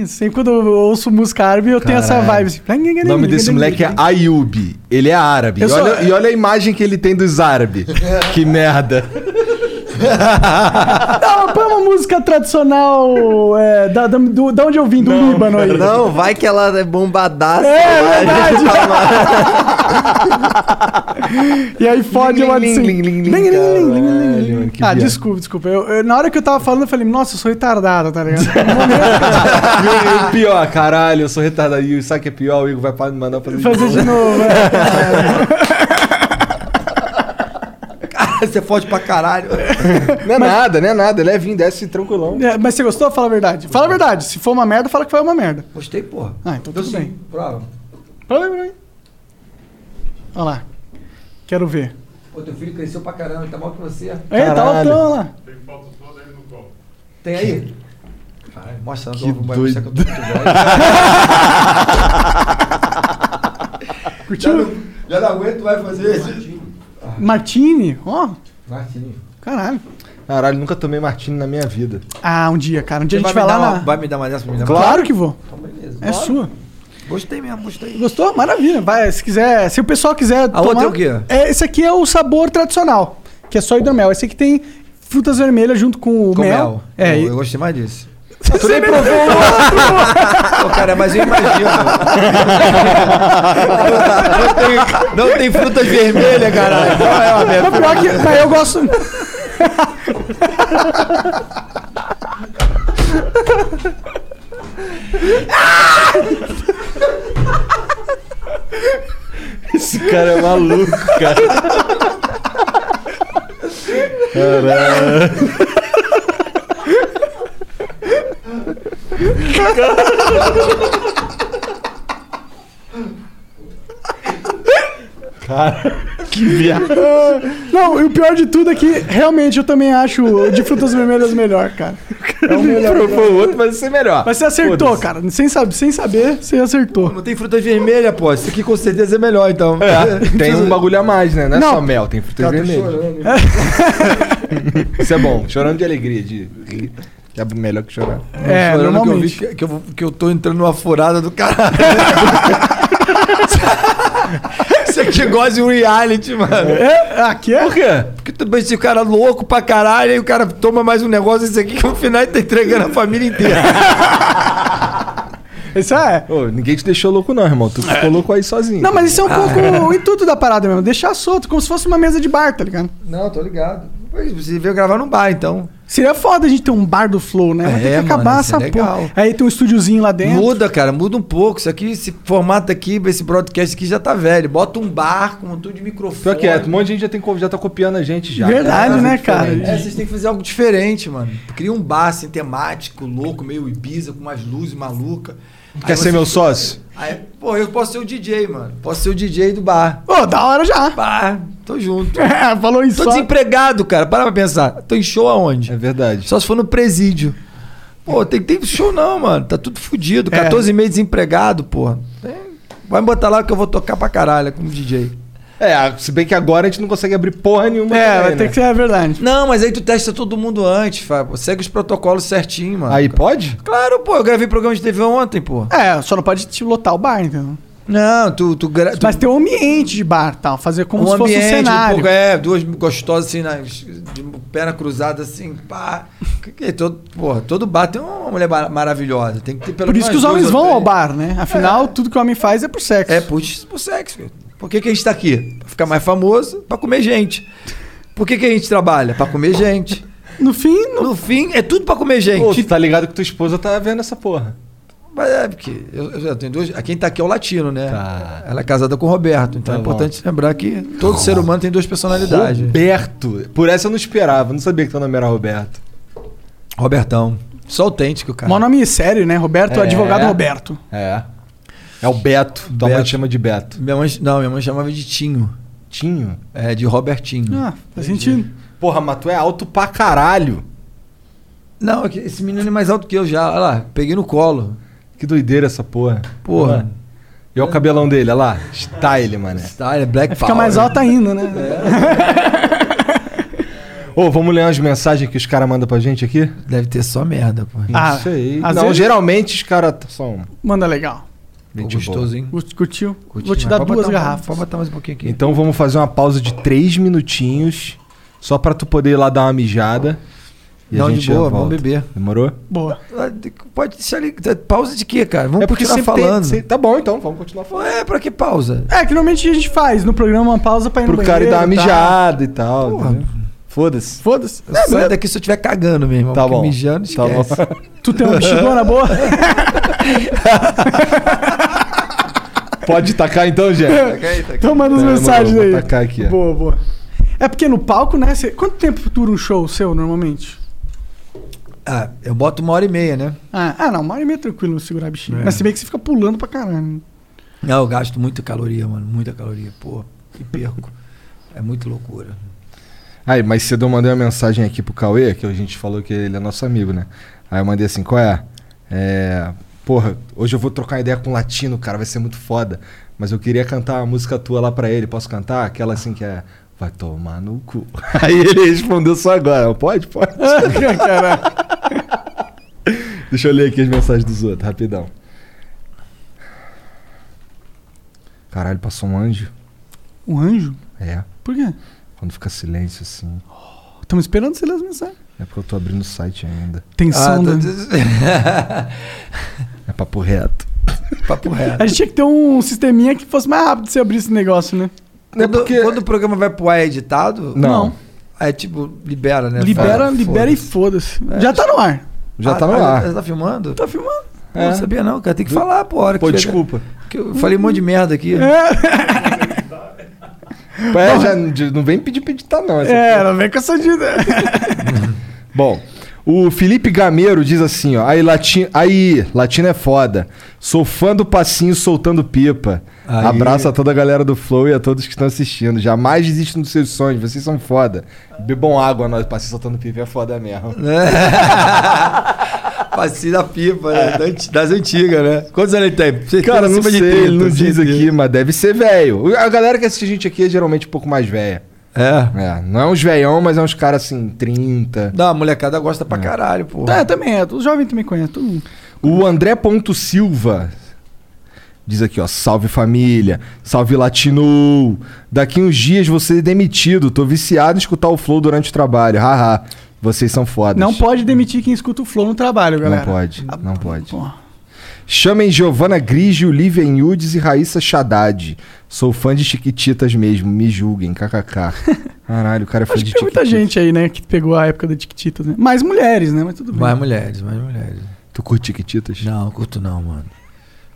S2: Assim, quando eu ouço música árabe, eu tenho essa
S6: Caralho.
S2: vibe. assim.
S6: O nome desse moleque é Ayub. Ele é árabe.
S2: Eu
S6: E
S2: sou-
S6: olha, e olha a imagem que ele tem dos árabes. que merda.
S2: Não, Ah, põe uma música tradicional é, da, da, do- da onde eu vim, do Líbano aí.
S5: Não, vai que ela é bombadaça.
S2: É
S5: vai.
S2: verdade. E aí fode
S5: Lim,
S2: eu
S5: lim,
S2: assim.
S5: lim, lim, lim,
S2: Lim, lim, lim, lim, lim,
S6: Caralho,
S2: lim.
S6: mano, que
S2: Ah,
S6: viagem.
S2: desculpa, desculpa. Eu- eu- na hora que eu tava falando, eu falei, nossa, eu sou retardado, tá ligado?
S6: E o pior, caralho, eu sou retardado. E sabe o que é pior? O Igor vai pra- me mandar fazer,
S2: Fazer de novo, é.
S1: Você fode pra caralho.
S6: Não é nada, não é nada. Levinho, desce tranquilão.
S2: É, Mas você gostou? Fala a verdade. Fala a verdade. Se for uma merda, fala que foi uma merda.
S1: Gostei, porra.
S2: Ah, então tudo bem.
S1: Prova.
S2: Fala aí, fala aí. Olha lá. Quero ver.
S1: Pô, teu filho cresceu pra caramba, tá mal que você.
S2: Ei, tá
S6: Caralho.
S2: altão, olha lá.
S1: Tem aí? Caralho, mostra
S6: Que
S1: não, vai mostrar que eu tô muito velho. Tá,
S2: Curtiu?
S1: Já não aguento mais fazer isso.
S2: Martini, ó.
S1: Martinho.
S2: Caralho.
S6: Caralho, nunca tomei martini na minha vida.
S2: Ah, um dia, cara. Um dia
S1: Você
S2: a gente
S1: vai
S2: vai
S1: me
S2: lá
S1: dar uma-
S2: na-
S1: vai me dar uma dessa pra me dar uma-
S2: Claro que vou.
S1: Então, beleza.
S2: É
S1: Bora.
S2: sua.
S1: Gostei mesmo, gostei.
S2: Gostou? Maravilha. Vai, se quiser, se o pessoal quiser
S1: A outra é o quê?
S2: É, esse aqui é o sabor tradicional, que é só hidromel. Esse aqui tem frutas vermelhas junto com o
S1: Com
S2: mel.
S1: mel.
S2: É,
S1: eu,
S2: e-
S1: eu gostei mais disso.
S2: Você nem provou o outro!
S1: Pô, cara, mas eu imagino. não, tem, não tem frutas vermelhas, caralho. Qual é uma merda?
S2: Mas pior que, mas eu gosto.
S6: Esse cara é maluco, cara. Caralho. Cara, que viagem.
S2: Não, e o pior de tudo é que realmente eu também acho o de frutas vermelhas melhor, cara. É
S1: um
S2: o melhor.
S6: Provou o outro, mas esse é melhor.
S2: Mas você acertou,
S6: Foda-se.
S2: cara. Sem, sab sem saber, você acertou.
S1: Não tem frutas vermelhas, pô. Isso aqui com certeza é melhor, então.
S6: É, tem um bagulho a mais, né? Não é
S2: Não.
S6: só mel, tem frutas
S1: Cara, tô
S6: vermelhas.
S1: chorando.
S6: Isso é bom, chorando de alegria. De... que É melhor que chorar.
S2: É,
S1: Chorando que eu, vi
S2: normalmente.
S1: que, que eu, que eu tô entrando numa furada do caralho. Você que gosta de um reality, mano.
S2: É? Aqui é?
S1: Por quê? Porque também se o cara é louco pra caralho, aí o cara toma mais um negócio desse aqui que no final ele tá entregando a família inteira.
S2: Isso é.
S6: ninguém te deixou louco, não, irmão. Tu ficou louco aí sozinho.
S2: Não, mas isso é um
S6: Ah.
S2: pouco o intuito da parada mesmo. Deixar solto, como se fosse uma mesa de bar, tá ligado?
S1: Não, tô ligado. Você veio gravar num bar, então.
S2: Seria foda a gente ter um bar do Flow, né? Vai ter
S1: É,
S2: que
S1: mano,
S2: acabar
S1: isso
S2: essa
S1: é legal.
S2: porra. Aí tem um estúdiozinho lá dentro.
S1: Muda, cara, muda um pouco. Isso aqui, esse formato aqui, esse broadcast aqui já tá velho. Bota um bar com um montão de microfone.
S6: Pior que é, um monte de gente já, tem, co- já tá copiando a gente já.
S1: É,
S2: né,
S6: É,
S1: diferente.
S6: diferente.
S1: É, vocês têm que fazer algo diferente, mano. Cria um bar assim, temático, louco, meio Ibiza, com umas luzes malucas.
S6: Quer ser meu sócio?
S1: Aí, pô, eu posso ser o DJ, mano. Posso ser o DJ do bar.
S2: Ô, da hora já.
S1: Bar, tô junto.
S2: É, falou isso
S1: Tô
S2: só.
S1: desempregado, cara. Para pra pensar. Tô em show aonde? É verdade. Só se for no presídio. Pô, tem que ter show não, mano. Tá tudo fudido. 14 e meio desempregado, porra. É, Vai me botar lá que eu vou tocar pra caralho como DJ.
S6: É, se bem que agora a gente não consegue abrir porra nenhuma.
S1: É,
S6: também,
S1: vai ter
S6: né?
S1: que
S2: ser verdade.
S1: Não, mas aí tu testa todo mundo antes, Fábio. Segue os protocolos certinho, mano.
S6: Aí pode?
S1: Claro, pô, eu gravei programa de TV ontem, pô.
S2: É, só não pode te lotar o bar, então.
S1: Não, tu. tu,
S6: É,
S2: Mas tem um ambiente de bar tal. Fazer como
S1: um
S2: se fosse
S1: ambiente,
S2: um cenário.
S1: pouco- é, duas gostosas assim, na, de perna cruzada assim, pá. Que, que, todo, porra, todo bar tem uma mulher mar- maravilhosa. Tem que ter pelo
S2: Por isso que
S1: menos
S2: os homens
S1: duas ou
S2: vão
S1: três.
S2: ao bar, né? Afinal, tudo que o homem faz é por sexo.
S1: É, por, por sexo. cara. Por que, que a gente tá aqui? Pra ficar mais famoso, pra comer gente. Por que, que a gente trabalha? Pra comer gente.
S2: No fim.
S1: No, fim, é tudo pra comer gente.
S6: Pô, tu tá ligado que tua esposa tá vendo essa porra.
S1: Mas é porque eu, eu já tenho dois. Quem tá aqui é o latino, né? Ela é casada com o Roberto. Então é
S6: Tá. bom.
S1: importante lembrar que todo ser humano tem duas personalidades.
S6: Roberto. Por essa eu não esperava, não sabia que teu nome era Roberto.
S1: Robertão. Só autêntico, cara.
S2: Mó nome sério, né? Roberto,
S6: É.
S2: advogado Roberto.
S6: É. É o Beto. Tua mãe te chama de Beto.
S1: Minha mãe, não, minha mãe chamava de Tinho.
S6: Tinho?
S1: É, de Robertinho.
S2: Ah, faz sentido.
S6: Porra, mas tu é alto pra caralho.
S1: Não, é que esse menino é mais alto que eu já. Olha lá, peguei no colo.
S6: Que doideira essa porra.
S1: Porra.
S6: Olha lá. E olha o cabelão dele, olha lá. Style, mané.
S1: Style, black
S2: Fica mais alto ainda,
S6: É,
S2: né?
S6: Ô, vamos ler umas mensagens que os caras mandam pra gente aqui?
S1: Deve ter só merda, pô.
S2: Ah,
S6: Não sei.
S2: às
S6: Não,
S2: vezes-
S6: geralmente os caras t- são.
S2: Manda legal.
S6: Gente
S1: gostoso, hein?
S2: Curti- Curtiu? Vou te dar
S1: Pode
S2: duas
S1: botar mais-
S2: garrafas.
S1: Pode botar mais um pouquinho aqui.
S6: Então vamos fazer uma pausa de três minutinhos. Só pra tu poder ir lá dar uma mijada. E
S1: Não,
S6: a
S1: de
S6: gente já
S1: boa,
S6: volta.
S1: vamos beber. Ah,
S6: Demorou?
S2: Boa.
S1: Pode deixar ali. tá, Pausa de quê, cara? Vamos continuar
S6: É sempre tem-
S1: falando.
S6: sempre- Tá bom, então, vamos continuar falando.
S1: É, pra que pausa?
S2: É, que normalmente a gente faz no programa uma pausa pra ir no
S6: Pro
S2: banheiro.
S6: cara ir dar uma
S2: tá?
S6: mijada e tal. entendeu? Foda-se. É,
S2: Foda-se.
S1: Eu saio daqui se eu estiver cagando mesmo.
S6: Tá
S1: porque
S6: bom.
S1: Mijando,
S6: Tá bom.
S1: esquece.
S2: Tu tem uma bexigona boa?
S6: Pode tacar então, Jeff?
S2: Então manda as
S6: Não,
S2: mensagens
S6: não,
S2: aí.
S6: vou tacar aqui, ó.
S2: Boa, boa. É porque no palco, né? cê- Quanto tempo dura um show seu normalmente?
S1: Ah, eu boto uma hora e meia, né?
S2: Ah, ah, não, uma hora e meia tranquilo segurar a bichinha. Mas se bem que você fica pulando pra caralho. né?
S1: Não, Ah, eu gasto muita caloria, mano. Muita caloria. Pô, e perco. É muito loucura.
S6: Aí, mais cedo eu mandei uma mensagem aqui pro Cauê, que a gente falou que ele é nosso amigo, né? Aí eu mandei assim, qual é? É. Porra, hoje eu vou trocar ideia com um latino, cara, vai ser muito foda. Mas eu queria cantar uma música tua lá pra ele. Posso cantar? Aquela assim que é. Vai tomar no cu. Aí ele respondeu só agora. Eu, Pode? Pode. Deixa eu ler aqui as mensagens dos outros, rapidão. Caralho, passou um anjo.
S2: Um anjo?
S6: É.
S2: Por quê?
S6: Quando fica silêncio assim.
S2: Estamos esperando você ler as mensagens. né?
S6: É porque eu tô abrindo o site ainda.
S2: Tensão
S1: Ah, tô
S2: da-
S1: des-
S6: É papo reto.
S1: Papo reto.
S2: A gente tinha que ter um sisteminha que fosse mais rápido de você abrir esse negócio, né?
S6: é
S1: Quando, quando o programa vai pro ar é editado?
S2: Não. Não.
S1: É tipo, libera,
S6: É,
S1: né?
S2: libera,
S1: Fala,
S2: libera e foda-se. Já tá no ar.
S1: foda-se.
S6: Já tá no
S1: Ah,
S6: ar. É.
S1: Tá filmando?
S2: Tá filmando.
S1: Pô, Não sabia não, cara. Tem que falar, pô. a Hora
S6: Pô,
S1: que chegar.
S6: desculpa.
S1: Que eu falei um monte de merda aqui.
S6: É, já n- de- não vem pedir pra editar, não. essa
S2: É,
S6: porra.
S2: não vem com essa de.
S6: Bom, o Felipe Gameiro diz assim, ó. Aí, latino, aí, latino é foda. Sou fã do passinho soltando pipa.
S1: Aí.
S6: Abraço a toda a galera do Flow e a todos que estão assistindo. Jamais desistam dos seus sonhos, vocês são foda. Bebam água, nós, passinho soltando pipa é foda mesmo.
S1: Passinho da pipa, né? Da anti- Das antigas, né? Quantos anos ele tem? Certeza
S6: Cara, não
S1: acima
S6: sei,
S1: de 30,
S6: ele não diz
S1: certeza.
S6: aqui, mas deve ser velho. A galera que assiste a gente aqui é geralmente um pouco mais velha.
S1: É?
S6: Não é uns velhão, mas é uns caras assim, É, 30.
S1: Não, a molecada gosta pra caralho, pô.
S2: É, Tá, também é. Os jovens também conhecem, todo mundo.
S6: O André Ponto Silva
S4: Diz aqui, ó, salve família, salve latino.
S6: Daqui uns dias você é demitido. Tô viciado em escutar o flow durante o trabalho. Haha, vocês são fodas.
S2: Não pode demitir quem escuta o Flow no trabalho, galera.
S6: Não pode, não pode. Chamem Giovana Grigio, Lívia Inhudes e Raíssa Haddad. Sou fã de Chiquititas mesmo, me julguem, kkk. Caralho, o cara é fã de
S2: Tem muita
S6: Chiquititas.
S2: gente aí, né, que pegou a época da Tiquititas, né? Mais mulheres, né? Mas tudo bem.
S1: Mais mulheres, mais mulheres.
S6: Tu curte Chiquititas?
S1: Não, curto não, mano.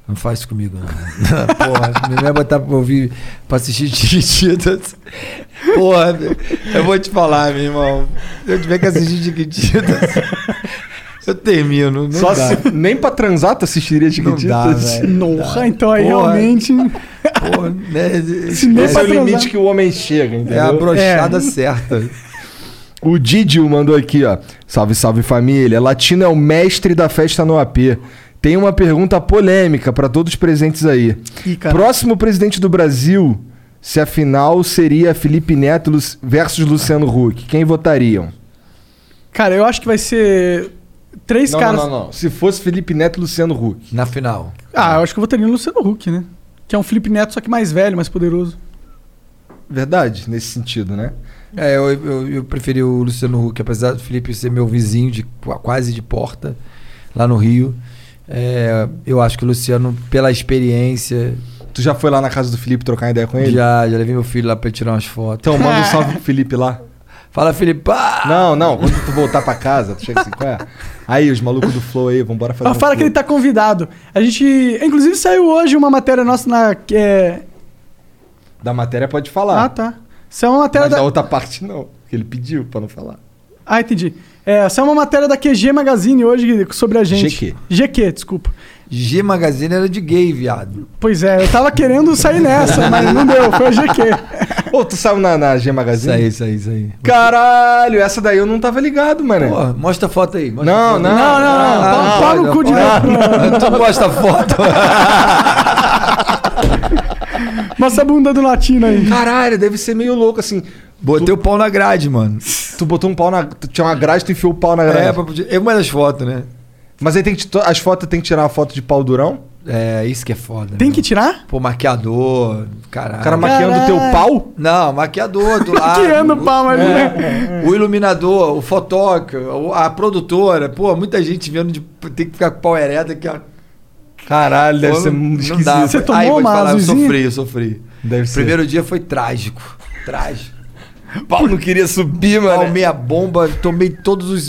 S1: Não faz isso comigo, não. Porra, não vai botar pra ouvir, pra assistir Chiquititas. Porra, eu vou te falar, meu irmão. Se eu tiver que assistir Chiquititas, eu termino. Não
S6: Só
S1: dá.
S6: se- nem pra transar tu assistiria
S1: Não dá,
S6: Chiquititas?
S1: velho. Não
S2: Porra,
S1: dá.
S2: então aí
S1: Porra.
S2: realmente.
S1: Porra, né?
S2: Se nem
S6: Esse
S2: pra
S6: é o
S2: transar.
S6: limite que o homem chega, entendeu?
S1: É a brochada
S6: É.
S1: certa.
S6: O Didio mandou aqui, ó. Salve, salve família. Latino é o mestre da festa no AP. Tem uma pergunta polêmica pra todos presentes aí.
S2: Ih, cara.
S6: Próximo presidente do Brasil, se a final seria Felipe Neto Lu- versus Luciano Huck, quem votariam?
S2: Cara, eu acho que vai ser três caras.
S6: Se fosse Felipe Neto e Luciano Huck.
S1: Na final.
S2: Ah, eu acho que eu votaria no Luciano Huck, né? Que é um Felipe Neto, só que mais velho, mais poderoso.
S6: Verdade, nesse sentido, né?
S1: É, eu, eu, eu preferi o Luciano Huck, apesar do Felipe ser meu vizinho de qua- quase de porta lá no Rio. É, eu acho que o Luciano, pela experiência.
S6: Tu já foi lá na casa do Felipe trocar ideia com ele?
S1: Já, já levei meu filho lá pra ele tirar umas fotos.
S6: Então, manda um salve pro Felipe lá.
S1: Fala, Felipe. pá!
S6: Não, não, quando tu voltar pra casa, tu chega assim, qual é? Aí, os malucos do Flow aí, vambora fazer
S2: Ah, fala que ele tá convidado. A gente. Inclusive saiu hoje uma matéria nossa na. que É...
S1: tá-
S6: Da matéria pode falar.
S2: Ah, tá. Isso é uma matéria
S6: Mas da
S2: da.
S6: outra parte não, que ele pediu pra não falar.
S2: Ah, entendi. É, essa é uma matéria da QG Magazine hoje sobre a gente.
S1: GQ.
S2: GQ, desculpa.
S1: G Magazine era de gay, viado.
S2: Pois é, eu tava querendo sair nessa, mas não deu, foi a GQ.
S6: Ô, tu saiu na, na G
S1: Isso
S6: Magazine?
S1: aí, isso aí, isso aí.
S6: Caralho, essa daí eu não tava ligado, mano.
S1: Pô, mostra a foto aí. mostra a
S6: Não, não,
S1: foto.
S6: não, não,
S1: Ah,
S2: Pau no
S1: não,
S2: cu de
S1: não. Ah, Tu mostra a foto.
S2: Mostra a bunda do latino aí.
S6: Caralho, deve ser meio louco assim.
S1: Botei o pau na grade, mano.
S6: Tu botou um pau na. Tu tinha uma grade, tu enfiou o pau na grade.
S1: É, pra, eu mando as fotos, né?
S6: Mas aí tem que. As fotos tem que tirar uma foto de pau durão?
S1: É, isso que é foda.
S2: Tem
S1: né?
S2: que tirar?
S1: Pô, maquiador, caralho.
S6: O cara maquiando o teu
S2: Caralho.
S6: pau?
S1: Não, maquiador do lado.
S2: É. Maquiando o pau ali,
S1: É. O iluminador, o fotógrafo, a produtora. Pô, muita gente vendo de tem que ficar com o pau ereto aqui, ó.
S6: Caralho, deve
S1: Pô,
S6: ser
S1: não
S6: esquisito.
S1: dá.
S2: Você
S1: Aí,
S2: tomou
S1: vou te
S2: uma
S1: falar, Eu
S2: azulzinha?
S1: sofri, eu sofri.
S6: Deve ser.
S1: Primeiro dia foi trágico. Trágico.
S6: pau não queria subir,
S1: Palmei a bomba, tomei todos os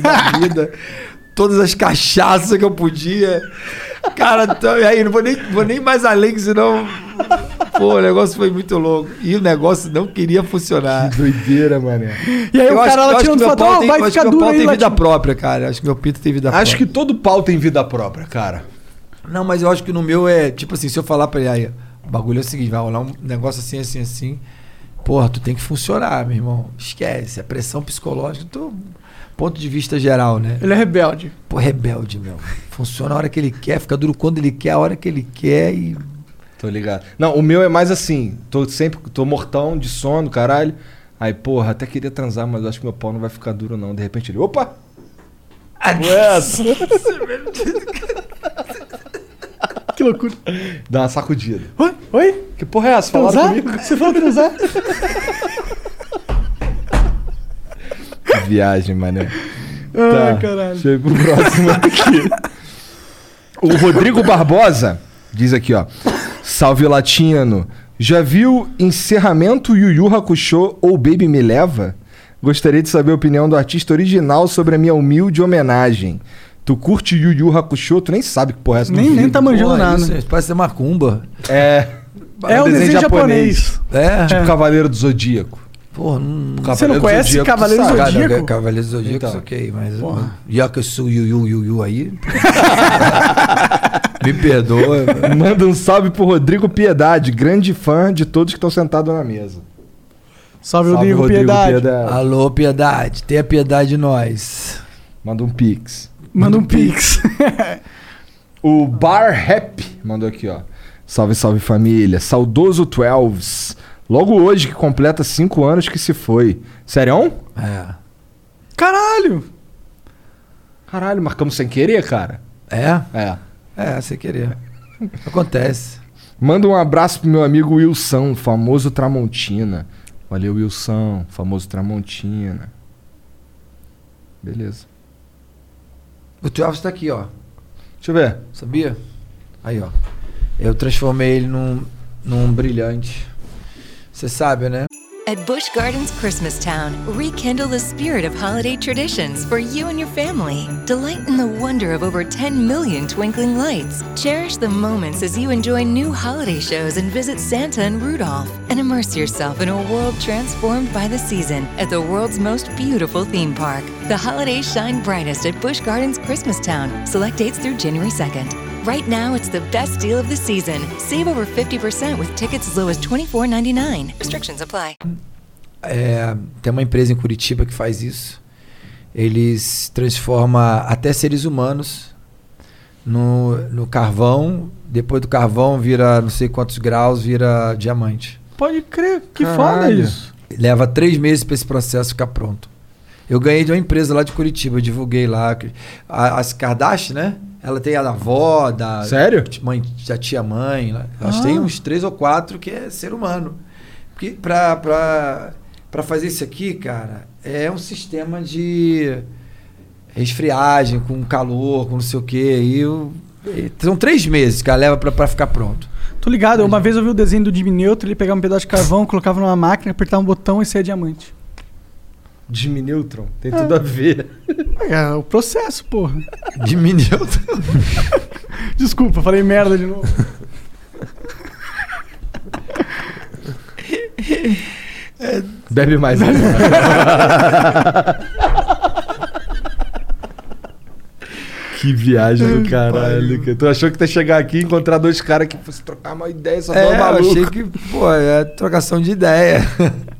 S1: da vida, todas as cachaças que eu podia. Cara, então, e aí, não vou nem, vou nem mais além, que senão. Pô, o negócio foi muito louco. E o negócio não queria funcionar.
S6: Doideira, mané.
S2: E aí o cara lá
S1: acho
S2: tirando
S1: meu
S2: foto,
S1: pau
S2: ó,
S1: tem-
S2: vai
S1: eu acho
S2: ficar
S1: que meu
S2: duro
S1: pau
S2: aí,
S1: tem vida
S2: latino.
S1: própria, cara. Acho que meu pinto tem vida
S6: Acho que
S1: própria.
S6: todo pau tem vida própria, cara.
S1: Não, mas eu acho que no meu é, tipo assim, se eu falar pra ele, aí, o bagulho é o seguinte, vai rolar um negócio assim, assim, assim. Porra, tu tem que funcionar, meu irmão. Esquece. A pressão psicológica, tu. Ponto de vista geral, né?
S2: Ele é rebelde.
S1: Pô, rebelde, meu. Funciona a hora que ele quer, fica duro quando ele quer, a hora que ele quer e.
S6: Tô ligado. Não, o meu é mais assim. Tô sempre. Tô mortão de sono, caralho. Aí, porra, até queria transar, mas eu acho que meu pau não vai ficar duro, não. De repente ele. Opa!
S2: Que loucura.
S6: Dá uma sacudida.
S2: Oi? Oi?
S6: Que porra é essa? Falaram
S2: Transar?
S6: comigo?
S2: Você falou transar?
S6: Que viagem, mané. Tá.
S2: Ah, caralho.
S6: Deixa eu ir pro próximo aqui. O Rodrigo Barbosa diz aqui, ó. Salve Latino. Já viu Encerramento Yu Yu Hakusho ou Baby Me Leva? Gostaria de saber a opinião do artista original sobre a minha humilde homenagem. Tu curte Yu Yu Hakusho? Tu nem sabe que porra é essa.
S2: Nem, nem tá manjando
S1: Porra,
S2: nada.
S1: isso, isso parece ser macumba.
S6: É.
S2: É um desenho japonês.
S1: É?
S6: Tipo Cavaleiro do Zodíaco.
S1: Porra, não.
S2: Você
S6: Cavaleiro
S2: não
S6: do
S2: conhece
S6: Zodíaco, tu
S2: Cavaleiro do
S6: sabe.
S1: Cada-
S2: Zodíaco?
S1: Cavaleiro do Zodíaco,
S6: Então.
S1: isso ok, mas. Já que eu sou Yu Yu Yu Yu aí. me perdoa.
S6: Manda um salve pro Rodrigo Piedade, grande fã de todos que estão sentados na mesa.
S2: Salve, Rodrigo, Piedade.
S1: Alô, piedade. Tenha piedade de nós.
S6: Manda um pix.
S2: Manda um pix.
S6: O Bar Rap mandou aqui, ó. Salve, salve família. Saudoso 12s. Logo hoje que completa 5 anos que se foi. Sério?
S1: É.
S2: Caralho!
S6: Caralho, marcamos sem querer, cara.
S1: É?
S6: É.
S1: É, sem querer. Acontece.
S6: Manda um abraço pro meu amigo Wilson, famoso Tramontina. Valeu, Wilson, famoso Tramontina. Beleza.
S1: O Travis tá aqui, ó.
S6: Deixa eu ver.
S1: Sabia? Aí, ó. Eu transformei ele num, num brilhante. Você sabe, né?
S12: At Busch Gardens Christmas Town, rekindle the spirit of holiday traditions for you and your family. Delight in the wonder of over 10 million twinkling lights. Cherish the moments as you enjoy new holiday shows and visit Santa and Rudolph. And immerse yourself in a world transformed by the season at the world's most beautiful theme park. The holidays shine brightest at Busch Gardens Christmas Town. Select dates through January 2nd. Right now, it's the best deal of the season. Save over 50% with tickets as low as $24.99. Restrictions apply.
S1: É, tem uma empresa em Curitiba que faz isso. Eles transforma até seres humanos no, no carvão. Depois do carvão vira não sei quantos graus, vira diamante.
S2: Pode crer, que foda isso.
S1: Leva três meses para esse processo ficar pronto. Eu ganhei de uma empresa lá de Curitiba, eu divulguei lá. que- a- As Kardashian, né? Ela tem a da avó, da.
S6: Sério?
S1: Mãe, da tia-mãe. lá. Elas
S6: Ah.
S1: têm uns três ou quatro que é ser humano. Porque pra, pra, pra fazer isso aqui, cara, é um sistema de resfriagem, com calor, com não sei o quê. E o- e são três meses que ela leva pra, pra ficar pronto.
S2: Tô ligado, uma vez eu vi o desenho do Jimmy Neutron, ele pegava um pedaço de carvão, colocava numa máquina, apertava um botão e saía diamante.
S6: Jimmy Neutron, tem tudo a ver.
S2: É o processo, porra.
S1: Jimmy Neutron.
S2: Desculpa, falei merda de novo.
S6: Bebe mais. que viagem do caralho. cara. Tu achou que ia chegar aqui e encontrar dois caras que fosse trocar uma ideia, só
S1: É,
S6: dois
S1: eu
S6: malucos.
S1: achei que, pô, é trocação de ideia.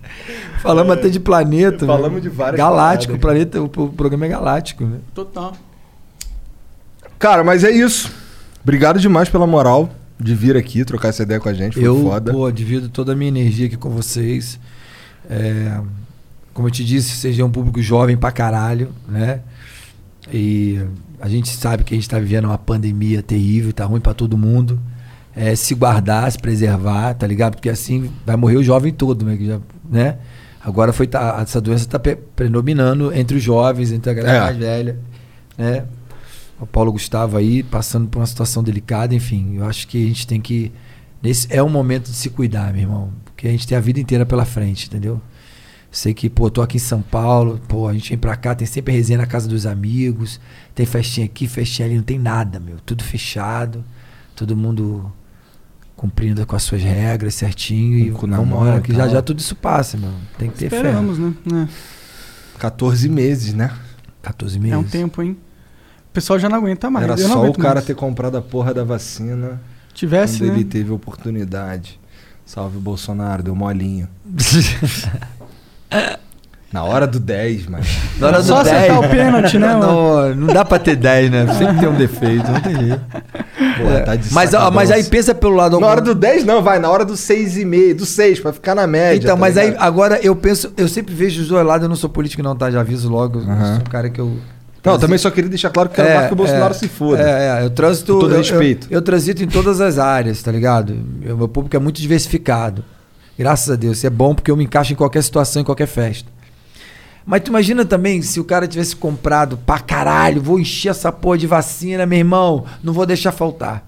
S1: Falamos até de planeta.
S6: É. Falamos
S1: né?
S6: de várias
S1: Galáctico,
S6: paradas.
S1: planeta, o, o programa é galáctico, né?
S2: Total.
S6: Cara, mas é isso. Obrigado demais pela moral de vir aqui trocar essa ideia com a gente. Foi
S1: eu,
S6: foda.
S1: pô, divido toda a minha energia aqui com vocês. É, como eu te disse, vocês é um público jovem pra caralho, né? E a gente sabe que a gente tá vivendo uma pandemia terrível, tá ruim pra todo mundo. É, se guardar, se preservar, tá ligado? Porque assim vai morrer o jovem todo, né? Que já- né? Agora foi tá- essa doença tá pre- predominando entre os jovens, entre a galera
S6: É.
S1: mais velha, né? O Paulo Gustavo aí passando por uma situação delicada, enfim, eu acho que a gente tem que nesse é o momento de se cuidar, meu irmão, porque a gente tem a vida inteira pela frente, entendeu? Sei que, pô, tô aqui em São Paulo, pô, a gente vem pra cá, tem sempre resenha na casa dos amigos, tem festinha aqui, festinha ali, não tem nada, meu, tudo fechado, todo mundo cumprindo com as suas regras certinho
S6: Com o
S1: e
S6: na mão
S1: vambora,
S6: e
S1: que já
S6: tal.
S1: já tudo isso passa, meu, tem que ter fé.
S2: Esperamos, né? né?
S6: 14 meses, né?
S1: 14
S2: É
S1: meses.
S2: um tempo, hein? O pessoal já não aguenta mais.
S6: Era
S2: eu não
S6: só o
S2: aguento
S6: cara
S2: mais.
S6: ter comprado a porra da vacina.
S2: Tivesse,
S6: Quando
S2: né?
S6: ele teve oportunidade. Salve Bolsonaro, deu molinho. Na hora do 10, mano.
S1: Na hora
S2: Só
S1: do
S2: acertar o pênalti, né,
S1: Não, não dá pra ter 10, né? Sempre tem um defeito, não tem jeito.
S6: Porra, tá de
S1: mas, ó, mas aí
S6: saca
S1: pensa pelo lado
S6: Na hora do 10 não, vai. Na hora do 6,5, do 6, pra ficar na média.
S1: Então,
S6: tá
S1: mas aí
S6: ligado?
S1: agora eu penso, eu sempre vejo os dois lados, eu não sou político não, tá? Já aviso logo, eu
S6: Aham.
S1: sou um cara que eu...
S6: Não, também só queria deixar claro que eu quero mais que o Bolsonaro se foda.
S1: É, é, eu transito...
S6: Com todo
S1: eu- eu-
S6: respeito.
S1: Eu, transito em todas as áreas, tá ligado? Eu- meu público é muito diversificado. Graças a Deus, isso é bom porque eu me encaixo em qualquer situação, em qualquer festa. Mas tu imagina também se o cara tivesse comprado pra caralho, vou encher essa porra de vacina, meu irmão, não vou deixar faltar.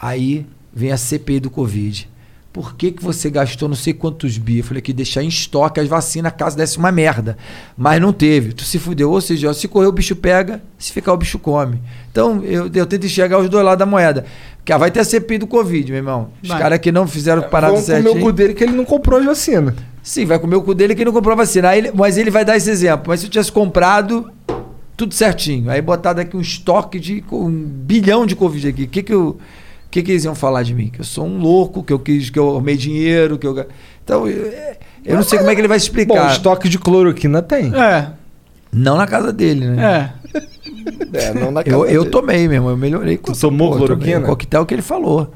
S1: Aí vem a CPI do Covid. Por que, que você gastou não sei quantos bi? Eu falei que deixar em estoque as vacinas caso desse uma merda. Mas não teve. Tu se fudeu. Ou seja, se correr o bicho pega, se ficar o bicho come. Então eu, eu tento enxergar os dois lados da moeda. Que ah, vai ter a CPI do Covid, meu irmão. Os
S6: Vai.
S1: caras que não fizeram parada
S6: Vamos comer o
S1: certinha.
S6: cu dele que ele não comprou as vacinas.
S1: Sim, vai comer o cu dele que não comprou a vacina. Aí ele- mas ele vai dar esse exemplo. Mas se eu tivesse comprado, tudo certinho. Aí botar daqui um estoque de co- um bilhão de Covid aqui. O que, que, eu- que, que eles iam falar de mim? Que eu sou um louco, que eu quis, que eu armei dinheiro, que eu. ga- Então, eu, eu não sei como é que ele vai
S6: Bom,
S1: explicar.
S6: estoque de cloroquina tem.
S2: É.
S1: Não na casa dele, né?
S2: É.
S6: É, não na
S1: Eu,
S6: casa
S1: eu
S6: dele.
S1: tomei mesmo, eu melhorei. com-
S6: tomou
S1: eu tomei
S6: cloroquina?
S1: O coquetel que ele falou.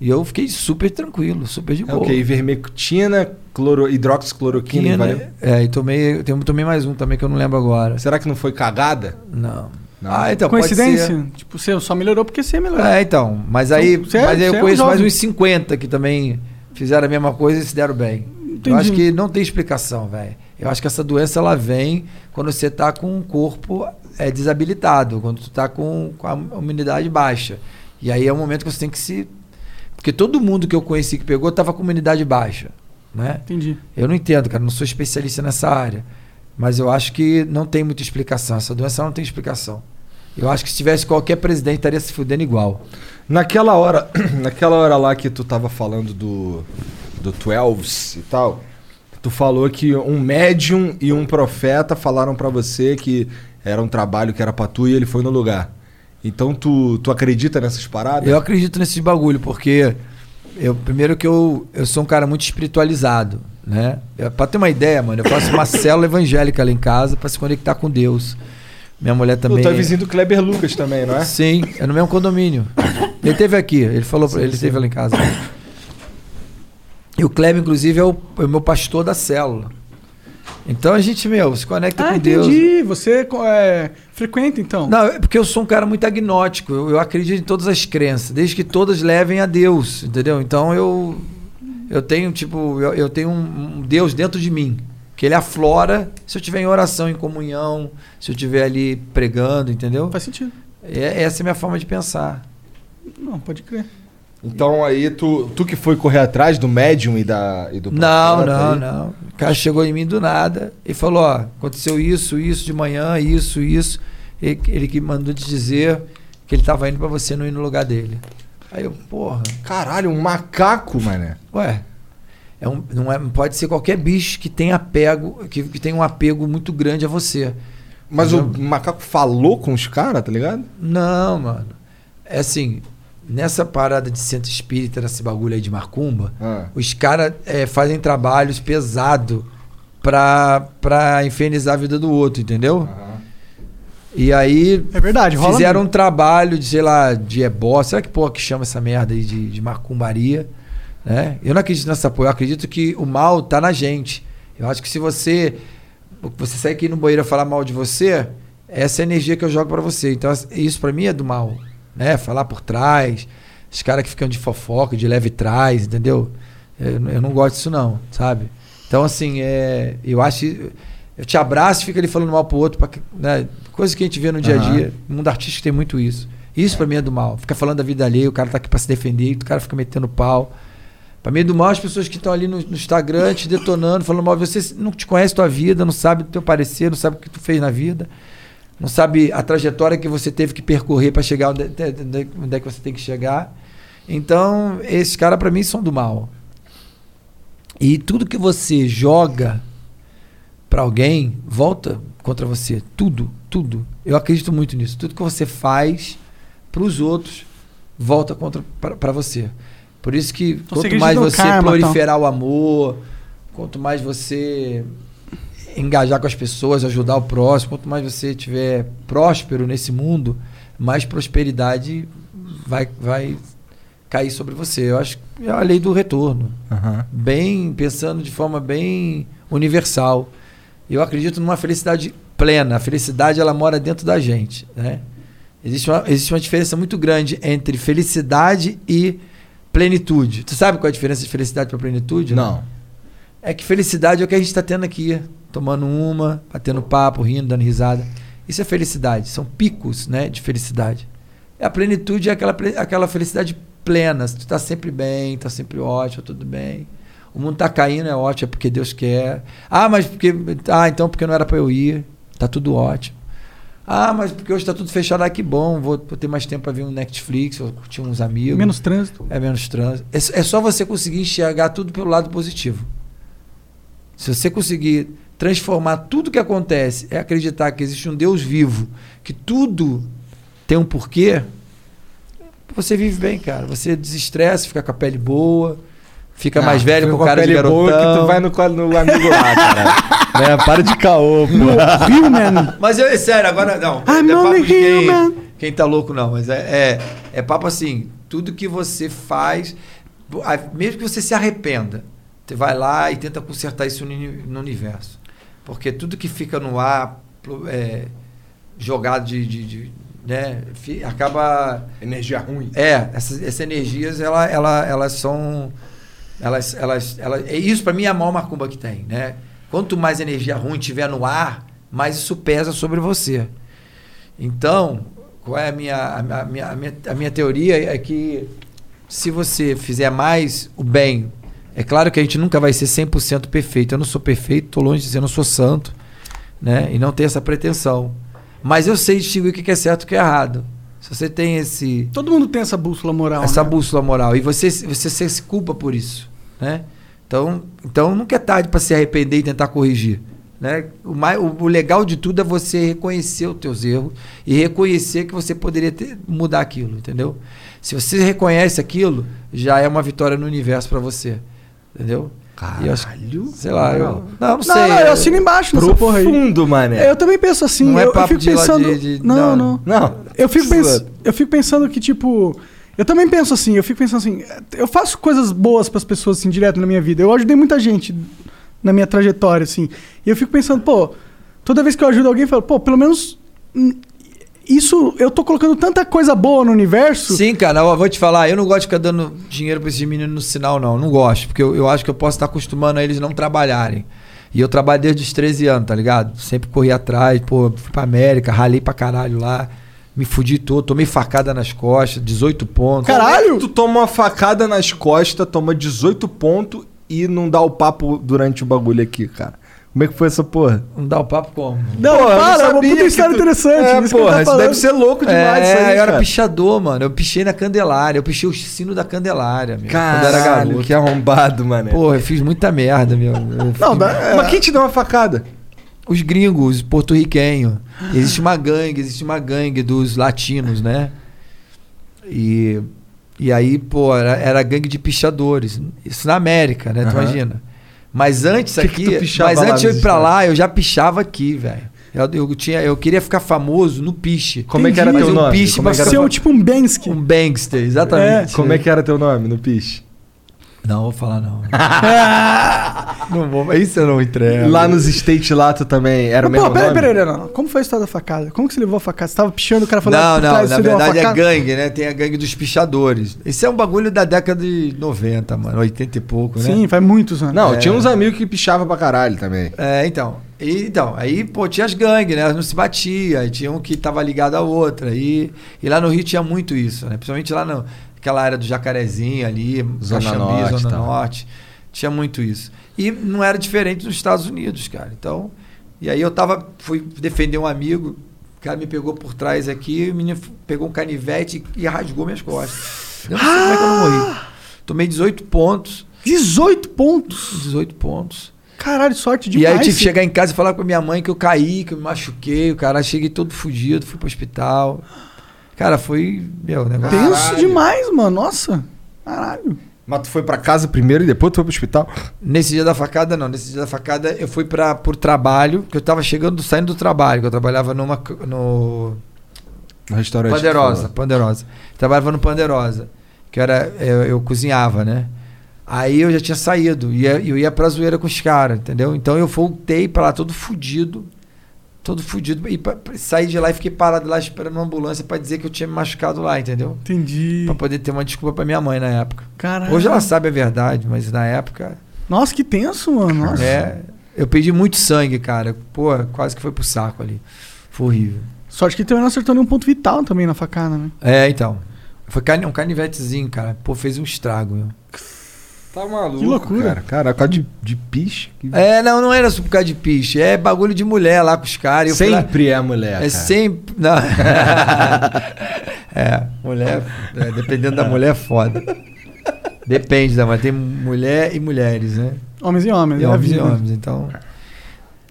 S1: E eu fiquei super tranquilo, super de
S6: É
S1: boa.
S6: o que? Ivermectina, cloro... hidroxicloroquina,
S1: Quina,
S6: valeu?
S1: É, e tomei, eu tenho- tomei mais um também que eu não lembro agora.
S6: Será que não foi cagada?
S1: Não. Ah, então, pode
S2: Coincidência?
S1: ser.
S2: Tipo, você só melhorou porque você melhorou.
S1: É, então. Mas aí,
S2: Então, você é-
S1: mas aí
S2: você
S1: eu
S2: é um
S1: conheço mais
S2: jovem.
S1: uns 50 que também fizeram a mesma coisa e se deram bem. Eu
S2: Entendi.
S1: acho que não tem explicação, velho. Eu acho que essa doença ela vem quando você tá com um corpo é, desabilitado, quando tu tá com, com a imunidade baixa. E aí é o momento que você tem que se. Porque todo mundo que eu conheci que pegou tava com imunidade baixa. Né?
S2: Entendi.
S1: Eu não entendo, cara, não sou especialista nessa área. Mas eu acho que não tem muita explicação. Essa doença não tem explicação. Eu acho que se tivesse qualquer presidente, estaria se fudendo igual.
S6: Naquela hora, naquela hora lá que tu tava falando do do 12 e tal, tu falou que um médium e um profeta falaram pra você que era um trabalho que era pra tu e ele foi no lugar. Então tu, tu acredita nessas paradas?
S1: Eu acredito nesses bagulho, porque eu primeiro que eu, eu sou um cara muito espiritualizado, né? Eu, pra ter uma ideia, mano, eu faço uma célula evangélica lá em casa pra se conectar com Deus. Minha mulher também.
S6: Tu é vizinho do Kleber Lucas também, não é?
S1: Sim, é no mesmo condomínio. Ele teve aqui, ele falou, pra- ele esteve lá em casa. E o Kleber, inclusive, é o, é o meu pastor da célula. Então a gente, meu, se conecta
S2: Ah,
S1: com Deus.
S2: entendi. Você co- é, frequenta então?
S1: Não, é porque eu sou um cara muito agnóstico. Eu, eu acredito em todas as crenças, desde que todas levem a Deus, entendeu? Então eu eu tenho tipo eu, eu tenho um, um Deus dentro de mim que ele aflora se eu tiver em oração, em comunhão, se eu tiver ali pregando, entendeu?
S2: Faz sentido.
S1: É, essa é a minha forma de pensar.
S2: Não, pode crer.
S6: Então aí tu, tu que foi correr atrás do médium e da e do
S1: Não,
S6: profeta
S1: não,
S6: aí?
S1: não. O cara chegou em mim do nada e falou: ó, aconteceu isso, isso de manhã, isso, isso. E que- ele que mandou te dizer que ele tava indo pra você não ir no lugar dele. Aí eu, porra.
S6: Caralho, um macaco, mané.
S1: Ué. É um, não é, pode ser qualquer bicho que tenha apego, que, que tenha um apego muito grande a você.
S6: Mas o macaco falou com os caras, tá ligado?
S1: Não, mano. É assim, nessa parada de centro espírita, nesse bagulho aí de macumba,
S6: Ah.
S1: os caras fazem trabalhos pesados pra, pra infernizar a vida do outro, entendeu? E aí.
S2: É verdade, rola
S1: Fizeram um
S2: mesmo.
S1: trabalho de, sei lá, de ebó. Será que porra que chama essa merda aí de, de macumbaria? Né? Eu não acredito nessa porra. Eu acredito que o mal tá na gente. Eu acho que se você. Você sair aqui no banheiro e falar mal de você, essa é a energia que eu jogo pra você. Então, as- isso pra mim é do mal. Né? Falar por trás. Os caras que ficam de fofoca, de leve trás, entendeu? Eu, eu não gosto disso, não, sabe? Então, assim, é, eu acho. Eu te abraço e fica ali falando mal pro outro. pra que- né? Coisa que a gente vê no dia a
S6: Aham.
S1: dia. O mundo artístico tem muito isso. Isso pra mim é do mal. Fica falando da vida alheia, o cara tá aqui pra se defender, o cara fica metendo pau. Pra mim é do mal as pessoas que estão ali no, no Instagram te detonando, falando mal. Você não te conhece tua vida, não sabe do teu parecer, não sabe o que tu fez na vida, não sabe a trajetória que você teve que percorrer pra chegar onde, até- onde é que- onde é que você tem que chegar. Então, esses caras pra mim são do mal. E tudo que você joga pra alguém volta contra você. Tudo, tudo. Eu acredito muito nisso. Tudo que você faz pros outros volta contra pra- pra você. Por isso que
S2: Então você
S1: quanto
S2: acredita
S1: mais
S2: no
S1: você
S2: karma, então?
S1: proliferar o amor, quanto mais você engajar com as pessoas, ajudar o próximo, quanto mais você tiver próspero nesse mundo, mais prosperidade vai vai cair sobre você. Eu acho que é a lei do retorno. Bem pensando de forma bem universal. Eu acredito numa felicidade plena. A felicidade ela mora dentro da gente, né? Existe uma, existe uma diferença muito grande entre felicidade e plenitude. Tu sabe qual é a diferença de felicidade para plenitude?
S6: Não.
S1: É que felicidade é o que a gente está tendo aqui, tomando uma, batendo papo, rindo, dando risada. Isso é felicidade, são picos, né, de felicidade. A plenitude é aquela, ple- aquela felicidade plena. Tu tá sempre bem, tá sempre ótimo, tudo bem. O mundo tá caindo, é ótimo, é porque Deus quer. Ah, mas porque. Ah, então porque não era para eu ir. Tá tudo ótimo. Ah, mas porque hoje tá tudo fechado. Ah, que bom. Vou, vou ter mais tempo para ver um Netflix, vou curtir uns amigos.
S2: Menos trânsito.
S1: É menos trânsito. É, s- é só você conseguir enxergar tudo pelo lado positivo. Se você conseguir transformar tudo que acontece, é acreditar que existe um Deus vivo, que tudo tem um porquê, você vive bem, cara. Você desestressa, fica com a pele boa, fica
S6: Ah,
S1: mais velho
S6: fica
S1: com
S6: com a
S1: cara de
S6: pele
S1: garotão.
S6: boa que tu vai no amigo lá,
S1: É,
S6: cara. para de caô, pô.
S1: Mas eu, é sério, agora não. não é papo de quem, quem tá louco, não. Mas é, é, é papo assim: tudo que você faz, bo- a- mesmo que você se arrependa, você vai lá e tenta consertar isso no, uni- no universo. Porque tudo que fica no ar, plo- é, jogado de. de- de- né? Fi- Acaba.
S13: Energia ruim.
S1: É, essas, essas energias, ela, ela, elas são. Elas, elas, elas, é isso para mim é a maior macumba que tem, né? Quanto mais energia ruim tiver no ar, mais isso pesa sobre você. Então, qual é a minha, a minha- a minha, a minha, a minha teoria? É que se você fizer mais o bem, é claro que a gente nunca vai ser 100% perfeito. Eu não sou perfeito, estou longe de dizer, eu não sou santo, né? E não tenho essa pretensão. Mas eu sei distinguir o que que é certo e o que é errado. Se você tem esse.
S2: Todo mundo tem essa bússola moral.
S1: Essa
S2: né?
S1: bússola moral. E você, você, se- se culpa por isso. Né? Então, então nunca é tarde para se arrepender e tentar corrigir. Né? O, mais, o, o legal de tudo é você reconhecer os teus erros e reconhecer que você poderia ter- mudar aquilo, entendeu? Se você reconhece aquilo, já é uma vitória no universo para você. Entendeu? E eu acho- sei lá, eu, não, não, sei.
S2: Não, eu assino embaixo nessa porra aí.
S6: Profundo, mané.
S2: Eu também penso assim.
S1: Não é
S2: eu, eu
S1: papo
S2: fico
S1: de lá
S2: pensando.
S1: de- de- não.
S2: não, não.
S6: Não.
S2: Eu fico, pens... eu fico pensando que, tipo. Eu também penso assim, eu fico pensando assim, eu faço coisas boas pras pessoas assim direto na minha vida. Eu ajudei muita gente na minha trajetória assim. E eu fico pensando, pô, toda vez que eu ajudo alguém, eu falo, pô, pelo menos hum, isso eu tô colocando tanta coisa boa no universo.
S1: Sim, cara, eu vou te falar, eu não gosto de ficar dando dinheiro pra esses meninos no sinal, não. Não gosto, porque eu, eu acho que eu posso estar acostumando a eles não trabalharem. E eu trabalho desde os 13 anos, tá ligado? Sempre corri atrás, pô, fui pra América, ralei pra caralho lá, me fudi todo, tomei facada nas costas, 18 pontos.
S6: Tu toma uma facada nas costas, toma 18 pontos e não dá o papo durante o bagulho aqui, cara. Como é que foi essa porra?
S1: Não dá o papo como?
S2: Não,
S6: Porra, eu
S2: para, é uma
S6: sabia
S2: puta
S6: que
S2: história interessante,
S6: É,
S2: isso que eu
S6: porra,
S2: tava
S6: isso deve
S2: falando.
S6: ser louco demais
S1: tá é,
S6: isso aí,
S1: eu era
S6: cara.
S1: pichador, mano. Eu pichei na Candelária, eu pichei o sino da Candelária, meu. quando eu era
S6: Caralho,
S1: garoto.
S6: que arrombado, mané.
S1: Porra, eu fiz muita merda, meu.
S6: Não, dá-
S2: é.
S6: mas quem te deu uma facada?
S1: Os gringos, os porto-riquenhos. Existe uma gangue, existe uma gangue dos latinos, né? E, e aí, pô, era, era gangue de pichadores. Isso na América, né? Tu
S6: Aham.
S1: imagina. Mas antes
S6: Que que
S1: aqui.
S6: tu pichava
S1: mas
S6: lá
S1: antes de eu ir
S6: nos
S1: pra
S6: Estados?
S1: lá, eu já pichava aqui, velho. Eu, eu tinha, eu queria ficar famoso no piche.
S6: Como é que era
S1: Mas
S6: teu
S1: um
S6: nome?
S1: Piche
S6: Como é que era
S1: passou-
S6: teu-
S2: tipo um bangster.
S1: Um bangster, exatamente.
S6: Como é que era teu nome no piche?
S1: Não, vou falar não. não vou, mas isso eu não entrego.
S6: Lá nos States lá tu também era o
S2: É, Mas,
S6: mesmo
S2: pô, peraí,
S6: nome?
S2: peraí, não, não. Como foi a história da facada? Como que você levou a facada? Você tava pichando, o cara falou
S1: Não,
S2: "Ah, por
S1: não,
S2: trás
S1: na
S2: você deu uma
S1: verdade é
S2: facada."
S1: gangue, né? Tem a gangue dos pichadores. Isso é um bagulho da década de 90, mano, 80 e pouco, né?
S2: Sim, faz muitos anos.
S6: Não,
S1: É.
S6: tinha uns amigos que pichavam pra caralho também.
S1: É, então. E, então, aí, pô, tinha as gangues, né? Elas não se batia, aí tinha um que tava ligado à outra. E, e lá no Rio tinha muito isso, né? Principalmente lá no, naquela área do Jacarezinho ali,
S6: Zona
S1: Caxambi,
S6: Norte,
S1: Zona
S6: tá.
S1: Norte. Tinha muito isso. E não era diferente nos Estados Unidos, cara. Então, e aí eu tava, fui defender um amigo, o cara me pegou por trás aqui, e o menino f- pegou um canivete e rasgou minhas costas. Eu não sei como é que eu não morri.
S6: Ah!
S1: Tomei 18 pontos.
S2: 18 pontos?
S1: 18 pontos.
S2: Caralho, sorte
S1: E
S2: demais.
S1: aí eu tive que
S2: sim.
S1: chegar em casa e falar com a minha mãe que eu caí, que eu me machuquei, o cara cheguei todo fudido, fui pro hospital. Cara, foi, meu, negócio.
S2: Tenso demais, mano. Nossa. Caralho.
S6: Mas tu foi pra casa primeiro e depois tu foi pro hospital?
S1: Nesse dia da facada, não. Nesse dia da facada, eu fui para por trabalho, que eu tava chegando, saindo do trabalho, que eu trabalhava numa. c- no
S6: No restaurante.
S1: Panderosa, Panderosa. Trabalhava no Panderosa, que era eu, eu cozinhava, né? Aí eu já tinha saído, ia, eu ia pra zoeira com os caras, entendeu? Então eu voltei pra lá todo fudido, todo fudido, e pra- pra- saí de lá e fiquei parado lá esperando uma ambulância pra dizer que eu tinha me machucado lá, entendeu?
S2: Entendi.
S1: Pra poder ter uma desculpa pra minha mãe na época.
S2: Caralho.
S1: Hoje ela sabe a verdade, mas na época...
S2: Nossa, que tenso, mano. Nossa.
S1: É, eu perdi muito sangue, cara. Pô, quase que foi pro saco ali. Foi horrível.
S2: Sorte que também não acertou nenhum ponto vital também na facada, né?
S1: É, então. Foi cani- um canivetezinho, cara. Pô, fez um estrago, meu.
S6: Tá maluco,
S1: Que loucura.
S6: cara. Cara, cara de, de piche. que-
S1: É, não, não era só por causa de piche. É bagulho de mulher lá com os caras. Eu fui lá-
S6: Sempre é mulher,
S1: É
S6: cara.
S1: sempre. Não. é, mulher. é, dependendo da mulher, é foda. Depende da mulher. Tem mulher e mulheres, né?
S2: Homens e homens,
S1: E
S2: é a
S1: homens e
S2: vida.
S1: homens, então.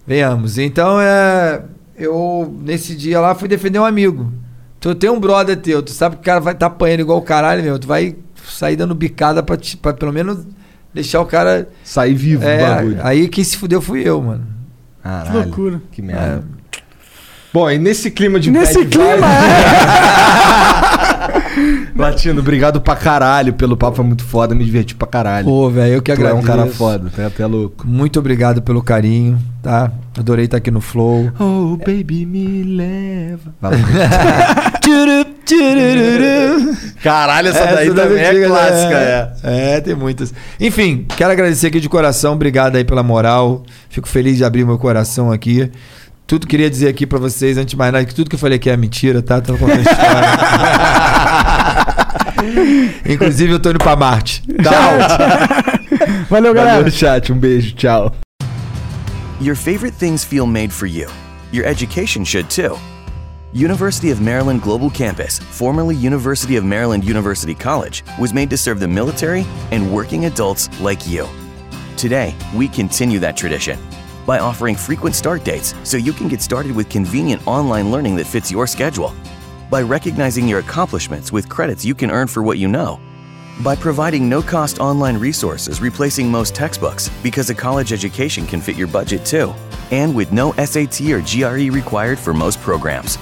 S1: Venhamos. Então, é, eu, nesse dia lá, fui defender um amigo. Tu tem um brother teu, tu sabe que o cara vai tá apanhando igual o caralho, meu. Tu vai sair dando bicada pra, te- pra pelo menos deixar o cara.
S6: Sair vivo do
S1: é,
S6: bagulho.
S1: Aí quem se fudeu fui eu, mano.
S6: Caralho.
S2: Que loucura.
S6: Que merda. Bom, e nesse clima de
S2: Nesse
S6: bad
S2: clima,
S6: vibe-
S2: Latino, obrigado pra caralho pelo papo, foi muito foda, me diverti pra caralho.
S1: Pô, velho, eu que
S2: Tu
S1: agradeço.
S2: É um cara foda, tá até louco.
S1: Muito obrigado pelo carinho, tá? Adorei estar aqui no Flow.
S2: Oh, baby, me leva. Caralho, essa daí também é clássica,
S1: é. É, tem muitas. Enfim, quero agradecer aqui de coração, obrigado aí pela moral. Fico feliz de abrir meu coração aqui. Tudo queria dizer aqui pra vocês, antes de mais nada, que tudo que eu falei aqui é mentira, tá? Tô contando história. Inclusive, eu tô indo pra Marte.
S14: Valeu,
S2: galera. Valeu, chat. Um beijo, tchau.
S6: Your favorite things feel made for you. Your education should too. University of Maryland Global Campus, formerly University of Maryland University College, was made to serve the military and working adults like you. Today, we continue that tradition by offering frequent start dates so you can get started with convenient online learning that fits your schedule, by recognizing your accomplishments with credits you can earn for what you know, by providing no cost online resources replacing most textbooks because a college education can fit your budget too, and with no SAT or GRE required for most programs.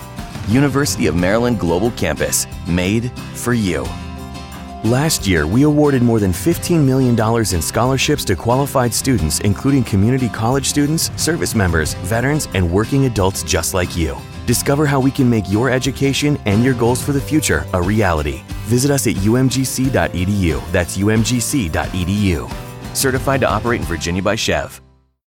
S6: University of Maryland Global Campus, made for you. Last year, we awarded more than $15 million in scholarships to qualified students, including community college students, service members, veterans, and working adults just like you. Discover how we can make your education and your goals for the future a reality. Visit us at E umgc.edu. That's umgc.edu. Certified to operate in Virginia by Chev.